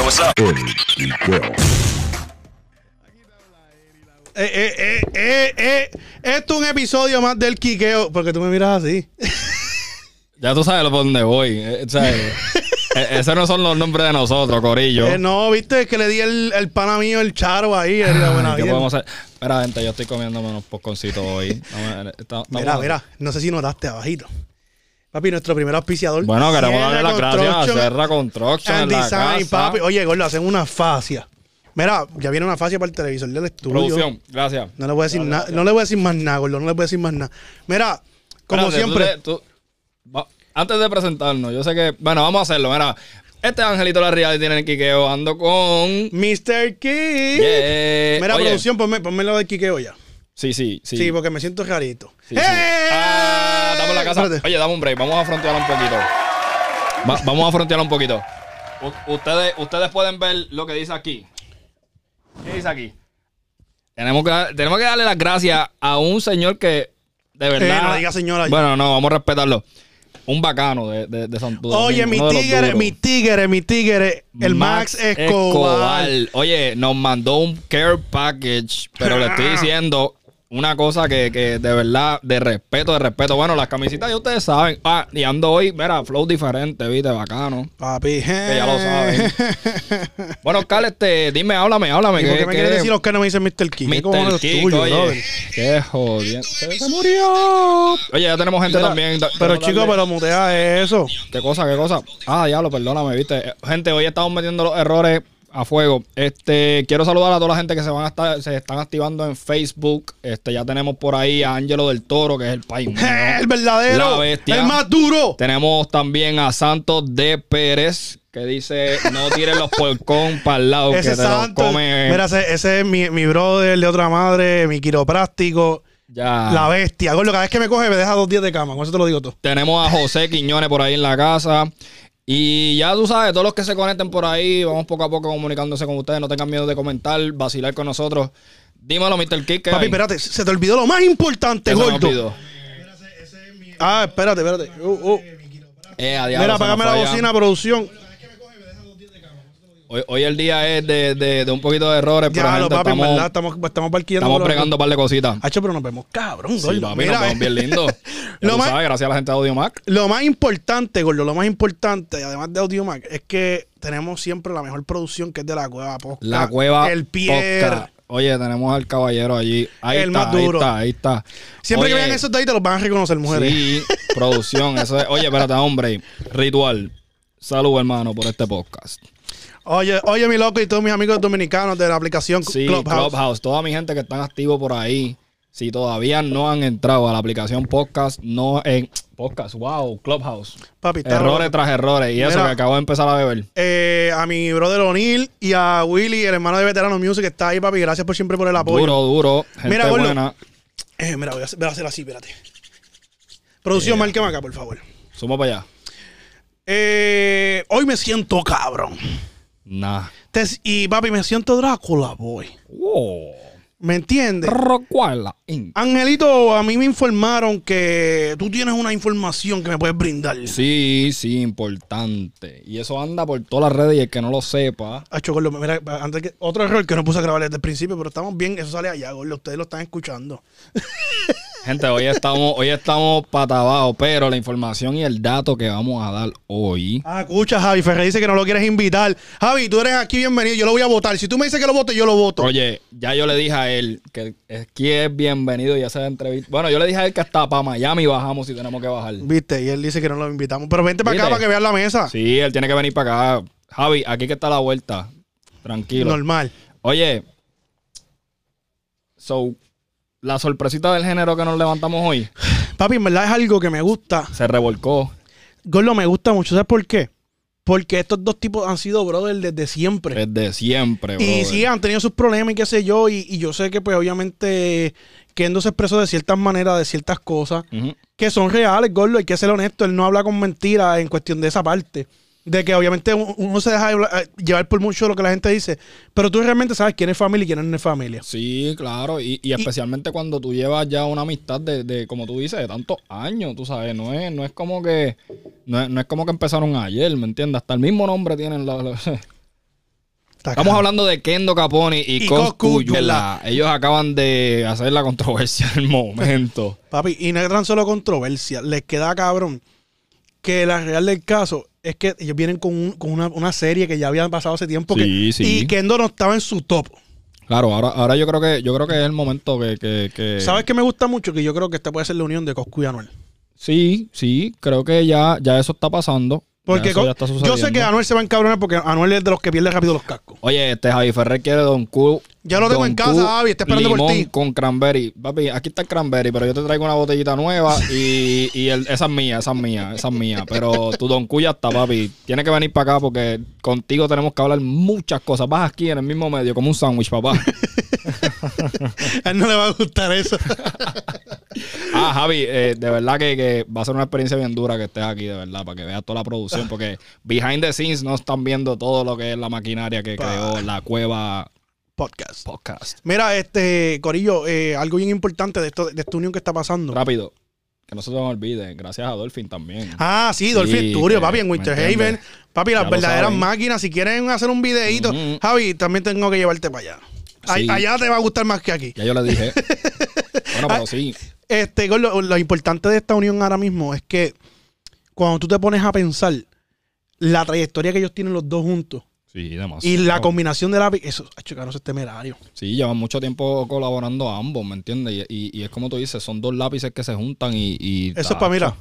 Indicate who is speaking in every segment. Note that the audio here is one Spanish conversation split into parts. Speaker 1: what's up?
Speaker 2: Eh, eh, eh, eh, eh. Esto es un episodio más del quiqueo. Porque tú me miras así.
Speaker 3: Ya tú sabes por dónde voy. eh, ¿sabes? Eh, Esos no son los nombres de nosotros, Corillo.
Speaker 2: Eh, no, viste, es que le di el, el pana mío, el charo ahí. el de la buena
Speaker 3: Ay, Ah, ¿Qué
Speaker 2: vida.
Speaker 3: podemos hacer? Espera, gente, yo estoy comiéndome unos posconcitos hoy. Estamos- eh, estamos-
Speaker 2: Mira, mira, no sé si notaste abajito. Papi, nuestro primer auspiciador.
Speaker 3: Bueno, queremos
Speaker 2: Sierra
Speaker 3: darle las gracias a
Speaker 2: Construction
Speaker 3: Serra Construction.
Speaker 2: and
Speaker 3: en la
Speaker 2: Design,
Speaker 3: casa.
Speaker 2: papi. Oye, gordo, hacen una fascia. Mira, ya viene una fascia para el televisor del estudio.
Speaker 3: Producción, gracias.
Speaker 2: No le voy a decir nada, no le voy a decir más nada, gordo, no le voy a decir más nada. Mira, como
Speaker 3: Espérate, tú
Speaker 2: siempre.
Speaker 3: te- tú- va- antes de presentarnos, yo sé que. Bueno, vamos a hacerlo. Mira, este es Angelito La Real tiene el quiqueo. Ando con.
Speaker 2: Mr. Key.
Speaker 3: Yeah.
Speaker 2: Mira,
Speaker 3: Oye,
Speaker 2: producción, ponme, ponme lo del quiqueo ya.
Speaker 3: Sí, sí, sí.
Speaker 2: Sí. porque me siento rarito.
Speaker 3: Sí, sí. Ah, estamos en la casa.
Speaker 2: Espérate.
Speaker 3: Oye, dame un break. Vamos a frontear un poquito. Va- vamos a frontear un poquito. U- ustedes, ustedes pueden ver lo que dice aquí. ¿Qué dice aquí? Tenemos que, dar- tenemos que darle las gracias a un señor que, de verdad.
Speaker 2: Eh, no diga señora.
Speaker 3: Bueno, no, vamos a respetarlo. Un bacano de, de, de Santo
Speaker 2: Oye,
Speaker 3: Domingo,
Speaker 2: mi
Speaker 3: uno de los
Speaker 2: tigre,
Speaker 3: duros.
Speaker 2: mi tigre, mi tigre, el Max, Escobar.
Speaker 3: Oye, nos mandó un care package, pero le
Speaker 2: Ah.
Speaker 3: estoy diciendo una cosa que, que de verdad, de respeto, de respeto. Bueno, las camisitas ya ustedes saben. Ah, y ando hoy, mira, flow diferente, viste, bacano.
Speaker 2: Papi,
Speaker 3: ya lo saben. Bueno, Oscar, este, dime, háblame, háblame.
Speaker 2: ¿Y por qué me quieres decir
Speaker 3: Oscar?
Speaker 2: Oscar no me dice Mr. King? ¿Qué cojones
Speaker 3: Mr.
Speaker 2: es
Speaker 3: Kiko,
Speaker 2: tuyo, brother?
Speaker 3: oye. Qué jodido. Se se murió. Oye, ya tenemos gente
Speaker 2: Mira,
Speaker 3: también. da-
Speaker 2: Pero
Speaker 3: tenemos
Speaker 2: chico,
Speaker 3: darle-
Speaker 2: pero mutea eso.
Speaker 3: ¿Qué cosa? ¿Qué cosa? Ah, diablo, perdóname, viste. Eh, Gente, hoy estamos metiendo los errores a fuego. Este, quiero saludar a toda la gente que se van a estar, se están activando en Facebook. Este, ya tenemos por ahí a Ángelo del Toro, que es el país. mío.
Speaker 2: El
Speaker 3: La
Speaker 2: verdadero.
Speaker 3: bestia.
Speaker 2: El más duro.
Speaker 3: Tenemos también a Santos de Pérez, que dice, no tiren los polcón para el lado,
Speaker 2: Ese
Speaker 3: que te los
Speaker 2: santo.
Speaker 3: come.
Speaker 2: Mira, ese, ese es mi, mi brother de otra madre, mi quiropráctico.
Speaker 3: ya.
Speaker 2: La bestia. Gordo, cada vez que me coge me deja dos días de cama. Con eso te lo digo todo.
Speaker 3: Tenemos a José Quiñones por ahí en la casa. Y ya tú sabes, todos los que se conecten por ahí, vamos poco a poco comunicándose con ustedes. No tengan miedo de comentar, vacilar con nosotros. Dímelo, Mr. Kick. ¿qué
Speaker 2: Papi,
Speaker 3: hay?
Speaker 2: espérate. Se te olvidó lo más importante,
Speaker 3: ¿Qué se me
Speaker 2: gordo.
Speaker 3: olvidó?
Speaker 2: Ah, espérate, espérate. Uh, uh.
Speaker 3: Eh, a diablo,
Speaker 2: Mira,
Speaker 3: se me
Speaker 2: apagame
Speaker 3: fue
Speaker 2: la
Speaker 3: ya.
Speaker 2: bocina, producción.
Speaker 3: Hoy, hoy el día es de, de- de un poquito de errores, pero
Speaker 2: Ya, lo
Speaker 3: gente,
Speaker 2: papi, en
Speaker 3: estamos,
Speaker 2: verdad, estamos, pues, estamos parqueando.
Speaker 3: estamos
Speaker 2: bro.
Speaker 3: bregando un par de cositas.
Speaker 2: Hacho, pero nos vemos cabrón,
Speaker 3: Sí,
Speaker 2: gordo.
Speaker 3: papi,
Speaker 2: Mira,
Speaker 3: nos vemos bien lindo.
Speaker 2: Lo
Speaker 3: Ya tú
Speaker 2: más-
Speaker 3: sabes, gracias a la gente de Audio Mac.
Speaker 2: Lo más importante, gordo, lo más importante, además de Audiomac, es que tenemos siempre la mejor producción que es de la cueva Posca.
Speaker 3: La cueva.
Speaker 2: Ah, El Pierre.
Speaker 3: Podcast. Oye, tenemos al caballero allí. Ahí
Speaker 2: El
Speaker 3: está,
Speaker 2: más duro.
Speaker 3: ahí está, ahí está.
Speaker 2: Siempre que
Speaker 3: Oye,
Speaker 2: vean esos de ahí te los van a reconocer, mujeres.
Speaker 3: Sí, producción. Eso es- Oye, espérate, hombre. Ritual. Salud, hermano, por este podcast.
Speaker 2: Oye, oye, mi loco y todos mis amigos dominicanos de la aplicación
Speaker 3: Sí, Clubhouse.
Speaker 2: Clubhouse.
Speaker 3: Toda mi gente que están activos por ahí. Si todavía no han entrado a la aplicación podcast, no en podcast, wow, Clubhouse.
Speaker 2: Papi, está
Speaker 3: Errores tras errores. Y eso
Speaker 2: Mira.
Speaker 3: que acabo de empezar a beber.
Speaker 2: Eh, a mi brother O'Neill y a Willy, el hermano de Veterano Music, que está ahí, papi. Gracias por siempre por el apoyo.
Speaker 3: Duro, duro. Gente
Speaker 2: Mira, gordo.
Speaker 3: buena.
Speaker 2: Eh, mira, voy a, hacer, voy a hacer así, espérate.
Speaker 3: Eh.
Speaker 2: Producción, márqueme acá, por favor.
Speaker 3: Suma para allá.
Speaker 2: Eh, hoy me siento cabrón.
Speaker 3: Nah.
Speaker 2: Te- y papi, me siento Drácula, boy.
Speaker 3: Wow.
Speaker 2: ¿Me entiendes?
Speaker 3: Rockwalla, Inc.
Speaker 2: Angelito, a mí me informaron que tú tienes una información que me puedes brindar.
Speaker 3: Sí, sí, importante. Y eso anda por todas las redes y el que no lo sepa.
Speaker 2: Acho, gordo, Ah, mira, antes que, otro error que no puse a grabar desde el principio, pero estamos bien, eso sale allá, gordo, ustedes lo están escuchando.
Speaker 3: Gente, hoy estamos, hoy estamos pata abajo, pero la información y el dato que vamos a dar hoy.
Speaker 2: Ah, escucha, Javi Ferrer dice que no lo quieres invitar. Javi, tú eres aquí bienvenido, yo lo voy a votar. Si tú me dices que lo vote, yo lo voto.
Speaker 3: Oye, ya yo le dije a él que es que es bienvenido y hace la entrevista. Bueno, yo le dije a él que hasta para Miami bajamos si tenemos que bajar.
Speaker 2: Viste, y él dice que no lo invitamos. Pero vente para acá
Speaker 3: ¿Viste?
Speaker 2: para que veas la mesa.
Speaker 3: Sí, él tiene que venir para acá. Javi, aquí que está la vuelta. Tranquilo.
Speaker 2: Normal.
Speaker 3: Oye, so, la sorpresita del género que nos levantamos hoy
Speaker 2: Papi, en verdad es algo que me gusta.
Speaker 3: se revolcó.
Speaker 2: Gordo, me gusta mucho. ¿Sabes por qué? Porque estos dos tipos han sido brothers desde siempre.
Speaker 3: Desde siempre,
Speaker 2: Y
Speaker 3: brother.
Speaker 2: sí, han tenido sus problemas y qué sé yo. Y, y yo sé que, pues, obviamente, Kendo se expresó de ciertas maneras, de ciertas cosas,
Speaker 3: Ujú.
Speaker 2: que son reales, Gordo. Hay que ser honesto, él no habla con mentiras en cuestión de esa parte. De que, obviamente, un- uno se deja habla- eh, llevar por mucho lo que la gente dice. Pero tú realmente sabes quién es familia y quién no es familia.
Speaker 3: Sí, claro, y, y especialmente cuando tú llevas ya una amistad de, de, como tú dices, de tantos años, tú sabes, no es, no es como que, no es, no es como que empezaron ayer, ¿me entiendes? Hasta el mismo nombre tienen los... los-
Speaker 2: Está
Speaker 3: Estamos
Speaker 2: cabrón.
Speaker 3: hablando de Kendo Caponi y,
Speaker 2: Y Coscu
Speaker 3: Coscuyuela. Ellos acaban de hacer la controversia del momento.
Speaker 2: Papi, y no es tan solo controversia, les queda cabrón que la real del caso es que ellos vienen con, un- con una, una serie que ya habían pasado hace tiempo que-
Speaker 3: Sí, sí.
Speaker 2: y Kendo no estaba en su top.
Speaker 3: Claro, ahora, ahora yo creo que yo creo que es el momento que, que- que-
Speaker 2: ¿Sabes qué me gusta mucho? Que yo creo que esta puede ser la unión de Coscu y Anuel.
Speaker 3: Sí, sí, creo que ya, ya eso está pasando. Ya
Speaker 2: Porque
Speaker 3: eso
Speaker 2: Co-
Speaker 3: ya está
Speaker 2: yo sé
Speaker 3: sucediendo.
Speaker 2: que Anuel se va a encabronar porque Anuel es de los que pierde rápido los cascos.
Speaker 3: Oye, este Javi Ferrer quiere Don Q.
Speaker 2: Ya lo tengo en casa, Javi, está esperando por
Speaker 3: limón
Speaker 2: ti.
Speaker 3: con cranberry. Papi, aquí está el cranberry, pero yo te traigo una botellita nueva y, y el- esa es mía, esa es mía, esa es mía. Pero tu Don Q ya está, papi. Tienes que venir para acá porque contigo tenemos que hablar muchas cosas. Vas aquí en el mismo medio como un sándwich, papá.
Speaker 2: A él no le va a gustar eso.
Speaker 3: Ah, Javi, eh, de verdad que, que va a ser una experiencia bien dura que estés aquí, de verdad, para que veas toda la producción, porque behind the scenes no están viendo todo lo que es la maquinaria que
Speaker 2: Pa.
Speaker 3: creó la Cueva
Speaker 2: Podcast.
Speaker 3: Podcast.
Speaker 2: Mira, este, Corillo, eh, algo bien importante de, esto, de esta unión que está pasando.
Speaker 3: Rápido, que no se te olvide, gracias a Dolphin también.
Speaker 2: Ah, sí, Dolphin
Speaker 3: Sí,
Speaker 2: Studio,
Speaker 3: que-
Speaker 2: papi, en
Speaker 3: ¿me
Speaker 2: Winter Haven.
Speaker 3: entiendes?
Speaker 2: Papi,
Speaker 3: Ya
Speaker 2: las
Speaker 3: lo
Speaker 2: verdaderas
Speaker 3: saben.
Speaker 2: máquinas. Si quieren hacer un videíto,
Speaker 3: Ujú.
Speaker 2: Javi, también tengo que llevarte para allá. Ay-
Speaker 3: Sí.
Speaker 2: Allá te va a gustar más que aquí.
Speaker 3: Ya yo le dije. bueno,
Speaker 2: Ah.
Speaker 3: pero sí.
Speaker 2: Este, Gordo, lo, importante de esta unión ahora mismo es que cuando tú te pones a pensar la trayectoria que ellos tienen los dos juntos
Speaker 3: Sí, demasiado.
Speaker 2: y la combinación de la... Eso, ay, chica, no es temerario.
Speaker 3: Sí, llevan mucho tiempo colaborando ambos, ¿me entiendes? Y, y- y es como tú dices, son dos lápices que se juntan y... y-
Speaker 2: Eso es para, mira,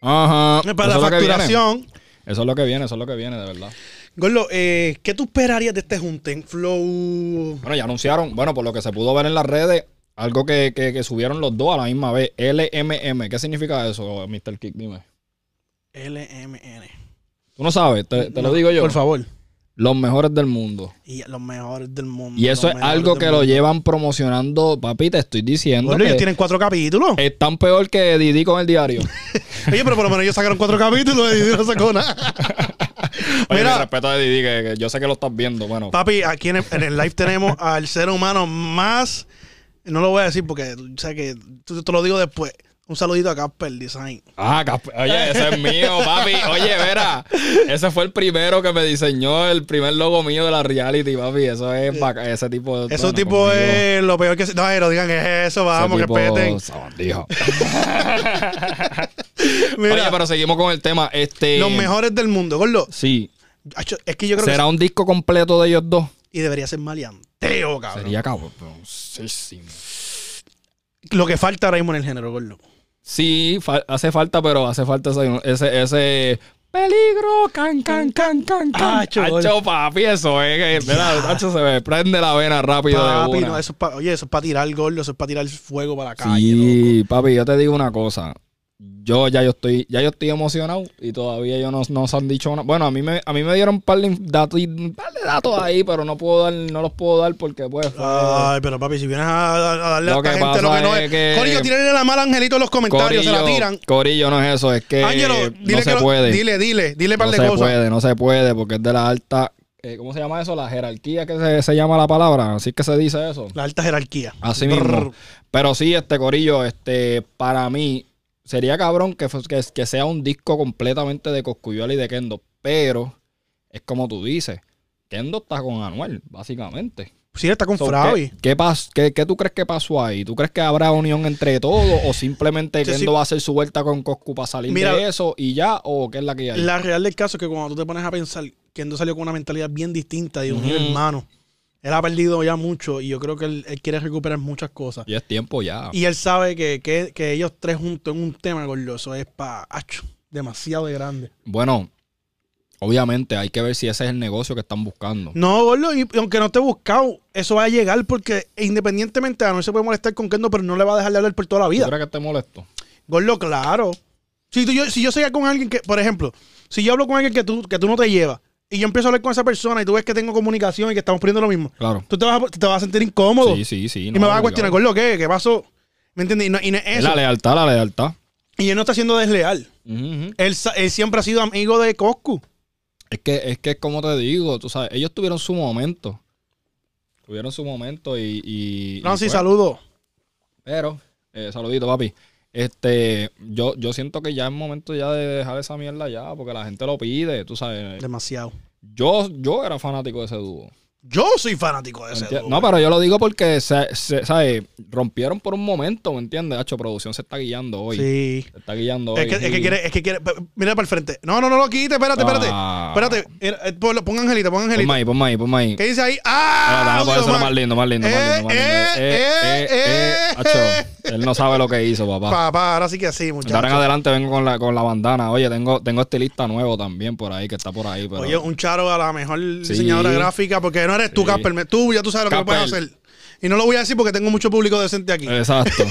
Speaker 3: Ajá.
Speaker 2: para la
Speaker 3: eso es lo que viene.
Speaker 2: facturación.
Speaker 3: Eso es lo que viene, eso es lo que viene, de verdad.
Speaker 2: Gordo, eh, ¿qué tú esperarías de este junte en Flow?
Speaker 3: Bueno, ya anunciaron, bueno, por lo que se pudo ver en las redes, algo que, que- que subieron los dos a la misma vez, LMM. ¿Qué significa eso, Mr. Kick? Dime.
Speaker 2: LMN.
Speaker 3: Tú no sabes, te, te lo
Speaker 2: No,
Speaker 3: digo yo.
Speaker 2: Por favor.
Speaker 3: Los mejores del mundo.
Speaker 2: Y los mejores del mundo.
Speaker 3: Y eso
Speaker 2: los
Speaker 3: es
Speaker 2: mejores
Speaker 3: algo
Speaker 2: del
Speaker 3: que lo eh.
Speaker 2: mundo.
Speaker 3: llevan promocionando, papi, te estoy diciendo.
Speaker 2: Gordo, ellos
Speaker 3: que
Speaker 2: tienen cuatro capítulos.
Speaker 3: Están peor que Didi con el diario.
Speaker 2: Oye, pero por lo menos ellos sacaron cuatro capítulos y no sacó nada.
Speaker 3: Oye, mi
Speaker 2: Mira,
Speaker 3: respeto a Didi, que, que yo sé que lo estás viendo. Bueno,
Speaker 2: papi, aquí en el, en el live tenemos al ser humano más. No lo voy a decir porque, o sea, que tú- te lo digo después. Un saludito a Casper Design.
Speaker 3: Ah, Casper. Oye, ese es mío, papi. Oye, verá. Ese fue el primero que me diseñó el primer logo mío de la reality, papi. Eso es vaca- ese tipo de.
Speaker 2: Eso tipo es lo peor que se. No, pero digan que es eso, vamos, respeten.
Speaker 3: Dijo. Oye,
Speaker 2: Mira,
Speaker 3: pero seguimos con el tema. Este.
Speaker 2: los mejores del mundo, gordo.
Speaker 3: Sí.
Speaker 2: Acho, Es que yo creo
Speaker 3: ¿Será un disco completo de ellos dos?
Speaker 2: que. Y debería ser maleanteo, cabrón.
Speaker 3: Sería cabrón. Sí, sí.
Speaker 2: Lo que falta ahora mismo en el género, gordo.
Speaker 3: Sí, fa- hace falta, pero hace falta ese, ese, ese peligro, can, can, can, can, can.
Speaker 2: Ah, cho,
Speaker 3: Hacho, papi, eso es. que, mira, hacho, se me prende la vena rápido de
Speaker 2: Papi,
Speaker 3: una.
Speaker 2: no, eso es pa- oye, eso es para tirar gordo, eso es para tirar fuego para la calle. loco.
Speaker 3: sí, papi, yo te digo una cosa. Yo ya yo estoy, ya yo estoy emocionado y todavía ellos no, no se han dicho nada. Bueno, a mí me, a mí me dieron un par de in- datos, y- un par de datos ahí, pero no puedo dar, no los puedo dar porque pues. fue-
Speaker 2: Ay, pero papi, si vienes a, a- a darle a
Speaker 3: Lo
Speaker 2: esta
Speaker 3: que
Speaker 2: gente
Speaker 3: pasa
Speaker 2: lo que no
Speaker 3: es
Speaker 2: es.
Speaker 3: que-
Speaker 2: Corillo, tírenle la mala a Angelito en los comentarios, se la tiran.
Speaker 3: Corillo no es eso, es que
Speaker 2: Ángelo, dile
Speaker 3: no se
Speaker 2: que lo-
Speaker 3: puede.
Speaker 2: Dile, dile, dile par
Speaker 3: no
Speaker 2: de
Speaker 3: se
Speaker 2: cosas.
Speaker 3: puede, no se puede, porque es de la alta, eh, ¿cómo se llama eso? La jerarquía que se, se llama la palabra, así que se dice eso.
Speaker 2: La alta jerarquía.
Speaker 3: Así
Speaker 2: Brr.
Speaker 3: mismo. Pero sí, este corillo, este, para mí, sería cabrón que, fue- que, que sea un disco completamente de Coscuyuela y de Kendo, pero es como tú dices, Kendo está con Anuel, básicamente.
Speaker 2: Sí, está con
Speaker 3: So,
Speaker 2: Fravi.
Speaker 3: ¿qué, qué, pas- qué- qué tú crees que pasó ahí? ¿Tú crees que habrá unión entre todos o simplemente
Speaker 2: Sí, sí.
Speaker 3: Kendo va a hacer su vuelta con Coscu para salir
Speaker 2: Mira-
Speaker 3: de eso y ya? ¿O qué es la que hay?
Speaker 2: La real del caso es que cuando tú te pones a pensar, Kendo salió con una mentalidad bien distinta de un
Speaker 3: Ujú.
Speaker 2: hermano. Él ha perdido ya mucho y yo creo que él, él quiere recuperar muchas cosas.
Speaker 3: Y es tiempo ya.
Speaker 2: Y él sabe que, que, que ellos tres juntos en un tema, gordo, eso es para... Demasiado de grande.
Speaker 3: Bueno, obviamente hay que ver si ese es el negocio que están buscando.
Speaker 2: No, Gordo, y aunque no esté buscado, eso va a llegar porque independientemente a no se puede molestar con Kendo, pero no le va a dejar de hablar por toda la
Speaker 3: ¿Tú
Speaker 2: vida.
Speaker 3: crees que te molesto?
Speaker 2: Gordo, claro. Si, tú- yo, si yo salía con alguien que, por ejemplo, si yo hablo con alguien que tú, que tú no te llevas y yo empiezo a hablar con esa persona y tú ves que tengo comunicación y que estamos poniendo lo mismo,
Speaker 3: Claro.
Speaker 2: tú te vas a, te vas a sentir incómodo
Speaker 3: Sí, sí, sí.
Speaker 2: y me
Speaker 3: no,
Speaker 2: vas a
Speaker 3: obligado.
Speaker 2: cuestionar, Gordo, ¿qué? ¿Qué pasó? ¿Me entiendes? Y no, y no es
Speaker 3: Es
Speaker 2: eso.
Speaker 3: la lealtad, la lealtad.
Speaker 2: Y él no está siendo desleal.
Speaker 3: Ujú, ujú.
Speaker 2: Él, sa- él siempre ha sido amigo de Coscu.
Speaker 3: Es que, es que como te digo, tú sabes, ellos tuvieron su momento. Tuvieron su momento y... y y
Speaker 2: Francis,
Speaker 3: fue.
Speaker 2: saludo.
Speaker 3: Pero, eh, saludito, papi. Este, yo, yo siento que ya es momento ya de dejar esa mierda ya, porque la gente lo pide, tú sabes.
Speaker 2: Demasiado.
Speaker 3: Yo, yo era fanático de ese dúo.
Speaker 2: Yo soy fanático de ese
Speaker 3: ¿Entiendes?
Speaker 2: dúo.
Speaker 3: No, pero yo lo digo porque, se, se- ¿sabes? Rompieron por un momento, ¿me entiendes? Hacho, producción se está guiando hoy.
Speaker 2: Sí.
Speaker 3: Se está guiando
Speaker 2: Es
Speaker 3: hoy.
Speaker 2: que, es que
Speaker 3: sí.
Speaker 2: quiere, es que quiere. Mira para el frente. No, no, no lo quite, espérate, espérate.
Speaker 3: Ah.
Speaker 2: Espérate. Era- eh, ponlo- Pon Angelita, pon
Speaker 3: Ponme
Speaker 2: Angelita.
Speaker 3: ahí, ponme ahí, ponme ahí.
Speaker 2: ¿Qué dice ahí? ¡Ah!
Speaker 3: Ah, no, no,
Speaker 2: Dios,
Speaker 3: eso era
Speaker 2: man.
Speaker 3: más lindo, más lindo, más
Speaker 2: Eh,
Speaker 3: lindo, más lindo.
Speaker 2: eh,
Speaker 3: Eh, eh, eh,
Speaker 2: eh,
Speaker 3: acho, él no sabe lo que hizo, papá.
Speaker 2: Papá, ahora sí que sí,
Speaker 3: De ahora en
Speaker 2: muchachos.
Speaker 3: adelante vengo con la, con la bandana. Oye, tengo, tengo estilista nuevo también por ahí, que está por ahí. Pero...
Speaker 2: Oye, un charo a la mejor
Speaker 3: Sí.
Speaker 2: diseñadora gráfica, porque no eres tú,
Speaker 3: Sí.
Speaker 2: Casper. me- Tú ya tú sabes lo que me puedes
Speaker 3: Casper. Eh.
Speaker 2: hacer. Y no lo voy a decir porque tengo mucho público decente aquí.
Speaker 3: Exacto.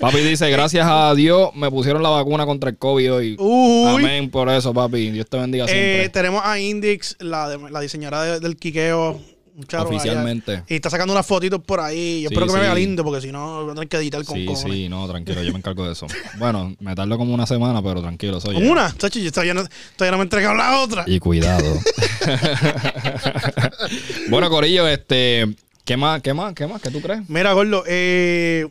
Speaker 3: papi dice, gracias a Dios me pusieron la vacuna contra el COVID hoy.
Speaker 2: Eh, Uy.
Speaker 3: Amén por eso, papi. Dios te bendiga siempre.
Speaker 2: Eh, tenemos a Indix, la, de- la diseñadora de- del Quiqueo. un charo allá.
Speaker 3: Oficialmente.
Speaker 2: Y está sacando unas fotitos por ahí. Yo
Speaker 3: Sí,
Speaker 2: espero que me
Speaker 3: sí.
Speaker 2: vea lindo, porque si no, voy a tener que editar con
Speaker 3: sí,
Speaker 2: cojones.
Speaker 3: sí, no, tranquilo, yo me encargo de eso. Bueno, me tardo como una semana, pero tranquilo, soy
Speaker 2: Con
Speaker 3: yo.
Speaker 2: una, chacho, yo todavía no, todavía no me he entregado la otra.
Speaker 3: Y cuidado. bueno, Corillo, este, ¿qué más, qué más, qué más? ¿Qué tú crees?
Speaker 2: Mira, Gordo, eh,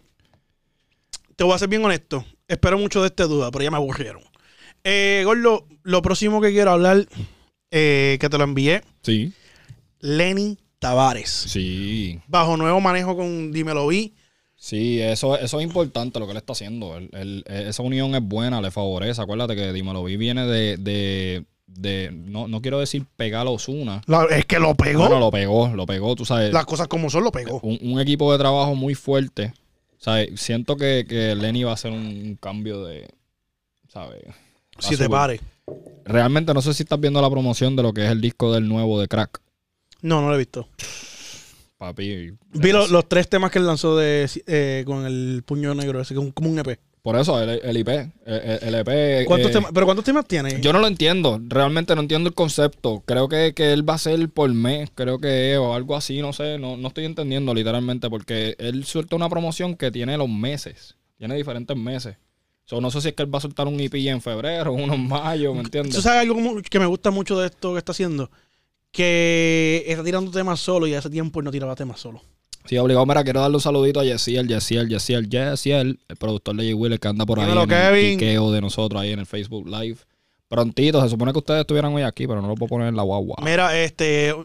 Speaker 2: te voy a ser bien honesto. Espero mucho de este duda, pero ya me aburrieron. Eh, Gordo, lo próximo que quiero hablar, eh, que te lo envié,
Speaker 3: Sí.
Speaker 2: Lenny Tavares.
Speaker 3: Sí.
Speaker 2: Bajo nuevo manejo con Dímelo Vi.
Speaker 3: Sí, eso, eso es importante lo que él está haciendo. Él- él- eh, esa unión es buena, le favorece. Acuérdate que Dímelo Vi viene de, de, de- no, no quiero decir pegar a Osuna.
Speaker 2: La- es que lo pegó.
Speaker 3: Bueno, lo pegó, lo pegó, tú sabes.
Speaker 2: Las cosas como son, lo pegó.
Speaker 3: un, un equipo de trabajo muy fuerte. ¿sabes? Siento que, que Lenny va a hacer un, un cambio de. ¿Sabes? Va a
Speaker 2: Si te
Speaker 3: subir.
Speaker 2: pares.
Speaker 3: Realmente no sé si estás viendo la promoción de lo que es el disco del nuevo de Crack.
Speaker 2: No, no lo he visto.
Speaker 3: Papi.
Speaker 2: Vi lo- los tres temas que él lanzó de, eh, con el puño negro, ese que es un- como un EP.
Speaker 3: Por eso, el, el IP. El, el EP.
Speaker 2: ¿Cuántos
Speaker 3: eh,
Speaker 2: temas, ¿Pero cuántos temas tiene?
Speaker 3: Yo no lo entiendo, realmente no entiendo el concepto. Creo que, que él va a ser por mes, creo que es, o algo así, no sé, no, no estoy entendiendo literalmente, porque él suelta una promoción que tiene los meses, tiene diferentes meses. So, no sé si es que él va a soltar un EP en febrero, uno en mayo, ¿me entiendes?
Speaker 2: ¿Tú sabes algo como- que me gusta mucho de esto que está haciendo? Que está tirando temas solo y hace tiempo él no tiraba temas solo.
Speaker 3: Sí, obligado, mira, quiero darle un saludito a Yesiel, Yesiel, Yesiel, Yesiel, el productor de J. Wheeler que anda por ahí
Speaker 2: Dímelo,
Speaker 3: en el
Speaker 2: Kevin.
Speaker 3: piqueo de nosotros, ahí en el Facebook Live. Prontito, se supone que ustedes estuvieran hoy aquí, pero no lo puedo poner en la guagua.
Speaker 2: Mira, este,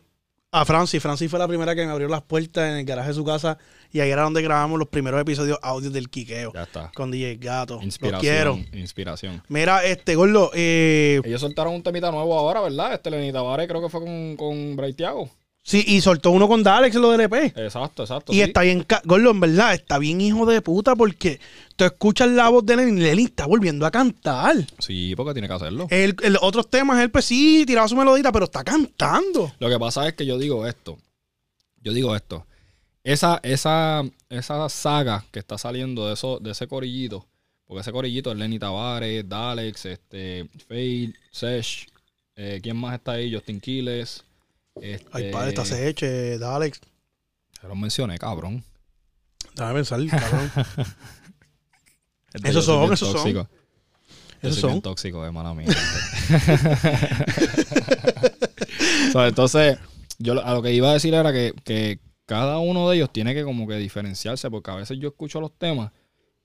Speaker 2: a Francis. Francis fue la primera que me abrió las puertas en el garaje de su casa y ahí era donde grabamos los primeros episodios audios del Quiqueo
Speaker 3: Ya está.
Speaker 2: con DJ Gato. Los
Speaker 3: Inspiración.
Speaker 2: quiero.
Speaker 3: Inspiración.
Speaker 2: Mira, este, Gordo, eh,
Speaker 3: Ellos soltaron un temita nuevo ahora, ¿verdad? Este Lenny Tavares creo que fue con, con Bray Thiago.
Speaker 2: sí, y soltó uno con Dalex, lo del E EP.
Speaker 3: Exacto, exacto.
Speaker 2: Y
Speaker 3: sí.
Speaker 2: está bien, ca- Gordo, en verdad, está bien hijo de puta porque tú escuchas la voz de Lenin, Lenin está volviendo a cantar.
Speaker 3: Sí, porque tiene que hacerlo.
Speaker 2: El, el- otros temas, él pues sí, tiraba su melodita, pero está cantando.
Speaker 3: Lo que pasa es que yo digo esto. Yo digo esto. Esa, esa, esa saga que está saliendo de, eso, de ese corillito, porque ese corillito es Lenny Tavares, Dalex, este, Fade, Sesh, eh, ¿quién más está ahí? Justin Quiles. Este,
Speaker 2: Ay, padre, está seche, dale,
Speaker 3: Ya los mencioné, cabrón.
Speaker 2: déjame pensar, cabrón.
Speaker 3: Este,
Speaker 2: Esos
Speaker 3: yo soy
Speaker 2: son,
Speaker 3: bien
Speaker 2: esos son.
Speaker 3: tóxico. Yo
Speaker 2: Esos
Speaker 3: soy
Speaker 2: son.
Speaker 3: bien tóxico, de mala mía. So, entonces, yo lo- a lo que iba a decir era que, que cada uno de ellos tiene que como que diferenciarse, porque a veces yo escucho los temas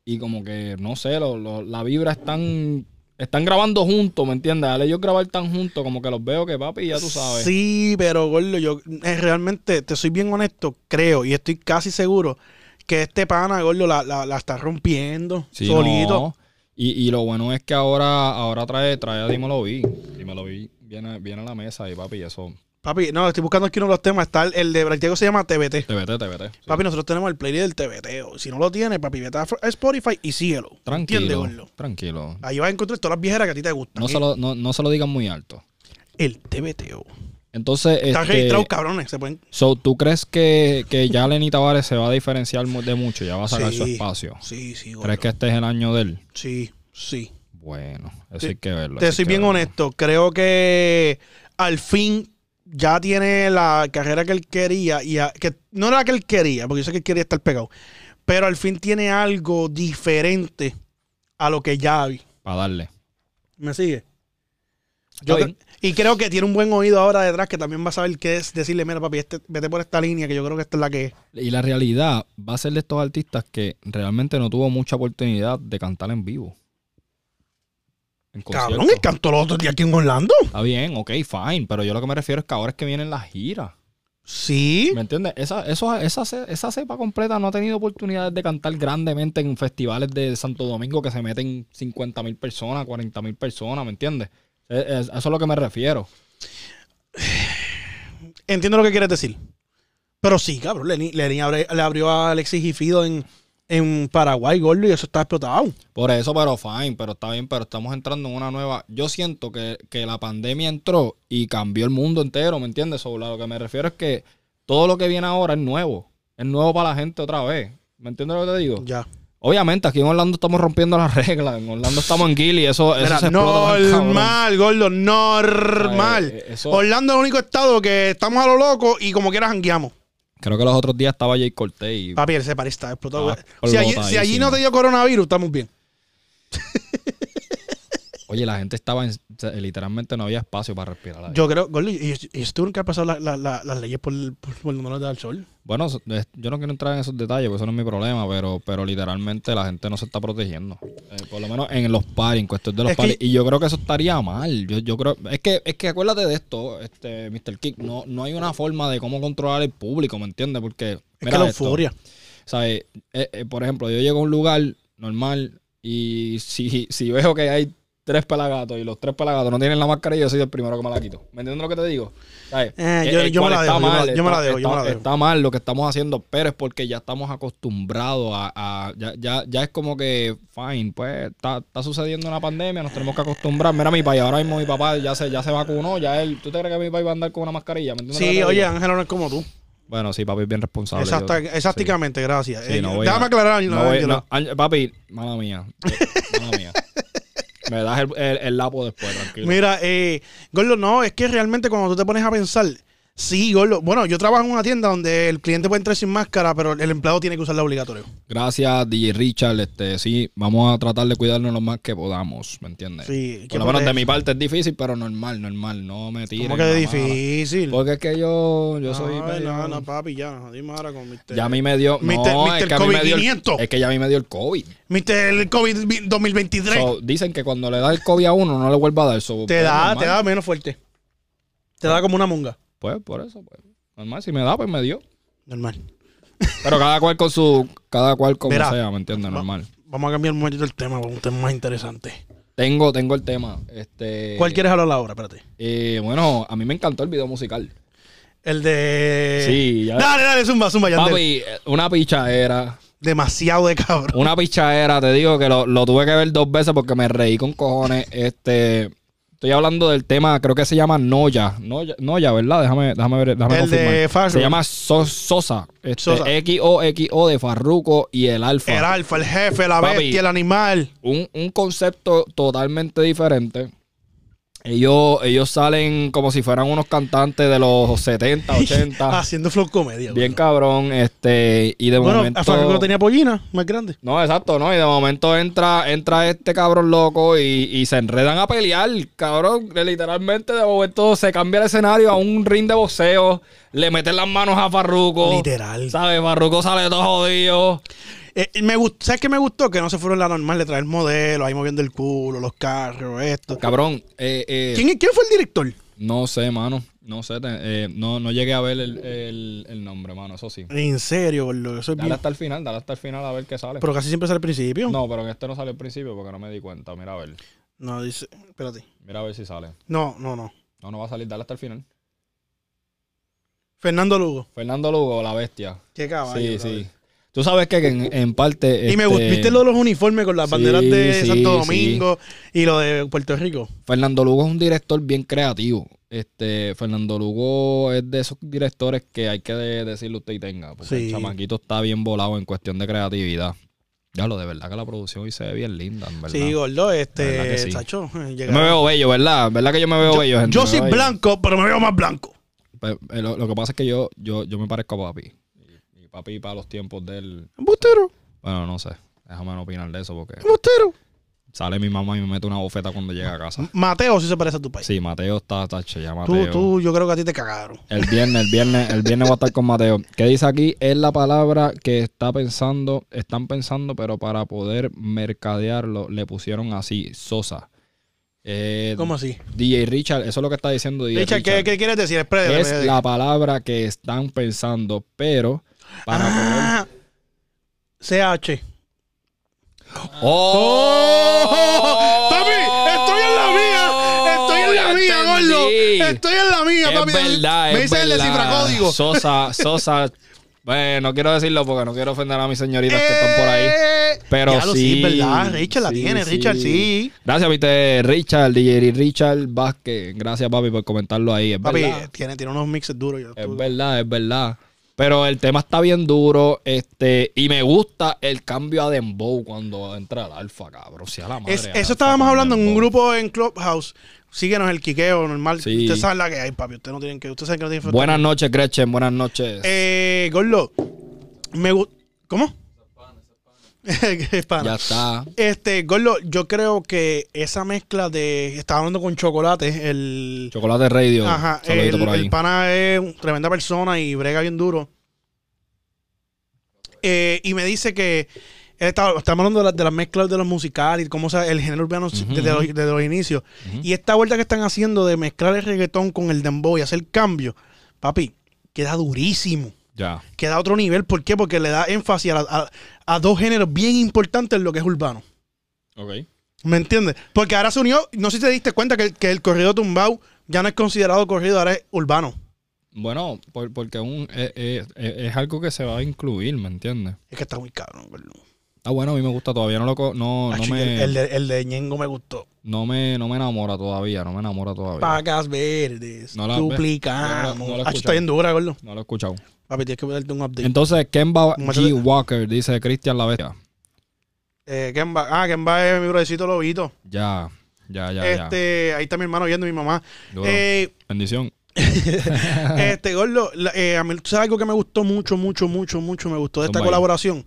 Speaker 3: y como que, no sé, lo- lo- la vibra están, están grabando juntos, ¿me entiendes? Al ellos grabar tan juntos, como que los veo que papi, ya tú sabes.
Speaker 2: Sí, pero Gordo, yo eh, realmente te soy bien honesto, creo, y estoy casi seguro que este pana, Gordo, la, la, la está rompiendo
Speaker 3: Sí,
Speaker 2: solito.
Speaker 3: no. Y, y lo bueno es que ahora, ahora trae, trae a Dímelo Vi. Dímelo Vi viene, viene a la mesa y papi, eso.
Speaker 2: Papi, no, estoy buscando aquí uno de los temas. Está el, el de Braitego se llama TBT.
Speaker 3: Te vete, te vete. Sí.
Speaker 2: Papi, nosotros tenemos el playlist del TBT. o Si no lo tienes, papi, vete a F- a Spotify y síguelo. ¿Entiendes,
Speaker 3: Tranquilo.
Speaker 2: Gordo?
Speaker 3: Tranquilo.
Speaker 2: Ahí vas a encontrar todas las viejeras que a ti te gustan.
Speaker 3: No se, lo, no, no se lo digan muy alto.
Speaker 2: El TBTO.
Speaker 3: Entonces,
Speaker 2: Están
Speaker 3: este,
Speaker 2: registrados, cabrones. Se pueden.
Speaker 3: so, ¿tú crees que, que ya Lenny Tavares se va a diferenciar mu- de mucho? Ya va a sacar
Speaker 2: Sí.
Speaker 3: su espacio.
Speaker 2: Sí, sí, gordo.
Speaker 3: ¿Crees que este es el año de él?
Speaker 2: Sí, sí.
Speaker 3: Bueno, eso
Speaker 2: Te-
Speaker 3: hay que verlo. eso
Speaker 2: Te
Speaker 3: hay
Speaker 2: soy
Speaker 3: que
Speaker 2: bien
Speaker 3: verlo.
Speaker 2: honesto. Creo que al fin ya tiene la carrera que él quería. y a- que No era la que él quería, porque yo sé que él quería estar pegado. Pero al fin tiene algo diferente a lo que ya vi.
Speaker 3: Para darle.
Speaker 2: ¿Me sigue? Yo
Speaker 3: Está bien.
Speaker 2: cre- y creo que tiene un buen oído ahora detrás que también va a saber qué es decirle, mira papi, este- vete por esta línea que yo creo que esta es la que es.
Speaker 3: Y la realidad va a ser de estos artistas que realmente no tuvo mucha oportunidad de cantar en vivo. En
Speaker 2: Cabrón,
Speaker 3: concierto.
Speaker 2: él cantó los otros días aquí en Orlando.
Speaker 3: Está bien, ok, fine. Pero yo lo que me refiero es que ahora es que vienen las giras.
Speaker 2: Sí.
Speaker 3: ¿Me entiendes? Esa, eso- esa, ce- esa cepa completa no ha tenido oportunidades de cantar grandemente en festivales de Santo Domingo que se meten 50 mil personas, 40 mil personas, ¿me entiendes? Eh, eh, Eso es a lo que me refiero.
Speaker 2: Entiendo lo que quieres decir. Pero sí, cabrón, Lenin, Lenin abre- le abrió a Alexis Gifido en, en Paraguay, gordo, y eso está explotado.
Speaker 3: Por eso, pero fine, pero está bien, pero estamos entrando en una nueva. Yo siento que, que la pandemia entró y cambió el mundo entero, ¿me entiendes? Sobre lo que me refiero es que todo lo que viene ahora es nuevo. Es nuevo para la gente otra vez. ¿Me entiendes lo que te digo?
Speaker 2: Ya.
Speaker 3: Obviamente, aquí en Orlando estamos rompiendo las reglas. En Orlando estamos en Gili, eso, eso
Speaker 2: Mira,
Speaker 3: se explota, cabrón.
Speaker 2: normal, gordo, normal.
Speaker 3: Ay, eh, eso-
Speaker 2: Orlando es el único estado que estamos a lo loco y como quieras jangueamos.
Speaker 3: Creo que los otros días estaba Jay Cortés y
Speaker 2: Papi, ese party está explotado.
Speaker 3: Ah,
Speaker 2: si, allí, si allí
Speaker 3: explotadísimo.
Speaker 2: no te dio coronavirus, estamos bien.
Speaker 3: oye, la gente estaba en- o sea, literalmente no había espacio para respirar. ahí.
Speaker 2: Yo creo, gordo, y y- y ellos tuvieron que haber pasado la- la- la- las leyes por, por, por donde no les da el sol.
Speaker 3: Bueno, so- es- yo no quiero entrar en esos detalles, porque eso no es mi problema, pero, pero literalmente la gente no se está protegiendo. Eh, por lo menos en los paris, en cuestión de los
Speaker 2: Es que-
Speaker 3: paris. Y yo creo que eso estaría mal. Yo, yo creo, es que, es que acuérdate de esto, este, Mr. Kick, no, no hay una forma de cómo controlar el público, ¿me entiendes? Porque
Speaker 2: Es
Speaker 3: mira
Speaker 2: que la
Speaker 3: esto.
Speaker 2: euforia.
Speaker 3: ¿sabes? Eh, eh, por ejemplo, yo llego a un lugar normal y si, si veo que hay tres pelagatos y los tres pelagatos no tienen la mascarilla, yo soy el primero que me la quito. ¿Me entiendes lo que te digo? ¿Sabes?
Speaker 2: Eh,
Speaker 3: El-
Speaker 2: yo-
Speaker 3: el
Speaker 2: yo me
Speaker 3: cual
Speaker 2: la
Speaker 3: está
Speaker 2: dejo, yo me la-
Speaker 3: mal,
Speaker 2: yo me la
Speaker 3: está-
Speaker 2: dejo, yo me la
Speaker 3: está-
Speaker 2: dejo.
Speaker 3: Está mal lo que estamos haciendo, pero es porque ya estamos acostumbrados a... a- ya, ya, ya es como que, fine, pues está, está sucediendo una pandemia, nos tenemos que acostumbrar. Mira, mi país, ahora mismo mi papá ya se, ya se vacunó, ya él... ¿Tú te crees que mi país va a andar con una mascarilla? ¿Me entiendes lo que
Speaker 2: Sí,
Speaker 3: te
Speaker 2: oye,
Speaker 3: digo?
Speaker 2: Ángel no es como tú.
Speaker 3: Bueno, sí, papi es bien responsable. yo-
Speaker 2: Exacta-
Speaker 3: sí.
Speaker 2: exactamente, gracias.
Speaker 3: Sí,
Speaker 2: Eh,
Speaker 3: no voy
Speaker 2: déjame
Speaker 3: a-
Speaker 2: aclarar, Ángel.
Speaker 3: no voy- no, Ángel- papi, mala mía. Mala mía. Me das el, el- el lapo después, tranquilo.
Speaker 2: Mira, eh, Gordo, no, es que realmente cuando tú te pones a pensar, sí, Gordo. Bueno, yo trabajo en una tienda donde el cliente puede entrar sin máscara, pero el empleado tiene que usarla obligatorio.
Speaker 3: Gracias, DJ Richard. Este, sí, vamos a tratar de cuidarnos lo más que podamos, ¿me entiendes?
Speaker 2: Sí,
Speaker 3: Por
Speaker 2: que
Speaker 3: lo menos
Speaker 2: protege.
Speaker 3: de mi parte es difícil, pero normal, normal. No me tiren.
Speaker 2: ¿Cómo que
Speaker 3: la
Speaker 2: es
Speaker 3: mala.
Speaker 2: difícil?
Speaker 3: Porque es que yo, Pues, yo soy.
Speaker 2: Ay,
Speaker 3: medio-
Speaker 2: no, no, papi, ya, no, dime ahora con Mr.
Speaker 3: ya a mí me dio.
Speaker 2: Mister-
Speaker 3: no, es
Speaker 2: Mister
Speaker 3: que a mí me dio. el-
Speaker 2: COVID-500.
Speaker 3: Es que ya a mí me dio el COVID.
Speaker 2: Mr. COVID 2023.
Speaker 3: So, dicen que cuando le da el COVID a uno, no le vuelva a dar.
Speaker 2: te
Speaker 3: so, pues,
Speaker 2: da,
Speaker 3: normal.
Speaker 2: te da menos fuerte. Te da como una monga.
Speaker 3: Pues por eso, pues. Normal, si me da, pues me dio.
Speaker 2: Normal.
Speaker 3: Pero cada cual con su. Cada cual como
Speaker 2: Mira,
Speaker 3: sea, ¿me entiendes?
Speaker 2: va-
Speaker 3: Normal.
Speaker 2: Vamos a cambiar un momentito el tema, por un tema más interesante.
Speaker 3: Tengo, tengo el tema. Este,
Speaker 2: ¿Cuál quieres hablar ahora? Espérate.
Speaker 3: eh, bueno, a mí me encantó el video musical.
Speaker 2: El de.
Speaker 3: Sí, ya-
Speaker 2: Dale, dale, zumba, zumba, ya.
Speaker 3: Papi, eh, una pichadera.
Speaker 2: Demasiado de cabrón.
Speaker 3: Una pichadera, te digo que lo, lo tuve que ver dos veces porque me reí con cojones. Este. Estoy hablando del tema, creo que se llama Noya. Noya, Noya, ¿verdad? Déjame, déjame ver, déjame
Speaker 2: El de
Speaker 3: confirmar.
Speaker 2: Farruko.
Speaker 3: Se llama So- Sosa.
Speaker 2: Sosa.
Speaker 3: Este, XOXO de Farruko y el Alfa.
Speaker 2: El alfa, el jefe, la
Speaker 3: Papi.
Speaker 2: bestia, el animal.
Speaker 3: un, un concepto totalmente diferente. Ellos, ellos salen como si fueran unos cantantes de los 70, 80.
Speaker 2: Haciendo flow comedia.
Speaker 3: Ah. bien
Speaker 2: gordo.
Speaker 3: cabrón, este, y de
Speaker 2: Bueno,
Speaker 3: momento.
Speaker 2: a Franco tenía pollina, más grande.
Speaker 3: No, exacto, no. Y de momento entra, entra este cabrón loco y, y se enredan a pelear, cabrón. que Literalmente de momento se cambia el escenario a un ring de boxeo. Le meten las manos a Farruko.
Speaker 2: Literal.
Speaker 3: ¿Sabes? Farruko sale todo jodido.
Speaker 2: Eh, me gust- ¿Sabes qué me gustó? Que no se fueron la normal de traer modelo, ahí moviendo el culo, los carros, esto.
Speaker 3: Cabrón, eh, eh,
Speaker 2: ¿Quién, quién fue el director?
Speaker 3: No sé, mano. No sé. te- eh, no, no llegué a ver el, el- el nombre, mano. Eso sí.
Speaker 2: En serio, gordo, eso es
Speaker 3: Dale
Speaker 2: bien.
Speaker 3: hasta el final, dale hasta el final a ver qué sale.
Speaker 2: Pero casi siempre sale al principio.
Speaker 3: No, pero en este no sale al principio porque no me di cuenta. Mira a ver.
Speaker 2: No, dice. Espérate.
Speaker 3: Mira a ver si sale.
Speaker 2: No, no, no.
Speaker 3: No, no va a salir. Dale hasta el final.
Speaker 2: Fernando Lugo.
Speaker 3: Fernando Lugo, la bestia.
Speaker 2: Qué caballo.
Speaker 3: sí,
Speaker 2: cabrón.
Speaker 3: sí. Tú sabes que en, en parte.
Speaker 2: Ah, Y me
Speaker 3: este,
Speaker 2: gustó, ¿viste lo de los uniformes con las
Speaker 3: Sí,
Speaker 2: banderas de
Speaker 3: sí,
Speaker 2: Santo
Speaker 3: sí.
Speaker 2: Domingo y lo de Puerto Rico?
Speaker 3: Fernando Lugo es un director bien creativo. Este, Fernando Lugo es de esos directores que hay que de- decirle usted y tenga. Porque
Speaker 2: Sí.
Speaker 3: el chamaquito está bien volado en cuestión de creatividad. Ya lo de verdad que la producción hoy se ve bien linda, en verdad.
Speaker 2: Sí, gordo,
Speaker 3: La verdad
Speaker 2: este,
Speaker 3: que sí.
Speaker 2: chacho, eh,
Speaker 3: yo me
Speaker 2: llegaron.
Speaker 3: veo bello, ¿verdad? ¿Verdad que yo me veo bello, gente?
Speaker 2: Yo
Speaker 3: Me
Speaker 2: soy
Speaker 3: veo bello.
Speaker 2: blanco, pero me veo más blanco.
Speaker 3: Pe- eh, Lo, lo que pasa es que yo, yo, yo me parezco a papi. Y, y papi para los tiempos del...
Speaker 2: Embustero,
Speaker 3: Bueno, no sé. Déjame no opinar de eso porque...
Speaker 2: embustero.
Speaker 3: Sale mi mamá y me mete una bofeta cuando llega a casa.
Speaker 2: Mateo sí se parece a tu país.
Speaker 3: Sí, Mateo está, está che, ya
Speaker 2: tú,
Speaker 3: Mateo.
Speaker 2: tú, yo creo que a ti te cagaron.
Speaker 3: El viernes, el viernes, el viernes voy a estar con Mateo. ¿Qué dice aquí? Es la palabra que está pensando, están pensando, pero para poder mercadearlo le pusieron así, Sosa. Eh,
Speaker 2: ¿Cómo así?
Speaker 3: DJ Richard, eso es lo que está diciendo DJ
Speaker 2: Richard,
Speaker 3: Richard.
Speaker 2: ¿qué, qué quieres decir? Espérate,
Speaker 3: Es
Speaker 2: espérate. Ah,
Speaker 3: la palabra que están pensando, pero para poder...
Speaker 2: Ah, CH.
Speaker 3: ¡Oh!
Speaker 2: ¡Papi! ¡Estoy en la mía! ¡Estoy en la
Speaker 3: Ya
Speaker 2: mía,
Speaker 3: entendí.
Speaker 2: gordo! ¡Estoy en la mía, papi!
Speaker 3: Es verdad,
Speaker 2: me
Speaker 3: es
Speaker 2: hice el
Speaker 3: verdad.
Speaker 2: descifracódigo.
Speaker 3: Sosa, Sosa. Bueno, no quiero decirlo porque no quiero ofender a mis señoritas que están por ahí.
Speaker 2: Eh.
Speaker 3: Pero
Speaker 2: Ya lo
Speaker 3: sí.
Speaker 2: sí, ¿verdad? Richard la tiene, Richard, sí.
Speaker 3: Gracias, viste, Richard, DJ Richard Vázquez. Gracias, papi, por comentarlo ahí. Es
Speaker 2: Papi, eh,
Speaker 3: verdad.
Speaker 2: tiene, tiene unos mixes duros. Yo,
Speaker 3: Es
Speaker 2: tú-
Speaker 3: verdad, es verdad. Pero el tema está bien duro, este, y me gusta el cambio a Dembow cuando entra el alfa, cabrón. sea la madre
Speaker 2: Es-
Speaker 3: al
Speaker 2: eso
Speaker 3: Alfa
Speaker 2: estábamos
Speaker 3: con
Speaker 2: hablando en un
Speaker 3: Dembow.
Speaker 2: grupo en Clubhouse. Síguenos el quiqueo normal.
Speaker 3: Sí.
Speaker 2: Ustedes saben la que hay, papi. Ustedes no tienen que. Ustedes saben que no tienen que-
Speaker 3: Buenas noches, Gretchen, buenas noches.
Speaker 2: Eh, Gordo, me gusta. ¿Cómo? Es pana.
Speaker 3: ya está.
Speaker 2: Este, Gordo, yo creo que esa mezcla de. Estaba hablando con chocolate, el.
Speaker 3: Chocolate Radio.
Speaker 2: Ajá,
Speaker 3: Saludito
Speaker 2: el,
Speaker 3: por ahí.
Speaker 2: el pana es una tremenda persona y brega bien duro. Eh, y me dice que. él estaba- Estamos hablando de, la- de las mezclas de los musicales y cómo se- el género urbano se-
Speaker 3: Ujú,
Speaker 2: desde,
Speaker 3: ujú.
Speaker 2: los, desde los inicios.
Speaker 3: Ujú.
Speaker 2: Y esta vuelta que están haciendo de mezclar el reggaetón con el dembow y hacer cambio, papi, queda durísimo
Speaker 3: Ya.
Speaker 2: que da otro nivel. ¿Por qué? Porque le da énfasis a, la- a- a dos géneros bien importantes en lo que es urbano.
Speaker 3: Ok.
Speaker 2: ¿Me entiendes? Porque ahora se unió, no sé si te diste cuenta que, el- que el corrido tumbao ya no es considerado corrido, ahora es urbano.
Speaker 3: Bueno, por- porque un, eh, eh, eh, es algo que se va a incluir, ¿me entiendes?
Speaker 2: Es que está muy cabrón, gordo.
Speaker 3: Está bueno, a mí me gusta todavía, no lo co- no, no
Speaker 2: Acho, y el,
Speaker 3: me,
Speaker 2: el de, el de Ñengo me gustó.
Speaker 3: no me no me enamora todavía, no me enamora todavía.
Speaker 2: Pacas verdes,
Speaker 3: Pues No la-
Speaker 2: duplicamos.
Speaker 3: no la- no la
Speaker 2: Acho,
Speaker 3: escuchamos.
Speaker 2: está bien dura, gordo.
Speaker 3: No lo he escuchado.
Speaker 2: Papi, tienes que darte un update.
Speaker 3: Entonces, Kemba
Speaker 2: Muéstrate.
Speaker 3: G. Walker dice Cristian la bestia.
Speaker 2: Eh, Kemba, ah, Kemba es mi brothercito Lobito.
Speaker 3: Ya, ya, ya,
Speaker 2: este, ahí está mi hermano viendo mi mamá.
Speaker 3: ya. Duro.
Speaker 2: Eh,
Speaker 3: Bendición.
Speaker 2: Este, Gordo, la- eh, a mí, ¿tú ¿sabes algo que me gustó mucho, mucho, mucho, mucho? Me gustó de esta
Speaker 3: Zumba ahí.
Speaker 2: colaboración.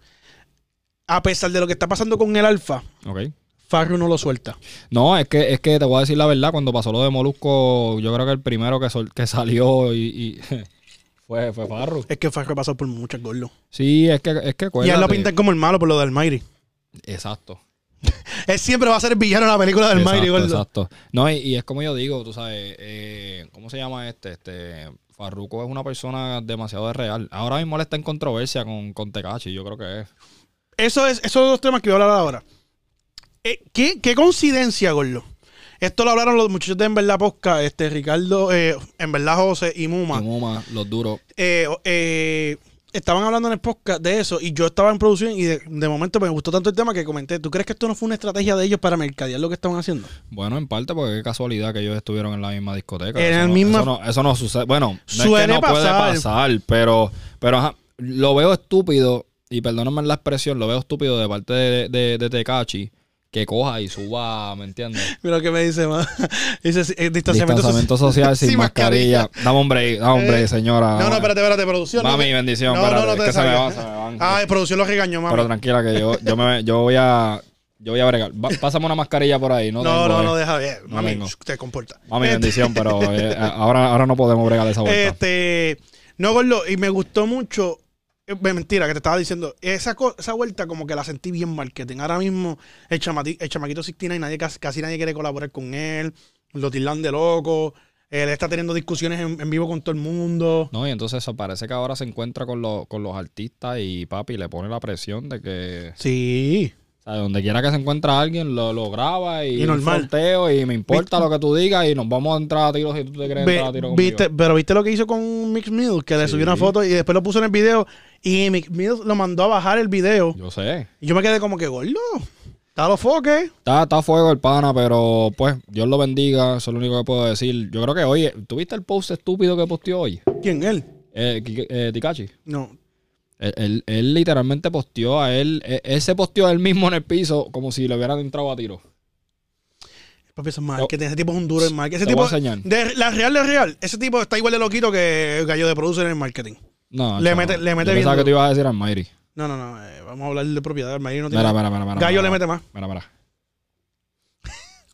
Speaker 2: A pesar de lo que está pasando con el Alfa,
Speaker 3: Ok.
Speaker 2: Farru no lo suelta.
Speaker 3: No, es que, es que te voy a decir la verdad, cuando pasó lo de Molusco, yo creo que el primero que, sol- que salió y, y fue, fue Farru.
Speaker 2: Es que Farru pasó por muchas, Gordo.
Speaker 3: Sí, es que, es
Speaker 2: Y
Speaker 3: que
Speaker 2: él lo
Speaker 3: acuérdate.
Speaker 2: pintan como el malo por lo del Mayri.
Speaker 3: Exacto.
Speaker 2: Él siempre va a ser el villano en la película del Mayri,
Speaker 3: exacto,
Speaker 2: Gordo.
Speaker 3: exacto. No, y, y es como yo digo, tú sabes, eh, ¿cómo se llama este? Este Farruko es una persona demasiado real. Ahora mismo él está en controversia con, con Tecachi, yo creo que es.
Speaker 2: Eso es, esos son los temas que voy a hablar ahora. Eh, ¿qué, qué coincidencia, Gordo? Esto lo hablaron los muchachos de En Verdad Posca, este, Ricardo, eh, En Verdad José y Muma.
Speaker 3: Y Muma, los duros.
Speaker 2: eh, eh, estaban hablando en el podcast de eso y yo estaba en producción y de, de momento me gustó tanto el tema que comenté. ¿Tú crees que esto no fue una estrategia de ellos para mercadear lo que estaban haciendo?
Speaker 3: Bueno, en parte porque qué casualidad que ellos estuvieron en la misma discoteca.
Speaker 2: En
Speaker 3: eso,
Speaker 2: el
Speaker 3: no,
Speaker 2: mismo-
Speaker 3: eso, no, eso no sucede. Bueno, no es que
Speaker 2: Suele
Speaker 3: no puede
Speaker 2: pasar.
Speaker 3: pasar, pero, pero ajá, lo veo estúpido, y perdóname la expresión, lo veo estúpido de parte de, de, de Tecachi, que coja y suba, ¿me entiendes?
Speaker 2: Mira lo que me dice, ma. Dice sí, eh, distanciamiento,
Speaker 3: Distanciamiento social sin mascarilla. Dame hombre, dame hombre, señora.
Speaker 2: Eh, No, no, espérate, espérate, producción. no
Speaker 3: Mami,
Speaker 2: te-
Speaker 3: bendición,
Speaker 2: No, no,
Speaker 3: espérate,
Speaker 2: no te
Speaker 3: que se me van,
Speaker 2: salgas.
Speaker 3: se me van.
Speaker 2: Ah, eh, producción lo regañó, mami.
Speaker 3: Pero tranquila que yo, yo, me, yo voy a... Yo voy a bregar. Va- pásame una mascarilla por ahí. No,
Speaker 2: no,
Speaker 3: tengo,
Speaker 2: no, no,
Speaker 3: eh.
Speaker 2: deja bien.
Speaker 3: No
Speaker 2: mami,
Speaker 3: tengo.
Speaker 2: te comporta.
Speaker 3: Mami,
Speaker 2: Este-
Speaker 3: bendición, pero eh, ahora, ahora no podemos bregar esa vuelta.
Speaker 2: Este, no, Gordo, y me gustó mucho. eh, Mentira, que te estaba diciendo. Esa, co- esa vuelta como que la sentí bien marketing. Ahora mismo el, chamati- el chamaquito 69 y nadie, casi, casi nadie quiere colaborar con él. Lo tildan de loco. Él está teniendo discusiones en, en vivo con todo el mundo.
Speaker 3: No, y entonces eso parece que ahora se encuentra con, los- con los artistas y papi le pone la presión de que
Speaker 2: Sí.
Speaker 3: o sea, donde quiera que se encuentra alguien lo, lo graba y,
Speaker 2: Y normal.
Speaker 3: sorteo y me importa lo que tú digas y nos vamos a entrar a tiros si tú te quieres
Speaker 2: Ve-
Speaker 3: entrar a tiros conmigo.
Speaker 2: viste, pero viste lo que hizo con Mix Mills, que le
Speaker 3: Sí.
Speaker 2: subió una foto y después lo puso en el video. Y Mix Mills lo mandó a bajar el video.
Speaker 3: Yo sé.
Speaker 2: Y yo me quedé como que, gordo, está los foques.
Speaker 3: Está, está a fuego el pana, pero pues Dios lo bendiga, eso es lo único que puedo decir. Yo creo que hoy, ¿tuviste el post estúpido que posteó hoy?
Speaker 2: ¿Quién él?
Speaker 3: Eh, Kike- eh, Tikachi.
Speaker 2: No,
Speaker 3: Él, él- él literalmente posteó a él, él, él se posteó a él mismo en el piso como si le hubieran entrado a tiros.
Speaker 2: Papi, eso es marketing. Ese tipo es un duro en marketing. Ese
Speaker 3: Te
Speaker 2: tipo,
Speaker 3: voy a enseñar.
Speaker 2: de, la real, la real. Ese tipo está igual de loquito que el gallo de producer en el marketing.
Speaker 3: No,
Speaker 2: Le
Speaker 3: chaval.
Speaker 2: mete- le mete
Speaker 3: Yo
Speaker 2: bien
Speaker 3: pensaba
Speaker 2: duro.
Speaker 3: que te ibas a decir al Mayri.
Speaker 2: No, no, no. eh, vamos a hablar de propiedad. El Mayri no tiene.
Speaker 3: Mira, mira, mira, mira.
Speaker 2: gallo
Speaker 3: mira,
Speaker 2: le mete más.
Speaker 3: Mira, mira.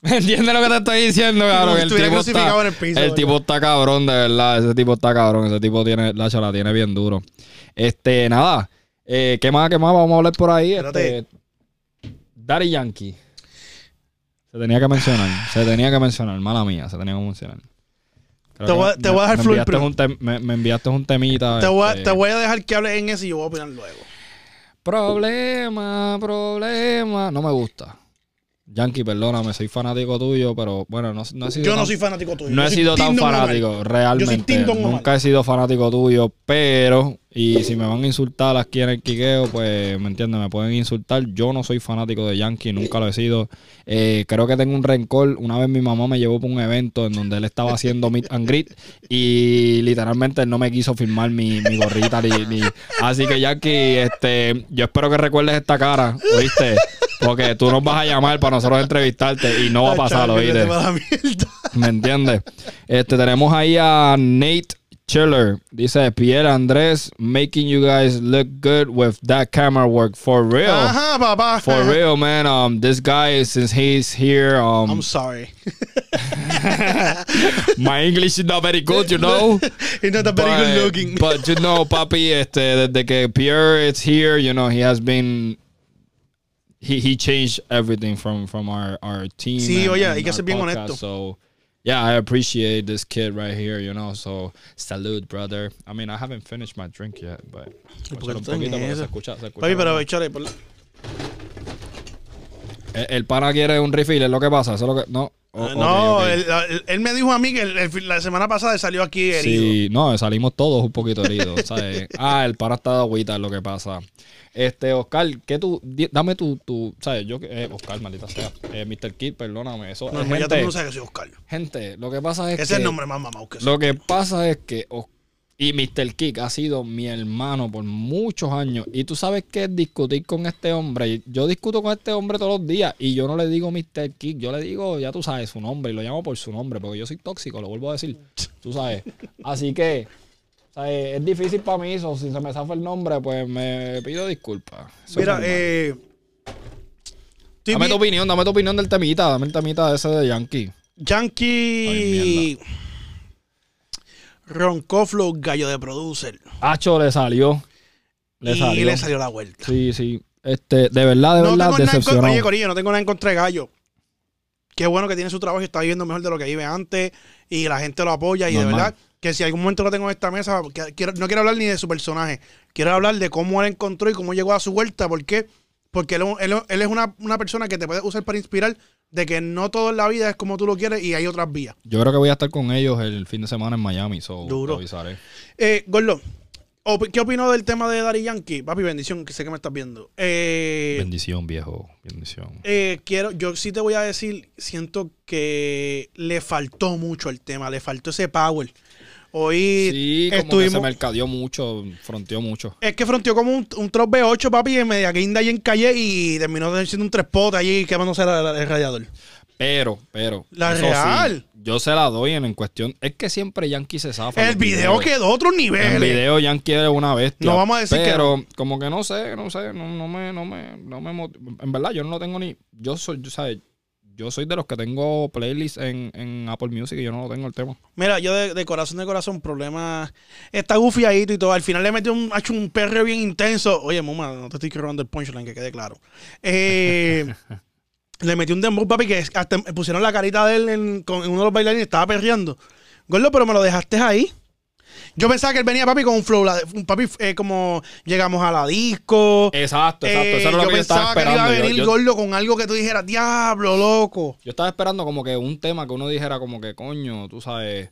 Speaker 3: ¿Entiendes lo que te estoy diciendo, cabrón? El
Speaker 2: estuviera
Speaker 3: tipo,
Speaker 2: crucificado
Speaker 3: está,
Speaker 2: en el piso,
Speaker 3: el
Speaker 2: ¿verdad?
Speaker 3: tipo está cabrón, de verdad. Ese tipo está cabrón. Ese tipo tiene, la la tiene bien duro. Este, nada. Eh, ¿Qué más, qué más? Vamos a hablar por ahí. Este,
Speaker 2: Espérate.
Speaker 3: Daddy Yankee. Se tenía que mencionar. Se tenía que mencionar. Mala mía, se tenía que mencionar. Creo
Speaker 2: Te
Speaker 3: que
Speaker 2: voy a-
Speaker 3: me-
Speaker 2: te voy a dejar
Speaker 3: me
Speaker 2: fluir,
Speaker 3: enviaste
Speaker 2: pero-
Speaker 3: un tem- me, me enviaste un temita.
Speaker 2: Te voy, a,
Speaker 3: este,
Speaker 2: te voy a dejar que hables en ese y yo voy a opinar luego.
Speaker 3: Problema, problema. No me gusta. Yankee, perdóname, soy fanático tuyo, pero bueno, no, no he sido
Speaker 2: Yo
Speaker 3: tan-
Speaker 2: no soy fanático tuyo.
Speaker 3: no
Speaker 2: yo
Speaker 3: he
Speaker 2: soy
Speaker 3: sido
Speaker 2: Team
Speaker 3: tan
Speaker 2: Don Omar.
Speaker 3: fanático, realmente.
Speaker 2: Team Don Omar.
Speaker 3: Nunca he sido fanático tuyo, pero, y si me van a insultar aquí en el quiqueo, pues me entienden, me pueden insultar. Yo no soy fanático de Yankee, nunca lo he sido. Eh, creo que tengo un rencor. Una vez mi mamá me llevó para un evento en donde él estaba haciendo meet and greet y literalmente él no me quiso firmar mi, mi gorrita. ni, ni- Así que, Yankee, este, yo espero que recuerdes esta cara, ¿oíste? Porque tú nos vas a llamar para nosotros entrevistarte y no va a
Speaker 2: Ah,
Speaker 3: pasar,
Speaker 2: chaval, que
Speaker 3: ¿oíste?
Speaker 2: te va a la mierda.
Speaker 3: ¿Me entiendes? Este, tenemos ahí a Nate Chiller. Dice Pierre Andrés, making you guys look good with that camera work. For real.
Speaker 2: Ajá, papá.
Speaker 3: For real, man. Um, this guy, since he's here, um,
Speaker 2: I'm sorry.
Speaker 3: my English is not very good, you know.
Speaker 2: He's not a very good
Speaker 3: Pues,
Speaker 2: looking.
Speaker 3: but, you know, papi, este, desde que Pierre is here, you know, he has been. He, he changed everything from from our our team.
Speaker 2: Sí, oye, hay
Speaker 3: and
Speaker 2: que
Speaker 3: our
Speaker 2: ser bien
Speaker 3: podcast,
Speaker 2: honesto.
Speaker 3: So, yeah, I appreciate this kid right here, you know. So, salute, brother. I mean, I haven't finished my drink yet, but.
Speaker 2: ¿Por
Speaker 3: Voy a
Speaker 2: qué
Speaker 3: hacer un
Speaker 2: tú estás en
Speaker 3: poquito porque se
Speaker 2: eso?
Speaker 3: escucha- se escucha
Speaker 2: Papi,
Speaker 3: bien.
Speaker 2: pero échale. por-
Speaker 3: El, el pana quiere un refill, es lo que pasa. Eso es lo que. No. O-
Speaker 2: Ah, no,
Speaker 3: ok, ok.
Speaker 2: Él, él- él me dijo a mí que el- el fin- la semana pasada salió aquí herido.
Speaker 3: Sí, no, salimos todos un poquito heridos, ¿sabes? Ah, el para está de agüita, es lo que pasa. Este, Oscar, ¿qué tú? di- Dame tu, tu ¿sabes? Yo, que- eh, Oscar, maldita sea. Eh, Mr. Kid, perdóname. Eso,
Speaker 2: No,
Speaker 3: eh,
Speaker 2: no, ya todo el
Speaker 3: gente,
Speaker 2: mundo sabe que soy Oscar.
Speaker 3: gente, lo que pasa es
Speaker 2: Ese
Speaker 3: que...
Speaker 2: es el nombre más mamado que soy.
Speaker 3: Lo que pasa es que. oh, y Mr. Kick ha sido mi hermano por muchos años. Y tú sabes qué es discutir con este hombre. Yo discuto con este hombre todos los días. Y yo no le digo Mr. Kick. Yo le digo, ya tú sabes, su nombre. Y lo llamo por su nombre. Porque yo soy tóxico, lo vuelvo a decir. Tú sabes. Así que. ¿sabes? Es difícil para mí eso. Si se me zafa el nombre, pues me pido disculpas. Eso es
Speaker 2: Mira,
Speaker 3: normal.
Speaker 2: eh. estoy
Speaker 3: dame tu
Speaker 2: bien-
Speaker 3: opinión, dame tu opinión del temita. Dame el temita ese de Yankee. Ay,
Speaker 2: Yankee. Roncoflo, gallo de producer.
Speaker 3: Hacho le salió. Le
Speaker 2: y
Speaker 3: salió.
Speaker 2: le salió la vuelta.
Speaker 3: Sí, sí. Este, de verdad, de
Speaker 2: No
Speaker 3: verdad,
Speaker 2: tengo nada en contra,
Speaker 3: decepcionado.
Speaker 2: oye, Corillo, no tengo nada en contra de Gallo. Qué bueno que tiene su trabajo y está viviendo mejor de lo que vive antes. Y la gente lo apoya. Y de
Speaker 3: Normal.
Speaker 2: verdad, que si algún momento lo tengo en esta mesa, que- quiero- no quiero hablar ni de su personaje. Quiero hablar de cómo él encontró y cómo llegó a su vuelta. ¿Por qué? Porque él, él- él es una, una persona que te puede usar para inspirar de que no todo en la vida es como tú lo quieres y hay otras vías.
Speaker 3: Yo creo que voy a estar con ellos el fin de semana en Miami, so
Speaker 2: Duro.
Speaker 3: te avisaré.
Speaker 2: Eh, Gordo, op- ¿qué opinó del tema de Dari Yankee? Papi, bendición, que sé que me estás viendo. Eh,
Speaker 3: Bendición, viejo. Bendición.
Speaker 2: Eh, quiero, yo sí te voy a decir, siento que le faltó mucho el tema, le faltó ese power. Hoy
Speaker 3: Sí, como que se
Speaker 2: estuvimos.
Speaker 3: mercadeó mucho, fronteó mucho.
Speaker 2: Es que fronteó como un, un Trop B8, papi, en media guinda y en calle y terminó siendo un tres potes allí quemándose la- la- el radiador.
Speaker 3: Pero, pero.
Speaker 2: La
Speaker 3: eso sí,
Speaker 2: real.
Speaker 3: yo se la doy en, en cuestión. Es que siempre Yankee se zafa.
Speaker 2: El
Speaker 3: los
Speaker 2: video
Speaker 3: videos.
Speaker 2: quedó a otro nivel.
Speaker 3: El video Yankee es una bestia.
Speaker 2: No vamos a decir que
Speaker 3: pero, como que no sé, no sé, no, no me, no me, no me mot- En verdad, yo no lo tengo ni. Yo soy, yo, ¿sabes? Yo soy de los que tengo playlist en, en Apple Music y yo no lo tengo el tema.
Speaker 2: Mira, yo de, de corazón de corazón, problema. Está gufiadito y todo. Al final le metió un, ha hecho un perreo bien intenso. Oye, Muma, no te estoy robando el punchline, que quede claro. Eh, le metió un dembow, papi, que es- hasta pusieron la carita de él en, con, en uno de los bailarines y estaba perreando. Gordo, pero me lo dejaste ahí. Yo pensaba que él venía, papi, con un flow. la- un papi, eh, como llegamos a la disco.
Speaker 3: Exacto, exacto.
Speaker 2: Eh,
Speaker 3: Eso era lo
Speaker 2: yo
Speaker 3: que yo
Speaker 2: pensaba
Speaker 3: estaba
Speaker 2: que él
Speaker 3: esperando.
Speaker 2: iba a
Speaker 3: Yo-
Speaker 2: venir
Speaker 3: yo-
Speaker 2: gordo con algo que tú dijeras, diablo, loco.
Speaker 3: Yo estaba esperando como que un tema que uno dijera como que, coño, tú sabes,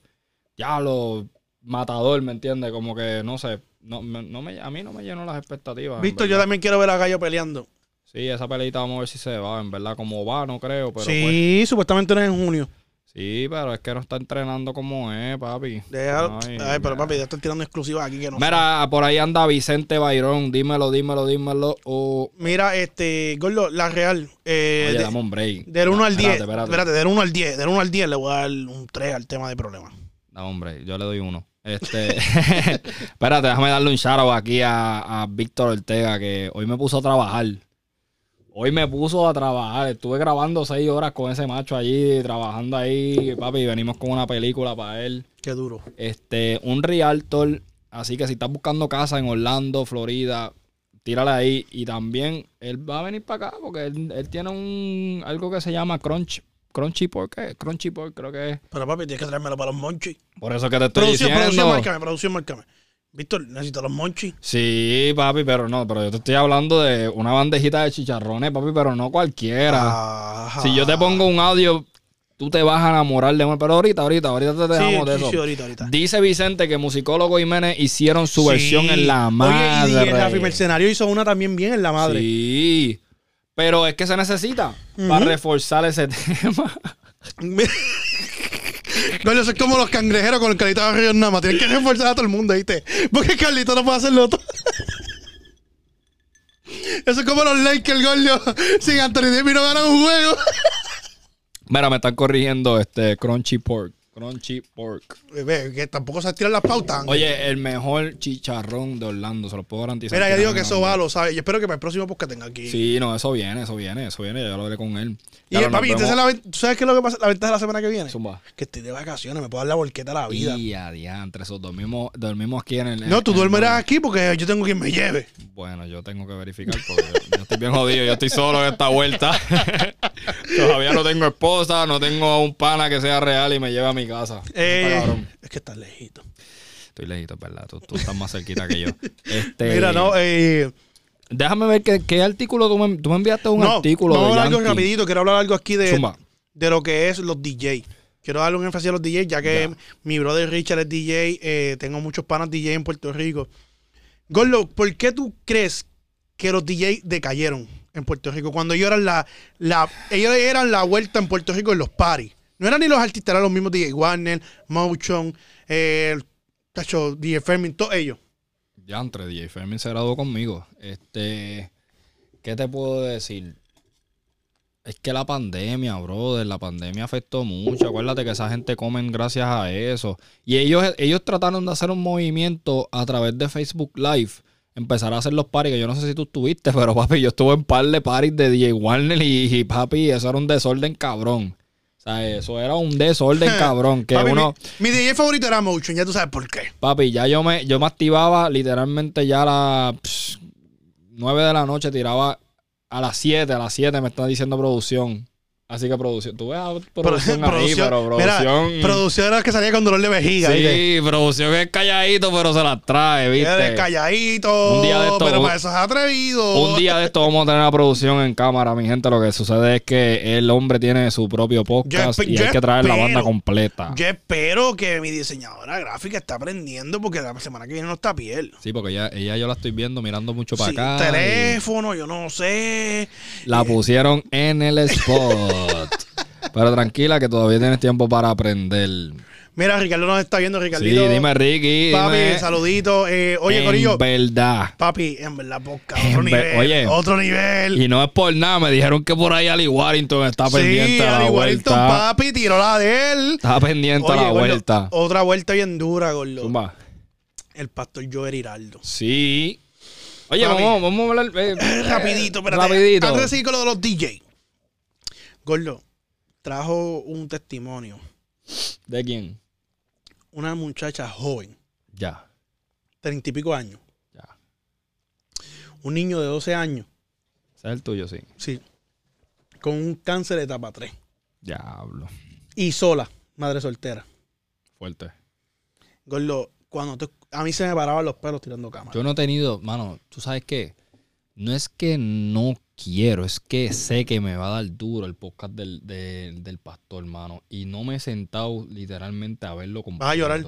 Speaker 3: diablo, matador, ¿me entiendes? Como que, no sé, no, me- no me, a mí no me llenó las expectativas. Ah, en
Speaker 2: Víctor, yo
Speaker 3: verdad.
Speaker 2: también quiero ver a Gallo peleando.
Speaker 3: Sí, esa peleita vamos a ver si se va, en verdad, como va, no creo, pero sí.
Speaker 2: sí, supuestamente no es en junio.
Speaker 3: Sí, pero es que no está entrenando como es, papi.
Speaker 2: Déjalo.
Speaker 3: Ay,
Speaker 2: Ay, pero
Speaker 3: mira.
Speaker 2: papi, ya están tirando exclusivas aquí que no. Mira,
Speaker 3: Mira, por ahí anda Vicente Bayrón, dímelo, dímelo, dímelo. o
Speaker 2: este, Gordo, la real. Eh,
Speaker 3: Oye,
Speaker 2: de-
Speaker 3: dame un break.
Speaker 2: del 1 al 10.
Speaker 3: Espérate,
Speaker 2: Espérate,
Speaker 3: espérate.
Speaker 2: del 1 al 10. Del 1 al 10 le voy a dar un 3 al tema de problemas.
Speaker 3: No, hombre, yo le doy uno. Este, espérate, déjame darle un shout out aquí a, a Víctor Ortega, que hoy me puso a trabajar. Hoy me puso a trabajar. Estuve grabando seis horas con ese macho allí, trabajando ahí, papi. y Venimos con una película para él.
Speaker 2: Qué duro.
Speaker 3: Este, un realtor. Así que si estás buscando casa en Orlando, Florida, tírala ahí. Y también él va a venir para acá porque él, él tiene un algo que se llama Crunch. Crunchy Pork, ¿qué? Crunchy Pork creo que es.
Speaker 2: Pero papi, tienes que traérmelo para los monchis.
Speaker 3: Por eso que te estoy
Speaker 2: Producción, producción,
Speaker 3: diciendo.
Speaker 2: márcame, producción, márcame. Víctor, necesito los monchis.
Speaker 3: Sí, papi, pero no, pero yo te estoy hablando de una bandejita de chicharrones, papi, pero no cualquiera.
Speaker 2: Ajá.
Speaker 3: Si yo te pongo un audio, tú te vas a enamorar de uno. Pero ahorita, ahorita, ahorita te
Speaker 2: Sí,
Speaker 3: dejamos de
Speaker 2: sí,
Speaker 3: eso.
Speaker 2: sí, ahorita, ahorita.
Speaker 3: Dice Vicente que Musicólogo Jiménez hicieron su versión
Speaker 2: Sí.
Speaker 3: en la madre.
Speaker 2: Oye, y- y el Rafi Mercenario hizo una también bien en la madre.
Speaker 3: Sí. Pero es que se necesita para reforzar ese tema.
Speaker 2: no, yo soy como los cangrejeros con el Carlito de Ríos Nama. Tienen que reforzar a todo el mundo, ¿viste? Porque Carlito no puede hacerlo todo. Eso es como los Lakers, Gordo. Sin Anthony Davis no ganan un juego.
Speaker 3: Mira, me están corrigiendo este Crunchy Pork. Crunchy Pork.
Speaker 2: Bebé, que tampoco se tiran las pautas.
Speaker 3: Oye, el mejor chicharrón de Orlando, se lo puedo garantizar.
Speaker 2: Mira, yo digo que
Speaker 3: Orlando.
Speaker 2: eso va, lo sabes. Yo espero que para el próximo podcast tenga aquí.
Speaker 3: Sí, no, eso viene, eso viene, eso viene. Ya lo hablé con él.
Speaker 2: Y eh, papi, entonces la ven- ¿tú sabes qué es lo que pasa? La ventaja de la semana que viene.
Speaker 3: Zumba.
Speaker 2: Que estoy de vacaciones, me puedo dar la volqueta a la vida.
Speaker 3: Y eh, adiantre, eso, dormimos, dormimos aquí en el...
Speaker 2: No, tú
Speaker 3: en el-
Speaker 2: duermerás aquí porque yo tengo quien me lleve.
Speaker 3: Bueno, yo tengo que verificar porque yo, yo estoy bien jodido, yo estoy solo en esta vuelta. Todavía no tengo esposa, no tengo un pana que sea real y me lleve a mi casa. Está
Speaker 2: Eh,
Speaker 3: cabrón.
Speaker 2: es que estás lejito.
Speaker 3: Estoy lejito, es verdad. Tú, tú estás más cerquita que yo. Este,
Speaker 2: Mira, no, eh,
Speaker 3: Déjame ver qué, qué artículo tú me, tú me enviaste un
Speaker 2: no,
Speaker 3: artículo
Speaker 2: vamos a
Speaker 3: de
Speaker 2: hablar algo
Speaker 3: Yankee.
Speaker 2: rapidito, quiero hablar algo aquí de,
Speaker 3: Zumba.
Speaker 2: de lo que es los DJ. Quiero darle un énfasis a los DJ, ya que mi brother Richard es DJ, eh, tengo muchos panas DJ en Puerto Rico. Gorlo, ¿por qué tú crees que los DJ decayeron en Puerto Rico? Cuando ellos eran la, la, ellos eran la vuelta en Puerto Rico en los parties. No eran ni los artistas, eran los mismos DJ Warner, Motion, eh, el cacho, DJ Fermin, todos ellos.
Speaker 3: Ya entre DJ Fermin se graduó conmigo. Este, ¿qué te puedo decir? Es que la pandemia, brother, la pandemia afectó mucho. Acuérdate que esa gente comen gracias a eso. Y ellos, ellos trataron de hacer un movimiento a través de Facebook Live. Empezar a hacer los paris, que yo no sé si tú estuviste, pero papi, yo estuve en par de paris de DJ Warner y, y, papi, eso era un desorden cabrón. O sea, eso era un desorden cabrón. Que
Speaker 2: Papi,
Speaker 3: uno.
Speaker 2: mi, mi DJ favorito era Motion, ya tú sabes por qué.
Speaker 3: Papi, ya yo me, yo me activaba literalmente ya a las pss, 9 de la noche, tiraba a las 7, a las 7 me está diciendo producción. Así que producción, tú ves a producción ahí, pero
Speaker 2: mira,
Speaker 3: producción...
Speaker 2: producción era la que salía con dolor de vejiga. ¿viste?
Speaker 3: sí, producción es calladito, pero se las trae,
Speaker 2: Era de
Speaker 3: ¿viste?
Speaker 2: calladito.
Speaker 3: Un día de esto-
Speaker 2: pero para eso es atrevido.
Speaker 3: Un día de esto vamos a tener la producción en cámara, mi gente. Lo que sucede es que el hombre tiene su propio podcast
Speaker 2: Yo espe-
Speaker 3: y
Speaker 2: yo
Speaker 3: hay que traer la banda
Speaker 2: espero-
Speaker 3: completa.
Speaker 2: Yo espero que mi diseñadora gráfica está aprendiendo porque la semana que viene no está piel.
Speaker 3: Sí, porque ella, ella yo la estoy viendo mirando mucho para
Speaker 2: Sí,
Speaker 3: acá. y-
Speaker 2: teléfono, yo no sé.
Speaker 3: La pusieron en el spot. Pero tranquila que todavía tienes tiempo para aprender.
Speaker 2: Mira, Ricardo nos está viendo,
Speaker 3: Sí,
Speaker 2: Ricardito.
Speaker 3: dime Ricky.
Speaker 2: Papi,
Speaker 3: dime.
Speaker 2: saludito. Eh, oye,
Speaker 3: En
Speaker 2: Corillo.
Speaker 3: verdad.
Speaker 2: Papi, en verdad, poca.
Speaker 3: En
Speaker 2: Otro
Speaker 3: ver-
Speaker 2: nivel.
Speaker 3: oye.
Speaker 2: Otro nivel.
Speaker 3: Y no es por nada, me dijeron que por ahí Ali Warrington está pendiente a la
Speaker 2: Ali Wellington,
Speaker 3: vuelta.
Speaker 2: papi, oh. tiró la de él.
Speaker 3: Está pendiente a la
Speaker 2: gordo,
Speaker 3: vuelta.
Speaker 2: Otra vuelta bien dura, gordo.
Speaker 3: Zumba.
Speaker 2: El pastor Joel Hiraldo.
Speaker 3: Eh, Sí. Oye,
Speaker 2: Papi.
Speaker 3: vamos, vamos a hablar. eh,
Speaker 2: Eh, Rapidito, espérate.
Speaker 3: Rapidito.
Speaker 2: Antes de seguir con lo de los DJ. Gordo, trajo un testimonio.
Speaker 3: ¿De quién?
Speaker 2: Una muchacha joven,
Speaker 3: Ya.
Speaker 2: treinta y pico años.
Speaker 3: Ya.
Speaker 2: Un niño de 12 años,
Speaker 3: Ese es el tuyo, sí.
Speaker 2: sí. Con un cáncer de etapa 3.
Speaker 3: Diablo.
Speaker 2: Y sola, madre soltera.
Speaker 3: Fuerte.
Speaker 2: Gordo, cuando tú- a mí se me paraban los pelos tirando cámara.
Speaker 3: Yo no he tenido, mano, tú sabes qué, no es que no quiero, es que sé que me va a dar duro el podcast del, de- del pastor, mano. Y no me he sentado literalmente a verlo completo.
Speaker 2: Vas a llorar.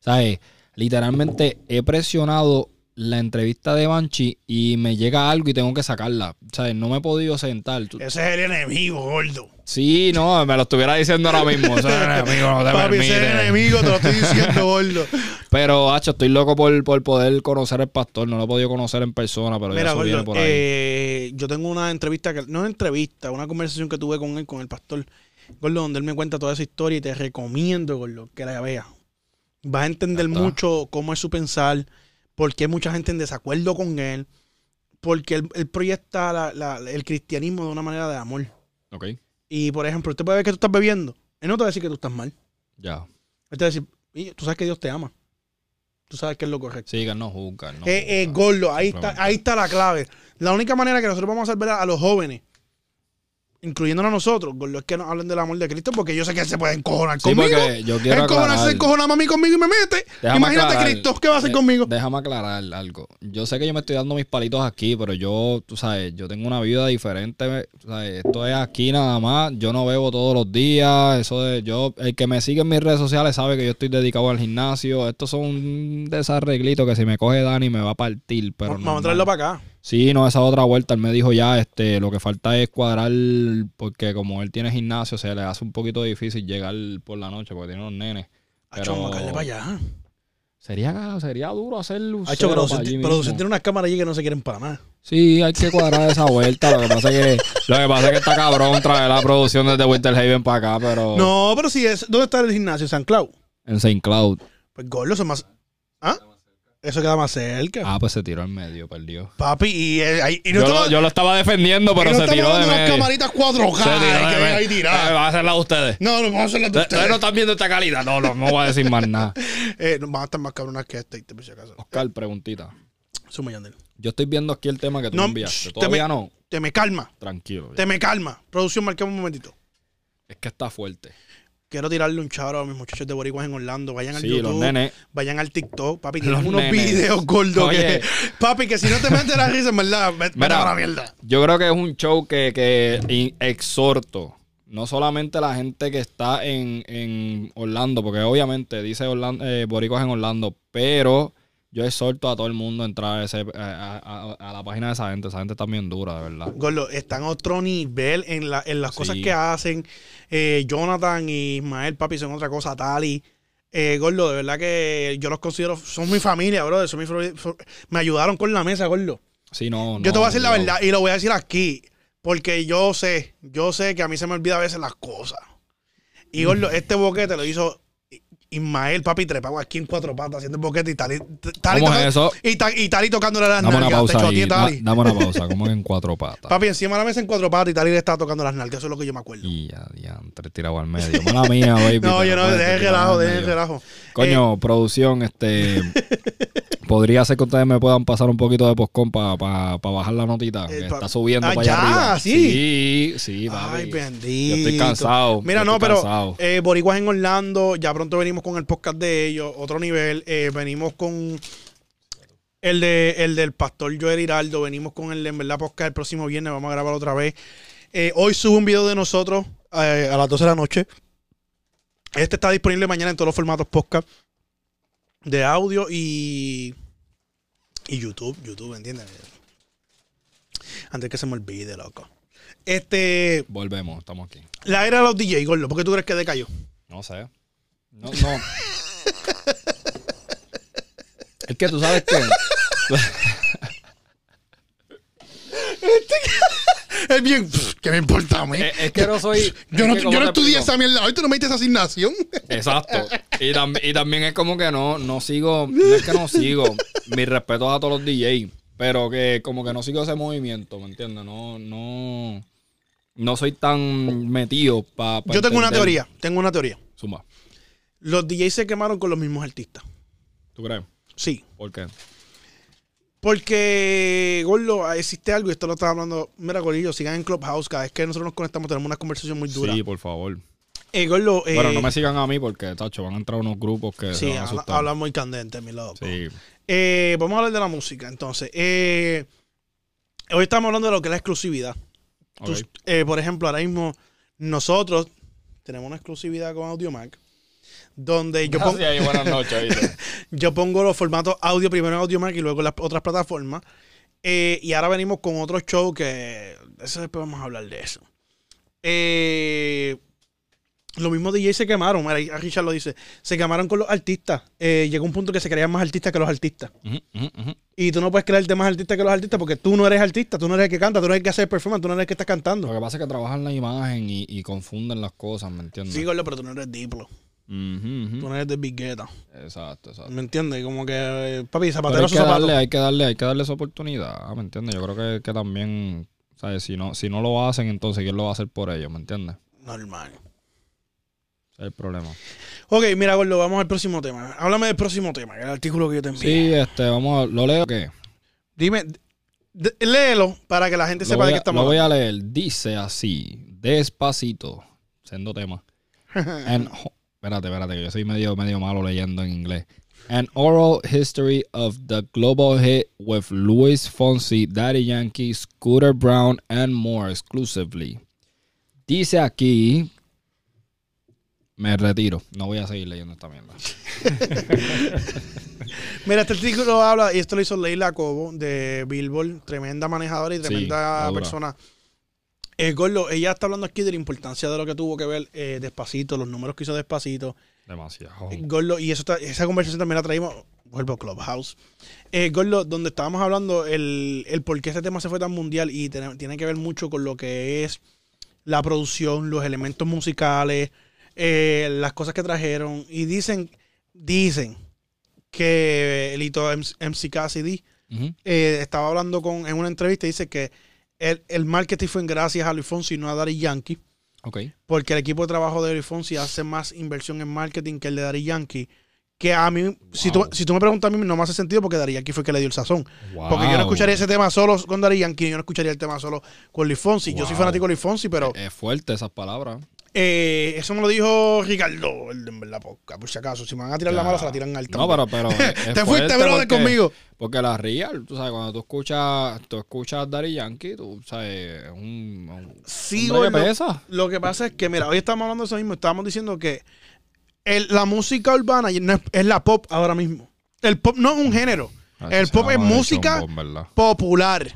Speaker 3: ¿Sabes? Literalmente he presionado la entrevista de Banshee y me llega algo y tengo que sacarla. ¿Sabes? No me he podido sentar. Tú-
Speaker 2: Ese es el enemigo, gordo.
Speaker 3: Sí, no, me lo estuviera diciendo ahora mismo. Ese enemigo no te
Speaker 2: Papi, ese es el
Speaker 3: permite.
Speaker 2: enemigo, te lo estoy diciendo, gordo.
Speaker 3: Pero, hacho, estoy loco por, por poder conocer al pastor. No lo he podido conocer en persona, pero ya
Speaker 2: Mira,
Speaker 3: eso viene
Speaker 2: gordo,
Speaker 3: por ahí.
Speaker 2: eh, yo tengo una entrevista, que, no una entrevista, una conversación que tuve con él, con el pastor, Gordo, donde él me cuenta toda esa historia y te recomiendo, Gordo, que la veas. Vas a entender
Speaker 3: Ya está.
Speaker 2: mucho cómo es su pensar, por qué hay mucha gente en desacuerdo con él, porque él, él proyecta la- la- el cristianismo de una manera de amor.
Speaker 3: Ok.
Speaker 2: Y por ejemplo, usted puede ver que tú estás bebiendo. Él no te va a decir que tú estás mal.
Speaker 3: Ya.
Speaker 2: Él te va a decir, "Mira, tú sabes que Dios te ama. Tú sabes que es lo correcto.
Speaker 3: Sigan, no juzgan. No
Speaker 2: Eh, eh,
Speaker 3: juzgan.
Speaker 2: gordo, ahí está,
Speaker 3: Simplemente.
Speaker 2: ahí está la clave. La única manera que nosotros vamos a salvar a los jóvenes, incluyéndonos a nosotros, gordo, es que nos hablen del amor de Cristo, porque yo sé que él se puede encojonar
Speaker 3: Sí,
Speaker 2: conmigo.
Speaker 3: porque yo quiero
Speaker 2: Él como se
Speaker 3: aclarar.
Speaker 2: encojona mami conmigo y me mete.
Speaker 3: Déjame
Speaker 2: Imagínate
Speaker 3: aclarar.
Speaker 2: Cristo, ¿qué va a hacer
Speaker 3: Eh,
Speaker 2: conmigo?
Speaker 3: Déjame aclarar algo. Yo sé que yo me estoy dando mis palitos aquí, pero yo, tú sabes, yo tengo una vida diferente. tú sabes, esto es aquí nada más. Yo no bebo todos los días. Eso de yo, el que me sigue en mis redes sociales sabe que yo estoy dedicado al gimnasio. Estos son un desarreglito que si me coge Dani me va a partir. Pero
Speaker 2: vamos
Speaker 3: normal.
Speaker 2: a traerlo para acá.
Speaker 3: Sí, no, esa otra vuelta. Él me dijo ya, este, lo que falta es cuadrar, porque como él tiene gimnasio, se le hace un poquito difícil llegar por la noche, porque tiene unos nenes.
Speaker 2: Hacho,
Speaker 3: Pero-
Speaker 2: vamos a caerle para allá.
Speaker 3: Sería, sería duro hacer un
Speaker 2: Hacho,
Speaker 3: cero
Speaker 2: pero
Speaker 3: para
Speaker 2: usted-
Speaker 3: allí
Speaker 2: pero
Speaker 3: mismo.
Speaker 2: usted tiene unas cámaras allí que no se quieren para nada.
Speaker 3: Sí, hay que cuadrar esa vuelta. Lo que pasa es que, lo que, pasa es que está cabrón traer la producción desde Winter Haven para acá, pero
Speaker 2: No, pero si es. ¿Dónde está el gimnasio? ¿San Clau?
Speaker 3: en St. Cloud.
Speaker 2: Pues gordo, eso es más. ¿Ah? Eso queda más cerca.
Speaker 3: Ah, pues se tiró al medio, perdió.
Speaker 2: Papi, y, eh, ahí- y no
Speaker 3: Yo,
Speaker 2: estamos-
Speaker 3: lo, yo lo estaba defendiendo,
Speaker 2: y
Speaker 3: pero
Speaker 2: no
Speaker 3: se
Speaker 2: estamos
Speaker 3: tiró de
Speaker 2: hablando de las
Speaker 3: medio.
Speaker 2: camaritas 4K
Speaker 3: Se tiró de
Speaker 2: que ven
Speaker 3: medio.
Speaker 2: ahí tiradas.
Speaker 3: Eh, Va a hacerla ustedes.
Speaker 2: No, no, vamos a hacer las de
Speaker 3: Ustedes
Speaker 2: ustedes.
Speaker 3: ustedes no están viendo esta calidad. No, no, no voy a decir más nada.
Speaker 2: Eh, no, van a estar más cabronas que este, por si acaso.
Speaker 3: Oscar, preguntita.
Speaker 2: Suma, Yandel.
Speaker 3: Yo estoy viendo aquí el tema que tú
Speaker 2: No,
Speaker 3: me enviaste.
Speaker 2: shh,
Speaker 3: Todavía
Speaker 2: te me-
Speaker 3: no.
Speaker 2: Te me calma,
Speaker 3: Tranquilo. ya.
Speaker 2: te me calma. Producción, marquemos un momentito.
Speaker 3: Es que está fuerte.
Speaker 2: Quiero tirarle un charo a mis muchachos de boricuas en Orlando. Vayan al
Speaker 3: Sí,
Speaker 2: YouTube,
Speaker 3: los nenes.
Speaker 2: vayan al TikTok. Papi, tienen
Speaker 3: Los
Speaker 2: unos
Speaker 3: nenes.
Speaker 2: videos gordos.
Speaker 3: Oye.
Speaker 2: Que, papi, que si no te metes la risa, en verdad, vete
Speaker 3: Mira.
Speaker 2: para la mierda.
Speaker 3: Yo creo que es un show que, que in- exhorto. No solamente la gente que está en, en Orlando, porque obviamente dice Orlando, Boricos en Orlando, pero yo exhorto a todo el mundo a entrar a, ese- a- a- a- a la página de esa gente. Esa gente está bien dura, de verdad.
Speaker 2: Gordo, están a otro nivel en, la, en las
Speaker 3: Sí.
Speaker 2: cosas que hacen. Eh, Jonathan y Ismael, papi, son otra cosa. Tali. Eh, Gordo, de verdad que yo los considero, son mi familia, bro. Son mi, fro- son- me ayudaron con la mesa, Gordo.
Speaker 3: Sí, no,
Speaker 2: yo
Speaker 3: no,
Speaker 2: te voy a decir la
Speaker 3: no.
Speaker 2: verdad y lo voy a decir aquí. Porque yo sé, yo sé que a mí se me olvida a veces las cosas.
Speaker 3: Mm.
Speaker 2: Y Gordo, este boquete lo hizo Ismael, papi, trepado aquí en cuatro patas haciendo el boquete y Tali. Tali
Speaker 3: ¿Cómo es
Speaker 2: toca-
Speaker 3: eso?
Speaker 2: Y, Ta- y Tali tocándole las
Speaker 3: Dame una
Speaker 2: nalgas. Te
Speaker 3: pausa ahí.
Speaker 2: choteé,
Speaker 3: Da-
Speaker 2: Tali.
Speaker 3: Dame una pausa, como en cuatro patas.
Speaker 2: Papi, encima de la mesa en cuatro patas y Tali le estaba tocando las nalgas, eso es lo que yo me acuerdo.
Speaker 3: Y ya, diantre, tirado al medio. Mala mía, baby.
Speaker 2: No,
Speaker 3: pero
Speaker 2: yo no,
Speaker 3: puedes
Speaker 2: deje el
Speaker 3: tirar
Speaker 2: relajo,
Speaker 3: al
Speaker 2: deje el
Speaker 3: medio.
Speaker 2: relajo.
Speaker 3: Coño,
Speaker 2: Eh.
Speaker 3: producción, este. podría ser que ustedes me puedan pasar un poquito de postcom para bajar la notita.
Speaker 2: Eh,
Speaker 3: que
Speaker 2: pa-
Speaker 3: está subiendo
Speaker 2: Ah,
Speaker 3: para
Speaker 2: ya,
Speaker 3: allá arriba.
Speaker 2: sí.
Speaker 3: Sí, sí, papi.
Speaker 2: Eh, Ay,
Speaker 3: Yo
Speaker 2: bendito.
Speaker 3: estoy cansado.
Speaker 2: Mira,
Speaker 3: yo
Speaker 2: no,
Speaker 3: estoy
Speaker 2: pero
Speaker 3: cansado.
Speaker 2: eh, Boricuas en Orlando, ya pronto venimos con el podcast de ellos, otro nivel. eh, venimos con el, de, el del pastor Joel Hiraldo, venimos con el de, en verdad, podcast el próximo viernes, vamos a grabar otra vez. Eh, hoy subo un video de nosotros eh, a las 12 de la noche. Este está disponible mañana en todos los formatos podcast de audio y, y YouTube, YouTube, ¿entiendes? Antes que se me olvide, loco. Este...
Speaker 3: Volvemos, estamos aquí.
Speaker 2: La era de los DJ, Gordo. ¿Por qué tú crees que decayó?
Speaker 3: No sé. No, no. es que tú sabes que.
Speaker 2: Es bien, ¿qué me importa a mí?
Speaker 3: es, es que no soy.
Speaker 2: yo
Speaker 3: es
Speaker 2: no,
Speaker 3: que
Speaker 2: yo
Speaker 3: ¿cómo
Speaker 2: no
Speaker 3: te
Speaker 2: estudié
Speaker 3: explico?
Speaker 2: esa mierda. Hoy tú no me diste esa asignación.
Speaker 3: Exacto. Y, tam- y también es como que no, no sigo, no es que no sigo. Mis respetos a todos los DJs, pero que como que no sigo ese movimiento, ¿me entiendes? No, no, no soy tan metido para.
Speaker 2: yo tengo una teoría. Tengo una teoría.
Speaker 3: Suma,
Speaker 2: Los DJs se quemaron con los mismos artistas.
Speaker 3: ¿tú crees?
Speaker 2: Sí.
Speaker 3: ¿Por qué?
Speaker 2: Porque, Gordo, existe algo y esto lo estaba hablando. Mira, Gorillo, sigan en Clubhouse. Cada vez que nosotros nos conectamos tenemos una conversación muy dura.
Speaker 3: Sí, por favor.
Speaker 2: Eh, Gordo, eh,
Speaker 3: bueno, no me sigan a mí porque, tacho, van a entrar unos grupos que se
Speaker 2: Sí,
Speaker 3: van a
Speaker 2: habla,
Speaker 3: asustar.
Speaker 2: habla muy candente, mi loco.
Speaker 3: sí.
Speaker 2: Eh, vamos a hablar de la música, entonces. Eh, hoy estamos hablando de lo que es la exclusividad. Tú-
Speaker 3: ok.
Speaker 2: eh, por ejemplo, ahora mismo nosotros tenemos una exclusividad con AudioMac, donde yo, pon-
Speaker 3: Gracias y buenas noches, ¿viste?
Speaker 2: yo pongo los formatos audio primero en AudioMac y luego en las otras plataformas. Eh, y ahora venimos con otro show que... Eso después vamos a hablar de eso. Eh, los mismos DJ se quemaron, mira, ahí Richard lo dice, se quemaron con los artistas. Eh, llegó un punto que se creían más artistas que los artistas.
Speaker 3: Ujú, ujú, ujú.
Speaker 2: Y tú no puedes creerte más artista que los artistas porque tú no eres artista, tú no eres el que canta, tú no eres el que hace el performance, tú no eres el que estás cantando.
Speaker 3: Lo que pasa es que trabajan la imagen y, y confunden las cosas, ¿me entiendes?
Speaker 2: Sí, Gordo, pero tú no eres Diplo.
Speaker 3: Ujú,
Speaker 2: Tú
Speaker 3: ujú.
Speaker 2: no Mm, eres de Bigueta.
Speaker 3: Exacto, exacto.
Speaker 2: ¿Me entiendes? Como que, eh, papi,
Speaker 3: Pero
Speaker 2: zapatero
Speaker 3: hay
Speaker 2: su
Speaker 3: que darle,
Speaker 2: zapato.
Speaker 3: hay que darle, hay que darle esa oportunidad, ¿me entiendes? Yo creo que, que también, ¿sabes? Si no, si no lo hacen, entonces ¿quién lo va a hacer por ellos? ¿Me entiendes?
Speaker 2: Normal.
Speaker 3: Ese es el problema.
Speaker 2: Ok, mira, Gordo, vamos al próximo tema. Háblame del próximo tema, que es el artículo que yo te envié.
Speaker 3: Sí, este, vamos a, ¿lo leo o qué?
Speaker 2: Dime, d- léelo para que la gente
Speaker 3: Lo
Speaker 2: sepa
Speaker 3: voy,
Speaker 2: de qué
Speaker 3: a,
Speaker 2: estamos
Speaker 3: lo voy
Speaker 2: hablando.
Speaker 3: a leer. Dice así, despacito, siendo tema. An, ho- espérate, espérate, que yo soy medio, medio malo leyendo en inglés. An oral history of the global hit with Luis Fonsi, Daddy Yankee, Scooter Brown, and more exclusively. Dice aquí. Me retiro. No voy a seguir leyendo esta mierda.
Speaker 2: Mira, este artículo habla, y esto lo hizo Leila Cobo de Billboard, tremenda manejadora y tremenda
Speaker 3: la dura.
Speaker 2: persona. Eh, Gordo, ella está hablando aquí de la importancia de lo que tuvo que ver eh, despacito, los números que hizo despacito.
Speaker 3: Demasiado.
Speaker 2: Gordo, y eso está- esa conversación también la traímos, vuelvo a Clubhouse. Eh, Gordo, donde estábamos hablando el, el por qué este tema se fue tan mundial y tiene, tiene que ver mucho con lo que es la producción, los elementos musicales, eh, las cosas que trajeron. Y dicen, dicen que el hito MC Cassidy
Speaker 3: Ujú.
Speaker 2: eh, estaba hablando con, en una entrevista y dice que el, el marketing fue en gracias a Luis Fonsi y no a Daddy Yankee
Speaker 3: Ok.
Speaker 2: porque el equipo de trabajo de Luis Fonsi hace más inversión en marketing que el de Dari Yankee. Que a mí, si, tú,
Speaker 3: Wow.
Speaker 2: si tú me preguntas a mí, no me hace sentido porque Dari Yankee fue el que le dio el sazón.
Speaker 3: Wow.
Speaker 2: Porque yo no escucharía ese tema solo con Dari Yankee, yo no escucharía el tema solo con Luis Fonsi. Yo soy
Speaker 3: Wow. Eh,
Speaker 2: fanático de Luis Fonsi, pero
Speaker 3: Es fuerte esas palabras.
Speaker 2: eh, eso me lo dijo Ricardo, el de en verdad, por, por si acaso. Si me van a tirar la
Speaker 3: Ya.
Speaker 2: mala, se la tiran al
Speaker 3: No, pero, pero. eh, es- es
Speaker 2: Te fuiste,
Speaker 3: fuerte
Speaker 2: brother,
Speaker 3: porque-
Speaker 2: conmigo.
Speaker 3: Porque la real, tú sabes, cuando tú escuchas, tú escuchas Daddy Yankee, tú sabes, es un, un
Speaker 2: Sí,
Speaker 3: hombre que
Speaker 2: gordo.
Speaker 3: pesa.
Speaker 2: Lo que pasa es que, mira, hoy estamos hablando de eso mismo. Estábamos diciendo que el- la música urbana y no es, es la pop ahora mismo. El pop no es un género. el pop es música popular.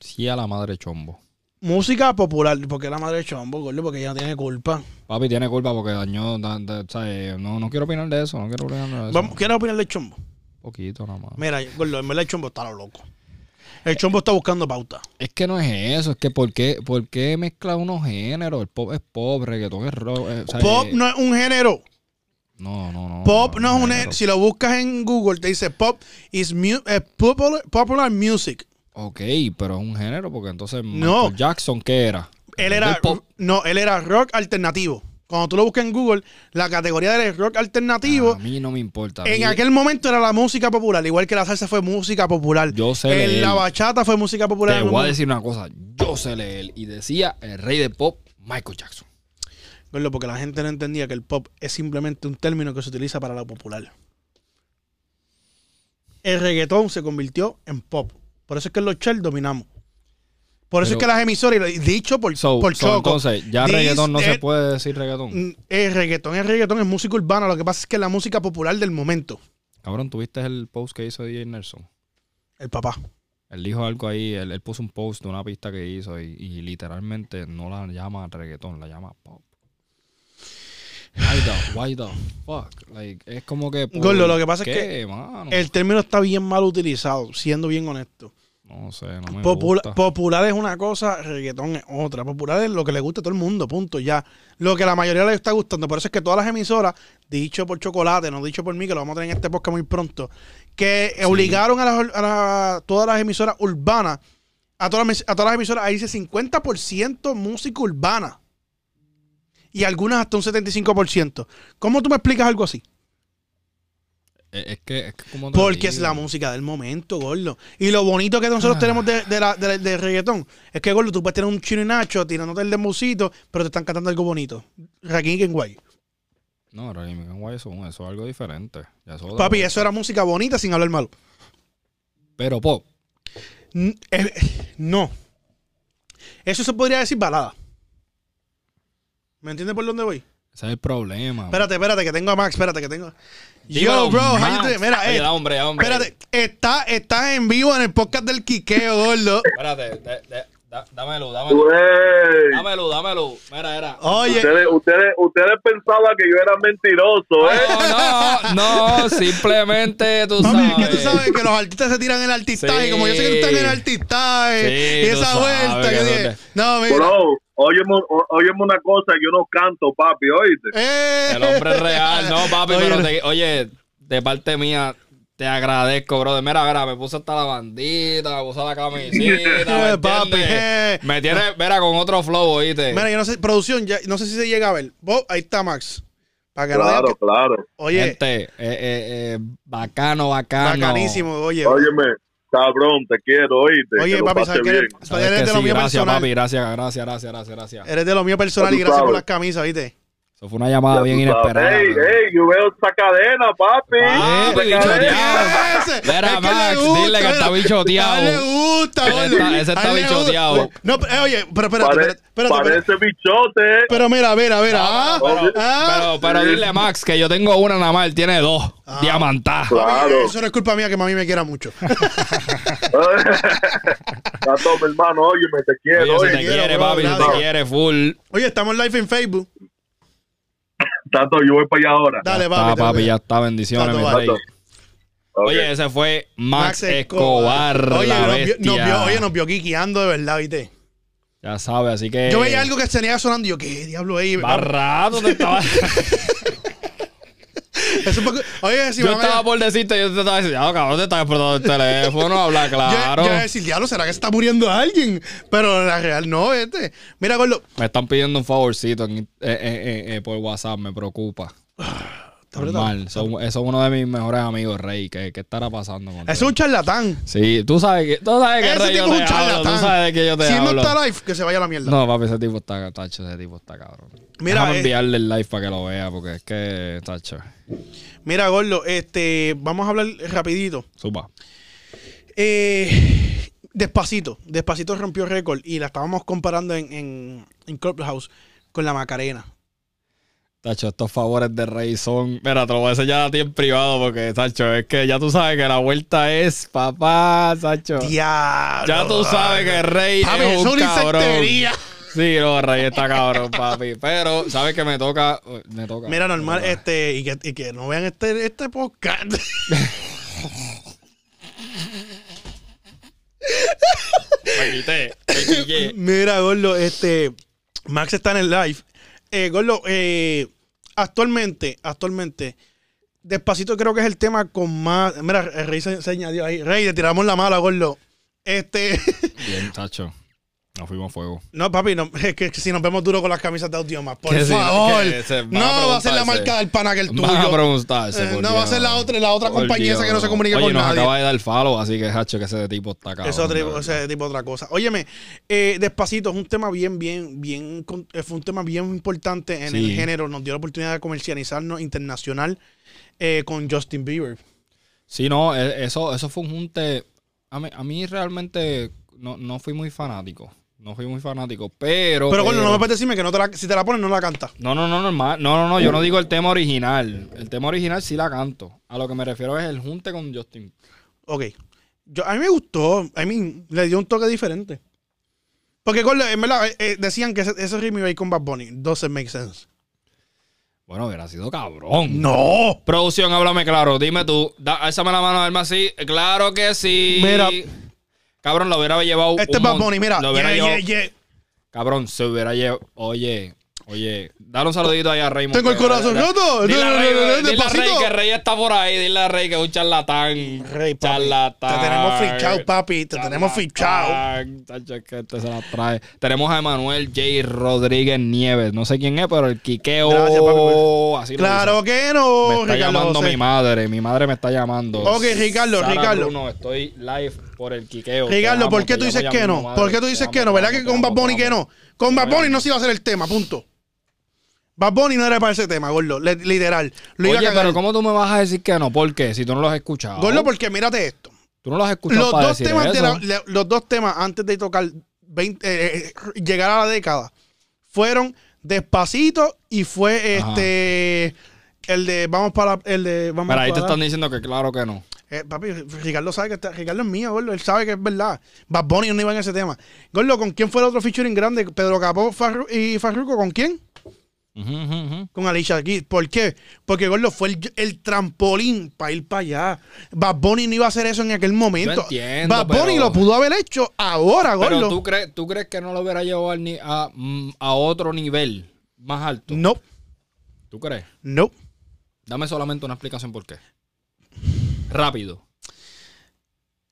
Speaker 3: Sí a la madre chombo.
Speaker 2: Música popular. Porque la madre de Chombo, gordo, porque ella no tiene culpa.
Speaker 3: Papi tiene culpa porque dañó, da- da- ¿sabes? No, no quiero opinar de eso, no quiero opinar de eso.
Speaker 2: Vamos, ¿Quieres opinar del Chombo?
Speaker 3: Un poquito nada más.
Speaker 2: Mira, gordo, en verdad el Chombo está lo loco. El Chombo está buscando pauta.
Speaker 3: Es que no es eso, es que ¿por qué, por qué mezcla unos géneros? El pop es pop, reggaetón es rock. eh, ¿sabes?
Speaker 2: Pop no es un género.
Speaker 3: No, no, no.
Speaker 2: Pop no es un género.
Speaker 3: género.
Speaker 2: Si lo buscas en Google, te dice pop is mu- eh, popular, popular music.
Speaker 3: Ok, pero es un género porque entonces
Speaker 2: No.
Speaker 3: Michael Jackson, ¿qué era?
Speaker 2: Él
Speaker 3: Del
Speaker 2: era,
Speaker 3: pop.
Speaker 2: no, él era rock alternativo. Cuando tú lo buscas en Google, la categoría del rock alternativo,
Speaker 3: A mí no me importa. a mí-
Speaker 2: en aquel momento era la música popular, igual que la salsa fue música popular.
Speaker 3: Yo sé
Speaker 2: Eh,
Speaker 3: leer.
Speaker 2: La bachata fue música popular.
Speaker 3: Te
Speaker 2: en el
Speaker 3: voy a
Speaker 2: mundo.
Speaker 3: decir una cosa. Yo sé leer. Y decía el rey del pop, Michael Jackson.
Speaker 2: Gordo, porque la gente no entendía que el pop es simplemente un término que se utiliza para lo popular. El reggaetón se convirtió en pop. Por eso es que en los chars dominamos. Por eso
Speaker 3: Pero-
Speaker 2: es que las emisoras, y dicho por,
Speaker 3: So,
Speaker 2: por
Speaker 3: so,
Speaker 2: Choco,
Speaker 3: entonces, ya
Speaker 2: This
Speaker 3: reggaetón no se
Speaker 2: is-
Speaker 3: puede decir reggaetón.
Speaker 2: mm, el reggaetón, el reggaetón es música urbana. Lo que pasa es que es la música popular del momento.
Speaker 3: Cabrón, ¿tuviste el post que hizo DJ Nelson?
Speaker 2: El papá.
Speaker 3: Él dijo algo ahí, él, él puso un post de una pista que hizo y, y literalmente no la llama reggaetón, la llama pop. Why the, why the fuck? Like, es como que... ¿por
Speaker 2: Gordo, lo que pasa es
Speaker 3: qué,
Speaker 2: que
Speaker 3: mano?
Speaker 2: El término está bien mal utilizado, siendo bien honesto.
Speaker 3: No sé, no me
Speaker 2: Popula-
Speaker 3: gusta.
Speaker 2: popular es una cosa, reggaetón es otra. Popular es lo que le gusta a todo el mundo, punto, ya. Lo que a la mayoría le está gustando. Por eso es que todas las emisoras, dicho por Chocolate, no dicho por mí, que lo vamos a tener en este podcast muy pronto, que obligaron a, las- a las- todas las emisoras urbanas, a todas, las- a todas las emisoras, a irse 50% música urbana. Y algunas hasta un 75%. ¿Cómo tú me explicas algo así?
Speaker 3: Es, Eh, es que, es que como te
Speaker 2: Porque es
Speaker 3: digo,
Speaker 2: la música del momento, gordo. Y lo bonito que nosotros
Speaker 3: Ah.
Speaker 2: tenemos de, de la- de- de reggaetón es que, gordo, tú puedes tener un chino y nacho tirándote el dembocito, pero te están cantando algo bonito. Rakim en guay.
Speaker 3: No, Rakim Kenway, eso, eso es algo diferente. Ya eso es otra
Speaker 2: Papi,
Speaker 3: cosa.
Speaker 2: eso era música bonita sin hablar malo.
Speaker 3: Pero pop.
Speaker 2: N- eh, No. Eso se podría decir balada. ¿Me entiendes por dónde voy?
Speaker 3: Ese es el problema.
Speaker 2: Espérate, espérate, que tengo a Max, espérate, que tengo.
Speaker 3: Dímelo,
Speaker 2: Yo, bro, how you
Speaker 3: Max.
Speaker 2: doing? Mira,
Speaker 3: Oye,
Speaker 2: eh,
Speaker 3: da, hombre, da, hombre.
Speaker 2: espérate, estás está en vivo en el podcast del Quiqueo, gordo.
Speaker 3: Espérate, de- de- da- dámelo, dámelo.
Speaker 1: Güey,
Speaker 3: Dámelo, dámelo. Mira, era.
Speaker 2: Oye,
Speaker 1: ustedes, ustedes, ustedes pensaban que yo era mentiroso, ¿eh?
Speaker 3: No, no, no, simplemente tú
Speaker 2: Papi,
Speaker 3: sabes.
Speaker 2: es que tú sabes que los artistas se tiran en el artistaje.
Speaker 3: Sí.
Speaker 2: Como yo sé que tú estás en el artistaje
Speaker 3: Sí,
Speaker 2: eh, y esa
Speaker 3: tú sabes
Speaker 2: vuelta.
Speaker 3: que
Speaker 2: que
Speaker 3: tú
Speaker 2: dije,
Speaker 3: te-
Speaker 2: No, mira.
Speaker 1: Bro, Óyeme, ó- óyeme una cosa, yo no canto, papi, oíste.
Speaker 2: ¡Eh!
Speaker 3: El hombre es real, no, papi,
Speaker 2: Oye,
Speaker 3: pero te- oye, de parte mía, te agradezco, brother. Mira, mira, me puse hasta la bandita, me puse la camisita.
Speaker 2: Eh,
Speaker 3: ¿me
Speaker 2: papi,
Speaker 3: entiendes?
Speaker 2: eh.
Speaker 3: Me tienes, mira, con otro flow, oíste.
Speaker 2: Mira, yo no sé, producción, ya, no sé si se llega a ver. Bob, ahí está Max. Para que lo vean
Speaker 1: Claro,
Speaker 2: que-
Speaker 1: claro.
Speaker 2: Oye,
Speaker 3: Gente, ah, eh, eh, eh, bacano, bacano.
Speaker 2: bacanísimo, oye.
Speaker 1: Óyeme, cabrón, te quiero, oíste.
Speaker 2: Oye,
Speaker 1: que lo
Speaker 2: papi,
Speaker 1: pase
Speaker 2: ¿sabes qué?
Speaker 1: bien.
Speaker 3: Sabes
Speaker 2: Eres
Speaker 3: que
Speaker 2: de lo
Speaker 3: sí,
Speaker 2: mío
Speaker 3: gracias,
Speaker 2: personal.
Speaker 3: papi, gracias, gracias, gracias, gracias, gracias.
Speaker 2: Eres de lo mío personal
Speaker 1: Ya
Speaker 2: y
Speaker 1: tú
Speaker 2: gracias por
Speaker 1: sabes.
Speaker 2: las camisas, ¿viste?
Speaker 3: Eso fue una llamada
Speaker 1: Ya
Speaker 3: bien
Speaker 1: tú
Speaker 3: inesperada.
Speaker 1: sabes. Ey,
Speaker 3: mano.
Speaker 1: ey, yo veo esa cadena, papi.
Speaker 3: Ah,
Speaker 1: Esa
Speaker 3: bicho,
Speaker 1: cadena.
Speaker 3: ya.
Speaker 2: Ah, ese,
Speaker 3: Mira,
Speaker 2: Eh, pues, es que
Speaker 3: Max,
Speaker 2: le gusta,
Speaker 3: dile que
Speaker 2: mira.
Speaker 3: está bichoteado.
Speaker 2: A él le gusta,
Speaker 3: Ese
Speaker 2: gordo.
Speaker 3: está- ese está
Speaker 2: A él le gusta.
Speaker 3: bichoteado.
Speaker 2: No, pero, eh, oye, pero espérate,
Speaker 1: Pare-
Speaker 2: espérate, espérate, espérate.
Speaker 1: parece bichote. ¿eh?
Speaker 2: Pero mira, mira, mira. ah,
Speaker 3: Pero,
Speaker 2: ah.
Speaker 3: pero, pero dile, Max, que yo tengo una nada más, él tiene dos. Diamantadas.
Speaker 1: Claro.
Speaker 2: Oye, Eso no es culpa mía que mami me quiera mucho.
Speaker 1: Tato, mi hermano, óyeme, te quiero.
Speaker 3: Oye,
Speaker 1: Oye,
Speaker 3: se te
Speaker 2: quiero,
Speaker 3: quiere,
Speaker 2: bro,
Speaker 3: papi, se te
Speaker 2: gracias.
Speaker 3: quiere, full.
Speaker 2: Oye, estamos live en Facebook.
Speaker 1: Tato, yo voy para allá ahora.
Speaker 2: Dale,
Speaker 3: Está,
Speaker 2: papi. te-
Speaker 3: Ah, papi, ya está, bendiciones,
Speaker 2: Tato,
Speaker 3: mi
Speaker 2: bye.
Speaker 3: rey.
Speaker 1: Tato. Ok.
Speaker 3: Oye, ese fue Max,
Speaker 2: Escobar.
Speaker 3: Escobar,
Speaker 2: Oye,
Speaker 3: la
Speaker 2: nos vio,
Speaker 3: bestia.
Speaker 2: nos vio- oye, nos vio guiqueando de verdad, ¿viste?
Speaker 3: Ya sabe, así que...
Speaker 2: Yo veía algo que se tenía sonando y yo, ¿qué diablo es?
Speaker 3: Barrado te estaba...
Speaker 2: Eso es porque- oye, si
Speaker 3: yo
Speaker 2: mamá-
Speaker 3: estaba por decirte, yo te estaba diciendo, ah, cabrón, te estás explotando el teléfono, habla
Speaker 2: yo-
Speaker 3: claro.
Speaker 2: Yo iba a decir, diablo, ¿será que se está muriendo alguien? Pero la real no, este. Mira, Gordo.
Speaker 3: Me están pidiendo un favorcito en- eh, eh, eh, eh, por WhatsApp, me preocupa.
Speaker 2: Está apretado.
Speaker 3: Normal. Son- eso es uno de mis mejores amigos, Rey. ¿Qué, qué estará pasando con
Speaker 2: Es
Speaker 3: Rey?
Speaker 2: un charlatán.
Speaker 3: Sí, tú sabes que, tú sabes que
Speaker 2: Ese
Speaker 3: Rey yo
Speaker 2: tipo es un
Speaker 3: te hablo,
Speaker 2: charlatán.
Speaker 3: Tú sabes de que yo te
Speaker 2: si
Speaker 3: hablo.
Speaker 2: no está live, que se vaya a la mierda.
Speaker 3: No, papi, ese tipo está, tacho, ese tipo está cabrón.
Speaker 2: Mira,
Speaker 3: Déjame
Speaker 2: eh,
Speaker 3: enviarle el live para que lo vea, porque es que, tacho,
Speaker 2: Mira, Gordo, este, vamos a hablar rapidito.
Speaker 3: suba.
Speaker 2: Eh, despacito, despacito rompió récord y la estábamos comparando en, en, en Clubhouse con la Macarena.
Speaker 3: Tacho, estos favores de Rey son... Mira, te lo voy a enseñar a ti en privado, porque, tacho, es que ya tú sabes que la vuelta es, papá, tacho.
Speaker 2: Diablo.
Speaker 3: Ya tú sabes que Rey
Speaker 2: Papi,
Speaker 3: es
Speaker 2: eso es
Speaker 3: un
Speaker 2: una
Speaker 3: cabrón.
Speaker 2: insectería.
Speaker 3: Sí, no, Rey está cabrón, papi. Pero, ¿sabes que me toca? Me toca.
Speaker 2: Mira, normal,
Speaker 3: Me toca.
Speaker 2: este, y que, y que no vean este, este podcast.
Speaker 3: Me quité, me quillé.
Speaker 2: Mira, Gordo, este, Max está en el live. Eh, Gordo, eh, actualmente, actualmente, despacito creo que es el tema con más. Mira, el Rey se, se añadió ahí. Rey, te tiramos la mala, Gordo. Este.
Speaker 3: Bien, tacho. Nos fuimos a fuego.
Speaker 2: No, papi, no, es que si nos vemos duro con las camisas de Audiomas, por
Speaker 3: Que si-
Speaker 2: favor.
Speaker 3: que se va
Speaker 2: no
Speaker 3: a
Speaker 2: va a ser la
Speaker 3: preguntarse.
Speaker 2: marca del pana que el tuyo.
Speaker 3: Vas a preguntarse.
Speaker 2: Eh,
Speaker 3: por
Speaker 2: no
Speaker 3: Dios.
Speaker 2: va a ser la otra, la otra
Speaker 3: Por
Speaker 2: compañía esa
Speaker 3: Dios.
Speaker 2: que no se comunica
Speaker 3: Oye,
Speaker 2: con
Speaker 3: nos
Speaker 2: nadie.
Speaker 3: acaba de dar follow, así que, tacho, que ese tipo está cabrón.
Speaker 2: Eso
Speaker 3: de
Speaker 2: otro-
Speaker 3: verdad.
Speaker 2: ese tipo de otra cosa. Óyeme, eh, despacito, es un tema bien, bien, bien, con- eh, fue un tema bien importante en
Speaker 3: Sí.
Speaker 2: el género. Nos dio la oportunidad de comercializarnos internacional eh, con Justin Bieber.
Speaker 3: Sí, no, e- eso, eso fue un junte. A mí, a mí realmente no, no fui muy fanático. No fui muy fanático, pero.
Speaker 2: Pero bueno, no me
Speaker 3: pero-
Speaker 2: puedes decirme que no te la- si te la pones, no la canta.
Speaker 3: No, no, no, normal. No, no, no, yo no digo el tema original. El tema original sí la canto. A lo que me refiero es el junte con Justin.
Speaker 2: Ok. Yo, a mí me gustó. A mí le dio un toque diferente. Porque, con la- en verdad, eh, eh, decían que ese, ese ritmo iba a ir con Bad Bunny. Doesn't make sense.
Speaker 3: Bueno, hubiera sido cabrón.
Speaker 2: ¡No!
Speaker 3: Producción, háblame claro. Dime tú. Da, álzame la mano, Alma, sí. Claro que sí.
Speaker 2: Mira.
Speaker 3: Cabrón, lo hubiera llevado.
Speaker 2: Este es
Speaker 3: un
Speaker 2: Bad
Speaker 3: mon-
Speaker 2: Bunny, mira.
Speaker 3: Lo hubiera
Speaker 2: Yeah,
Speaker 3: llevado-
Speaker 2: yeah, yeah.
Speaker 3: Cabrón, se hubiera llevado. Oye, oye. Dale un saludito ahí a Raymond.
Speaker 2: Tengo el
Speaker 3: que-
Speaker 2: corazón
Speaker 3: dale-
Speaker 2: roto.
Speaker 3: Dile a
Speaker 2: No, no,
Speaker 3: Rey,
Speaker 2: no, no, no,
Speaker 3: dile a Rey
Speaker 2: despacito.
Speaker 3: que Rey está por ahí. Dile a Rey que es un charlatán.
Speaker 2: Rey, papi,
Speaker 3: charlatán.
Speaker 2: Te tenemos
Speaker 3: eh,
Speaker 2: fichado, papi. Te tenemos fichado.
Speaker 3: Charlatán. Tacho, es que este se la trae. Tenemos a Emanuel J. Rodríguez Nieves. No sé quién es, pero el Quiqueo.
Speaker 2: Gracias, papi. pues.
Speaker 3: Así lo
Speaker 2: Claro
Speaker 3: dice.
Speaker 2: que
Speaker 3: Me
Speaker 2: no,
Speaker 3: está
Speaker 2: Ricardo
Speaker 3: llamando
Speaker 2: José.
Speaker 3: mi madre. Mi madre me está llamando.
Speaker 2: Ok, Ricardo,
Speaker 3: Sara
Speaker 2: Ricardo.
Speaker 3: Bruno, estoy live por el Quiqueo. Te
Speaker 2: Ricardo,
Speaker 3: amo,
Speaker 2: ¿por qué
Speaker 3: te
Speaker 2: tú
Speaker 3: llamo
Speaker 2: dices
Speaker 3: ya
Speaker 2: que
Speaker 3: mismo,
Speaker 2: no?
Speaker 3: madre.
Speaker 2: ¿Por qué tú
Speaker 3: Te
Speaker 2: dices
Speaker 3: amo,
Speaker 2: que no?
Speaker 3: te
Speaker 2: ¿Verdad
Speaker 3: amo,
Speaker 2: que
Speaker 3: te
Speaker 2: con
Speaker 3: amo,
Speaker 2: Bad Bunny
Speaker 3: te
Speaker 2: que
Speaker 3: amo?
Speaker 2: no? Con Bad
Speaker 3: Te amo.
Speaker 2: Bunny no se iba a hacer el tema, punto. Bad Bunny no era para ese tema, gordo. le- Literal. Lo iba a
Speaker 3: Oye,
Speaker 2: cagar.
Speaker 3: pero ¿cómo tú me vas a decir que no? ¿Por qué? Si tú no los has escuchado.
Speaker 2: Gordo, porque mírate esto.
Speaker 3: Tú no los has escuchado
Speaker 2: Los
Speaker 3: para
Speaker 2: dos,
Speaker 3: decir
Speaker 2: temas de
Speaker 3: eso.
Speaker 2: la- la- los dos temas antes de tocar 20, eh, eh, llegar a la década fueron Despacito y fue
Speaker 3: Ajá.
Speaker 2: este el de vamos para el de vamos
Speaker 3: Mira, ahí te
Speaker 2: para-
Speaker 3: están diciendo que claro que no.
Speaker 2: Eh, papi, Ricardo sabe que está- Ricardo es mío, gordo. Él sabe que es verdad. Bad Bunny no iba en ese tema. Gordo, ¿con quién fue el otro featuring grande? Pedro Capó Farru- y Farruko, ¿con quién?
Speaker 3: Ujú, ujú, ujú.
Speaker 2: con Alicia Keys. ¿Por qué? Porque Gordo fue el, el trampolín para ir para allá. Bad Bunny no iba a hacer eso en aquel momento.
Speaker 3: Yo entiendo,
Speaker 2: Bad Bunny
Speaker 3: pero-
Speaker 2: lo pudo haber hecho ahora,
Speaker 3: Pero
Speaker 2: Gordo.
Speaker 3: ¿tú, crees, tú crees que no lo hubiera llevado al ni- a, mm, a otro nivel más alto.
Speaker 2: No,
Speaker 3: ¿Tú crees?
Speaker 2: no.
Speaker 3: Dame solamente una explicación por qué. Rápido.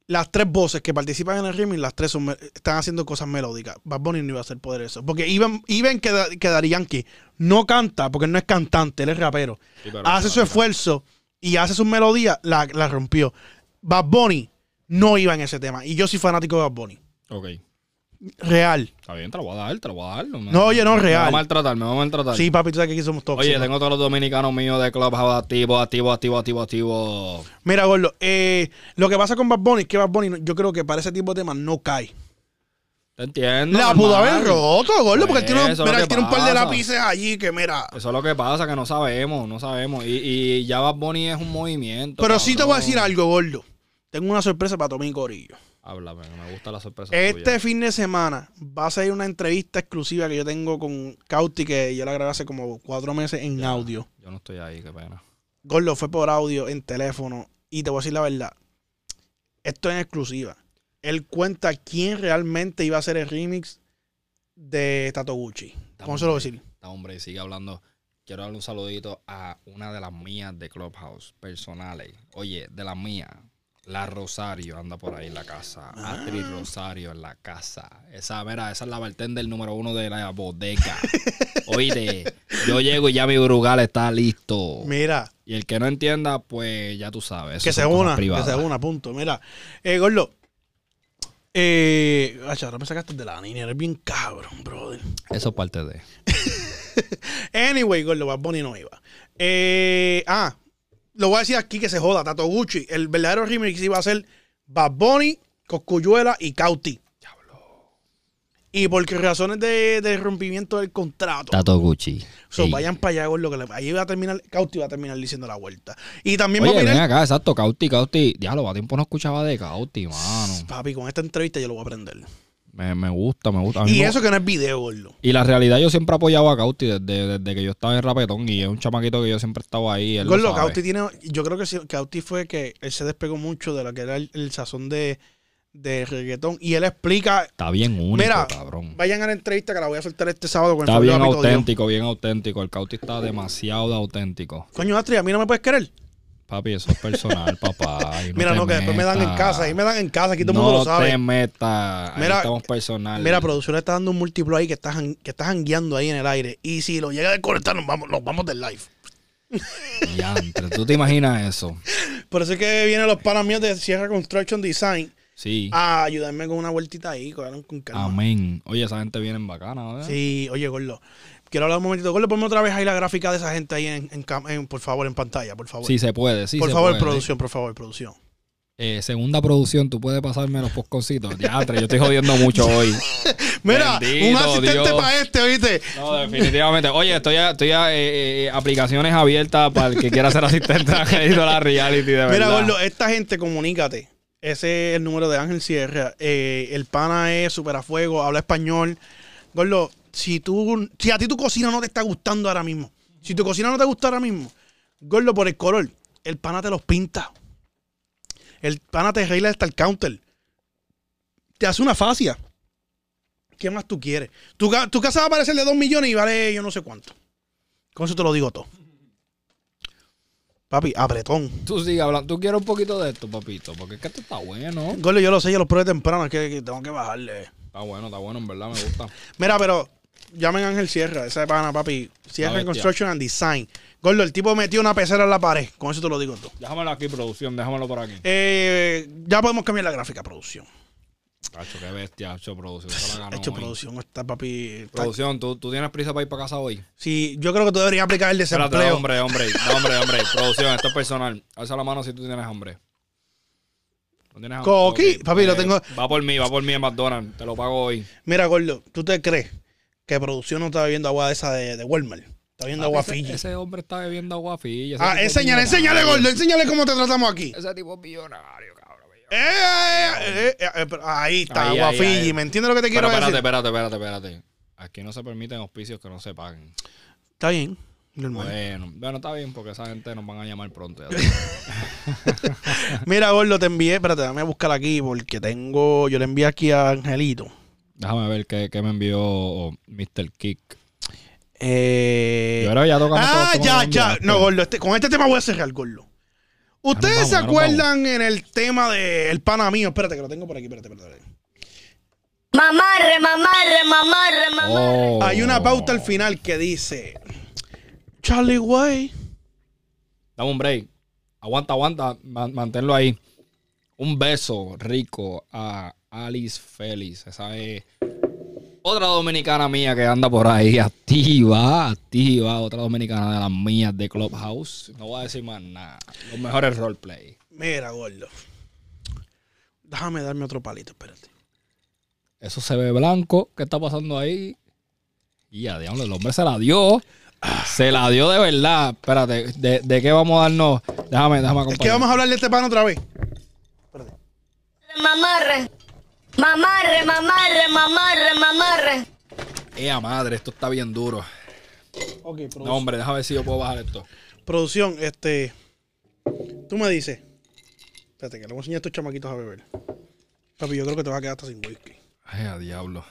Speaker 2: Las tres voces que participan en el remix, las tres son me- están haciendo cosas melódicas. Bad Bunny no iba a hacer poder eso. Porque iban, iban que, Da- que Daddy Yankee no canta, porque él no es cantante, él es rapero.
Speaker 3: Sí, pero-
Speaker 2: hace su esfuerzo y hace sus melodías, la, la rompió. Bad Bunny no iba en ese tema. Y yo soy fanático de Bad Bunny.
Speaker 3: Ok.
Speaker 2: Real.
Speaker 3: Está bien, te la voy a dar, te la voy a dar. me-
Speaker 2: No, oye, no,
Speaker 3: Me va a
Speaker 2: real.
Speaker 3: maltratar, me va a maltratar.
Speaker 2: Sí, papi, tú sabes que aquí somos todos.
Speaker 3: Oye, tengo todos los dominicanos míos de Clubhouse activo, activo, activo, activo, activo.
Speaker 2: Mira, Gordo, eh, lo que pasa con Bad Bunny es que Bad Bunny, no- yo creo que para ese tipo de temas no cae.
Speaker 3: Te entiendo.
Speaker 2: la
Speaker 3: normal.
Speaker 2: pudo haber roto, Gordo, porque él
Speaker 3: Pues,
Speaker 2: tiene, un-
Speaker 3: eso es
Speaker 2: mira,
Speaker 3: lo
Speaker 2: él
Speaker 3: que
Speaker 2: tiene un par de
Speaker 3: pasa.
Speaker 2: lápices allí que, mira.
Speaker 3: Eso es lo que pasa, que no sabemos, no sabemos. Y, y ya Bad Bunny es un movimiento.
Speaker 2: Pero sí te voy a
Speaker 3: cabrón.
Speaker 2: decir algo, Gordo. Tengo una sorpresa para Tommy Corillo.
Speaker 3: Háblame, que me gusta la sorpresa.
Speaker 2: Este
Speaker 3: tuya.
Speaker 2: fin de semana va a salir una entrevista exclusiva que yo tengo con Cauti, que yo la grabé hace como cuatro meses en audio.
Speaker 3: Yo no estoy ahí, qué pena.
Speaker 2: Gordo fue por audio en teléfono. Y te voy a decir la verdad. Esto es en exclusiva. Él cuenta quién realmente iba a hacer el remix de Tato Gucci. ¿Cómo se lo voy a decir?
Speaker 3: Está, hombre, sigue hablando. Quiero darle un saludito a una de las mías de Clubhouse, personales. Oye, de las mías. La Rosario anda por ahí en la casa.
Speaker 2: Ah.
Speaker 3: Atriz Rosario en la casa. Esa, mira, esa es la bartender número uno de la bodega. Oíste, yo llego y ya mi brugal está listo.
Speaker 2: Mira,
Speaker 3: Y el que no entienda, pues ya tú sabes.
Speaker 2: que
Speaker 3: eso
Speaker 2: se
Speaker 3: Oh, son cosas
Speaker 2: una, que
Speaker 3: privadas.
Speaker 2: se una, punto. Mira, eh, Gordo. Eh, ay, ahora me sacaste de la niña, eres bien cabrón, brother.
Speaker 3: Eso es parte de.
Speaker 2: Anyway, Gordo, Bad Bunny no iba. Eh, ah, lo voy a decir aquí que se joda, Tato Gucci. El verdadero remix iba a ser Bad Bunny, Coscuyuela y Cauti. Y por razones de, de rompimiento del contrato.
Speaker 3: Tato Gucci.
Speaker 2: So,
Speaker 3: Ey.
Speaker 2: vayan para allá, Gordo, que le- ahí va a terminar, Cauti va a terminar diciendo la vuelta. Y también va a
Speaker 3: Oye,
Speaker 2: opinar-
Speaker 3: ven acá, exacto, Cauti, Cauti. Diablo, a tiempo no escuchaba de Cauti, mano.
Speaker 2: Papi, con esta entrevista yo lo voy a aprender.
Speaker 3: Me, me gusta, me gusta. A mí
Speaker 2: Y
Speaker 3: me-
Speaker 2: eso que no es video, gordo.
Speaker 3: y la realidad, yo siempre apoyaba a Cauti desde, desde que yo estaba en Rapetón y es un chamaquito que yo siempre estaba ahí. Él lo
Speaker 2: Gordo,
Speaker 3: sabe.
Speaker 2: Cauti tiene. Yo creo que sí, Cauti fue que él se despegó mucho de lo que era el, el sazón de, de reggaetón. Y él explica.
Speaker 3: Está bien único,
Speaker 2: Mira,
Speaker 3: cabrón.
Speaker 2: vayan a la entrevista que la voy a soltar este sábado con el
Speaker 3: Está
Speaker 2: Fabio
Speaker 3: bien
Speaker 2: Apito,
Speaker 3: auténtico, bien auténtico. El Cauti está demasiado auténtico.
Speaker 2: Dios. Coño, Astrid, a mí no me puedes querer.
Speaker 3: Papi, eso es personal, papá. y
Speaker 2: Mira,
Speaker 3: te
Speaker 2: no, que después me dan en
Speaker 3: metas.
Speaker 2: casa. Ahí me dan en casa, aquí todo el
Speaker 3: no
Speaker 2: mundo lo
Speaker 3: te
Speaker 2: sabe.
Speaker 3: metas. Ahí
Speaker 2: Mira,
Speaker 3: estamos personal.
Speaker 2: Mira, producción está dando un múltiplo ahí que estás que está jangueando ahí en el aire. Y si lo llega a desconectar, nos vamos, nos vamos del live.
Speaker 3: Diantre, ¿tú te imaginas eso?
Speaker 2: Por eso es que vienen los panas míos de Sierra Construction Design
Speaker 3: Sí.
Speaker 2: a ayudarme con una vueltita ahí, cogieron con Ah, calma.
Speaker 3: Amén. Oye, esa gente viene en bacana, ¿verdad?
Speaker 2: Sí, oye, Gordo. Quiero hablar un momentito. Gordo, ponme otra vez ahí la gráfica de esa gente ahí, en, en cam- en- por favor, en pantalla, por favor.
Speaker 3: Sí, se puede, sí.
Speaker 2: por
Speaker 3: se
Speaker 2: favor,
Speaker 3: puede.
Speaker 2: producción, por favor, producción.
Speaker 3: Eh, segunda producción, tú puedes pasarme los posconcitos. Diantre, yo estoy jodiendo mucho hoy.
Speaker 2: Mira,
Speaker 3: Bendito
Speaker 2: un asistente
Speaker 3: Dios.
Speaker 2: para este, ¿viste?
Speaker 3: No, definitivamente. Oye, estoy a, estoy a, eh, eh, aplicaciones abiertas para el que quiera ser asistente a Crédito a la Reality, de verdad.
Speaker 2: Mira, Gordo, esta gente, comunícate. Ese es el número de Ángel Sierra. Eh, el pana es súper a fuego, habla español. Gordo, si tú, si a ti tu cocina no te está gustando ahora mismo, si tu cocina no te gusta ahora mismo, Gordo, por el color, el pana te los pinta. El pana te arregla hasta el counter. Te hace una fascia. ¿Qué más tú quieres? Tu, ca- tu casa va a parecer de 2 millones y vale yo no sé cuánto. Con eso te lo digo todo. Papi, apretón.
Speaker 3: Tú sigue hablando. Tú quieres un poquito de esto, papito, porque es que esto está bueno.
Speaker 2: Gordo, yo lo sé, yo lo probé temprano, es que, que tengo que bajarle.
Speaker 3: Está bueno, está bueno, en verdad, me gusta.
Speaker 2: Mira, pero llamen a Ángel Sierra, esa es pana, papi. Sierra
Speaker 3: La bestia.
Speaker 2: Construction and Design. Gordo, el tipo metió una pecera en la pared, con eso te lo digo todo.
Speaker 3: Déjamelo aquí, producción, déjamelo por aquí.
Speaker 2: Eh, ya podemos cambiar la gráfica, producción.
Speaker 3: Cacho, qué bestia, hecho producción. se la ganó
Speaker 2: Hecho,
Speaker 3: hoy.
Speaker 2: producción, está papi. está-
Speaker 3: Producción, ¿tú, tú tienes prisa para ir para casa hoy.
Speaker 2: Sí, yo creo que tú deberías aplicar el
Speaker 3: Espérate,
Speaker 2: desempleo.
Speaker 3: hombre, hombre, no, hombre, hombre. Producción, esto es personal. Alza la mano si tú tienes hambre. ¿No tienes hambre?
Speaker 2: Coqui,
Speaker 3: Ok.
Speaker 2: papi, lo
Speaker 3: Eh,
Speaker 2: tengo-
Speaker 3: Va por mí, va por mí en McDonald's. Te lo pago hoy.
Speaker 2: Mira, Gordo, ¿tú te crees que producción no está bebiendo agua de esa de, de Walmart? Está bebiendo agua
Speaker 3: Ah, Ese-
Speaker 2: Fiji.
Speaker 3: Ese hombre está bebiendo agua Fiji. ese tipo
Speaker 2: Ah,
Speaker 3: es
Speaker 2: enséñale, enséñale,
Speaker 3: millonario.
Speaker 2: Gordo, enséñale cómo te tratamos aquí.
Speaker 3: Ese tipo es millonario, cabrón. millonario.
Speaker 2: Eh, eh, eh, eh, eh, pero ahí está,
Speaker 3: Ahí,
Speaker 2: agua
Speaker 3: ahí,
Speaker 2: Fiji.
Speaker 3: ahí.
Speaker 2: ¿Me entiendes lo que te
Speaker 3: Pero
Speaker 2: quiero
Speaker 3: espérate,
Speaker 2: decir?
Speaker 3: espérate, espérate, espérate. Aquí no se permiten auspicios que no se paguen.
Speaker 2: Está bien. normal.
Speaker 3: Bueno, bueno, está bien porque esa gente nos van a llamar pronto. ya.
Speaker 2: Mira, Gordo, te envié. Espérate, déjame buscar aquí porque tengo. Yo le envié aquí a Angelito.
Speaker 3: Déjame ver qué, qué me envió Mr. Kick.
Speaker 2: Eh,
Speaker 3: Yo creo que ya tocamos
Speaker 2: Ah,
Speaker 3: todo,
Speaker 2: ya,
Speaker 3: todo lo que
Speaker 2: ya.
Speaker 3: enviaste.
Speaker 2: No, Gordo, este- con este tema voy a cerrar, Gordo.
Speaker 3: Ya
Speaker 2: ¿Ustedes
Speaker 3: nos
Speaker 2: se
Speaker 3: vamos, ya nos
Speaker 2: acuerdan en el tema del pana mío? Espérate, que lo tengo por aquí. Espérate, espérate. espérate.
Speaker 4: Mamarre, mamarre, mamarre, mamarre.
Speaker 3: Oh.
Speaker 2: Hay una pauta al final que dice: Charlie Way.
Speaker 3: Dame un break. Aguanta, aguanta. Man- manténlo ahí. Un beso rico a Alice Félix. Esa es otra dominicana mía que anda por ahí. Activa, activa. Otra dominicana de las mías de Clubhouse. No voy a decir más nada. Los mejores roleplay.
Speaker 2: Mira, Gordo. Déjame darme otro palito, espérate.
Speaker 3: Eso se ve blanco. ¿Qué está pasando ahí? Y a diablo, el hombre se la dio. Se la dio de verdad. Espérate, ¿de, de qué vamos a darnos? Déjame, déjame acompañar.
Speaker 2: Es que vamos a hablar de este pan otra vez.
Speaker 4: Mamarre. Mamarre, mamarre, mamarre, mamarre.
Speaker 3: Ea madre, esto está bien duro.
Speaker 2: Ok,
Speaker 3: No, hombre, déjame ver si yo puedo bajar esto.
Speaker 2: Producción, este. Tú me dices. Espérate, que le voy a enseñar a estos chamaquitos a beber. Papi, yo creo que te vas a quedar hasta sin whisky.
Speaker 3: Ay, a diablo.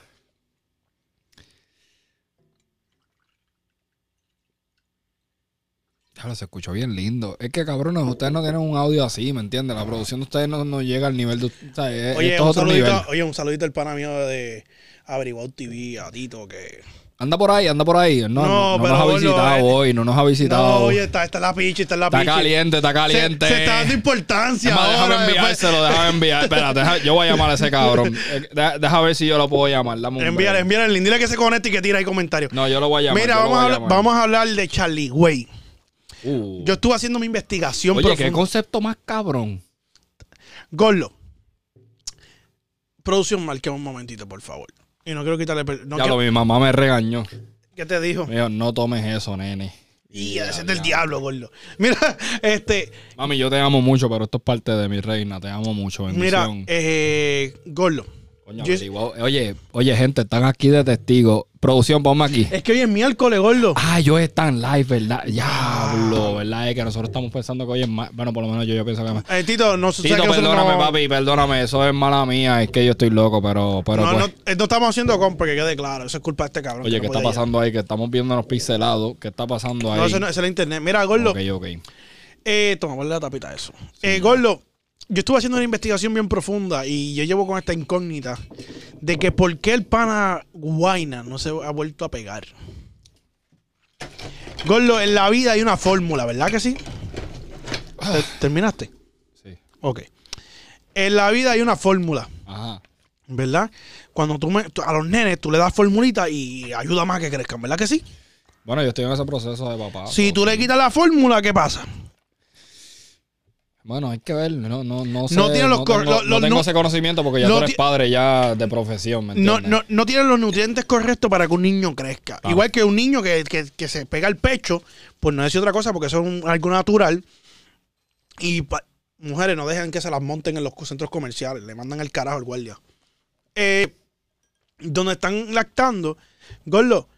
Speaker 3: Diablo, se escuchó bien lindo. Es que, cabrones, ustedes no tienen un audio así, ¿me entiendes? La producción de ustedes no, no llega al nivel de... o sea, es-
Speaker 2: Oye,
Speaker 3: esto
Speaker 2: un
Speaker 3: es otro nivel.
Speaker 2: saludito, oye, un saludito al pana mío de Averiguado TV, a Tito, que.
Speaker 3: Anda por ahí, anda por ahí. No,
Speaker 2: No,
Speaker 3: no, no
Speaker 2: pero
Speaker 3: nos ha
Speaker 2: Gordo,
Speaker 3: visitado
Speaker 2: eh,
Speaker 3: hoy, no nos ha visitado.
Speaker 2: No, oye, está, está la pichi, está la
Speaker 3: está
Speaker 2: pichi.
Speaker 3: caliente, está
Speaker 2: Se-
Speaker 3: caliente.
Speaker 2: Se, está dando importancia.
Speaker 3: Es más,
Speaker 2: ahora,
Speaker 3: déjame
Speaker 2: después-
Speaker 3: enviárselo, déjame enviar. Espérate, deja- yo voy a llamar a ese cabrón. Eh, Deja, deja ver si yo lo puedo llamar. Dame un
Speaker 2: Envíale,
Speaker 3: break.
Speaker 2: envíale el link. Dile que se conecte y que tire ahí comentarios.
Speaker 3: No, yo lo voy a llamar.
Speaker 2: Mira,
Speaker 3: yo lo
Speaker 2: vamos a,
Speaker 3: voy
Speaker 2: hablar, vamos a hablar de Charlie Way.
Speaker 3: llamar. Uh.
Speaker 2: Yo estuve haciendo mi investigación
Speaker 3: Oye, qué
Speaker 2: profunda.
Speaker 3: concepto más cabrón.
Speaker 2: Gorlo. Producción, marquemos un momentito, por favor. Y no quiero quitarle. per- No
Speaker 3: ya
Speaker 2: quiero-
Speaker 3: lo, mi mamá me regañó.
Speaker 2: ¿Qué te dijo?
Speaker 3: Me dijo, no tomes eso, nene.
Speaker 2: Y
Speaker 3: Ya,
Speaker 2: ese es del
Speaker 3: ya.
Speaker 2: diablo, gordo. Mira, este.
Speaker 3: Mami, yo te amo mucho, pero esto es parte de mi reina. Te amo mucho,
Speaker 2: Mira,
Speaker 3: bendición.
Speaker 2: eh, gordo.
Speaker 3: Coño,
Speaker 2: yo-
Speaker 3: averiguado. Oye, oye, gente, están aquí de testigo. Producción, ponme aquí.
Speaker 2: Es que hoy es miércoles, gordo.
Speaker 3: Ah, yo están live, ¿verdad? Diablo, ¿verdad? Es que nosotros estamos pensando que hoy es más. Bueno, por lo menos yo, yo pienso que es más.
Speaker 2: Eh, Tito, no sé
Speaker 3: Tito, perdóname, papi, perdóname. Eso es mala mía. Es que yo estoy loco, pero, pero
Speaker 2: no,
Speaker 3: pues.
Speaker 2: no, eh, no estamos haciendo compra, que quede claro. Eso es culpa de este cabrón.
Speaker 3: Oye,
Speaker 2: que
Speaker 3: ¿qué
Speaker 2: no
Speaker 3: está
Speaker 2: puede
Speaker 3: pasando ahí? Que estamos viendo los pixelados. ¿Qué está pasando
Speaker 2: llegar.
Speaker 3: ahí?
Speaker 2: No, eso no, eso es el internet. Mira, gordo.
Speaker 3: Ok, ok.
Speaker 2: Eh, toma, ponle la tapita a eso. Eh, Gordo, yo estuve haciendo una investigación bien profunda y yo llevo con esta incógnita de que por qué el pana Guaina no se ha vuelto a pegar. Gordo, en la vida hay una fórmula, ¿verdad que sí? Te- ¿Terminaste?
Speaker 3: Sí.
Speaker 2: Ok. En la vida hay una fórmula,
Speaker 3: Ajá.
Speaker 2: ¿verdad? Cuando tú, me- tú- a los nenes tú le das formulita y ayuda más a que crezcan, ¿verdad que sí?
Speaker 3: Bueno, yo estoy en ese proceso de papá.
Speaker 2: si tú le quitas la fórmula, ¿qué pasa?
Speaker 3: Bueno, hay que ver. No, no, no sé.
Speaker 2: No tiene los cor-
Speaker 3: tengo,
Speaker 2: lo- lo-
Speaker 3: no tengo
Speaker 2: no-
Speaker 3: ese conocimiento porque ya
Speaker 2: no
Speaker 3: tú eres
Speaker 2: ti-
Speaker 3: padre ya de profesión, ¿me
Speaker 2: no,
Speaker 3: entiendes?
Speaker 2: no, no tienen los nutrientes correctos para que un niño crezca.
Speaker 3: Claro.
Speaker 2: Igual que un niño que, que- que se pega el pecho, pues no es otra cosa, porque eso es un- algo natural. Y pa- mujeres no dejan que se las monten en los centros comerciales, le mandan el carajo al guardia. Eh, donde están lactando, Gordo,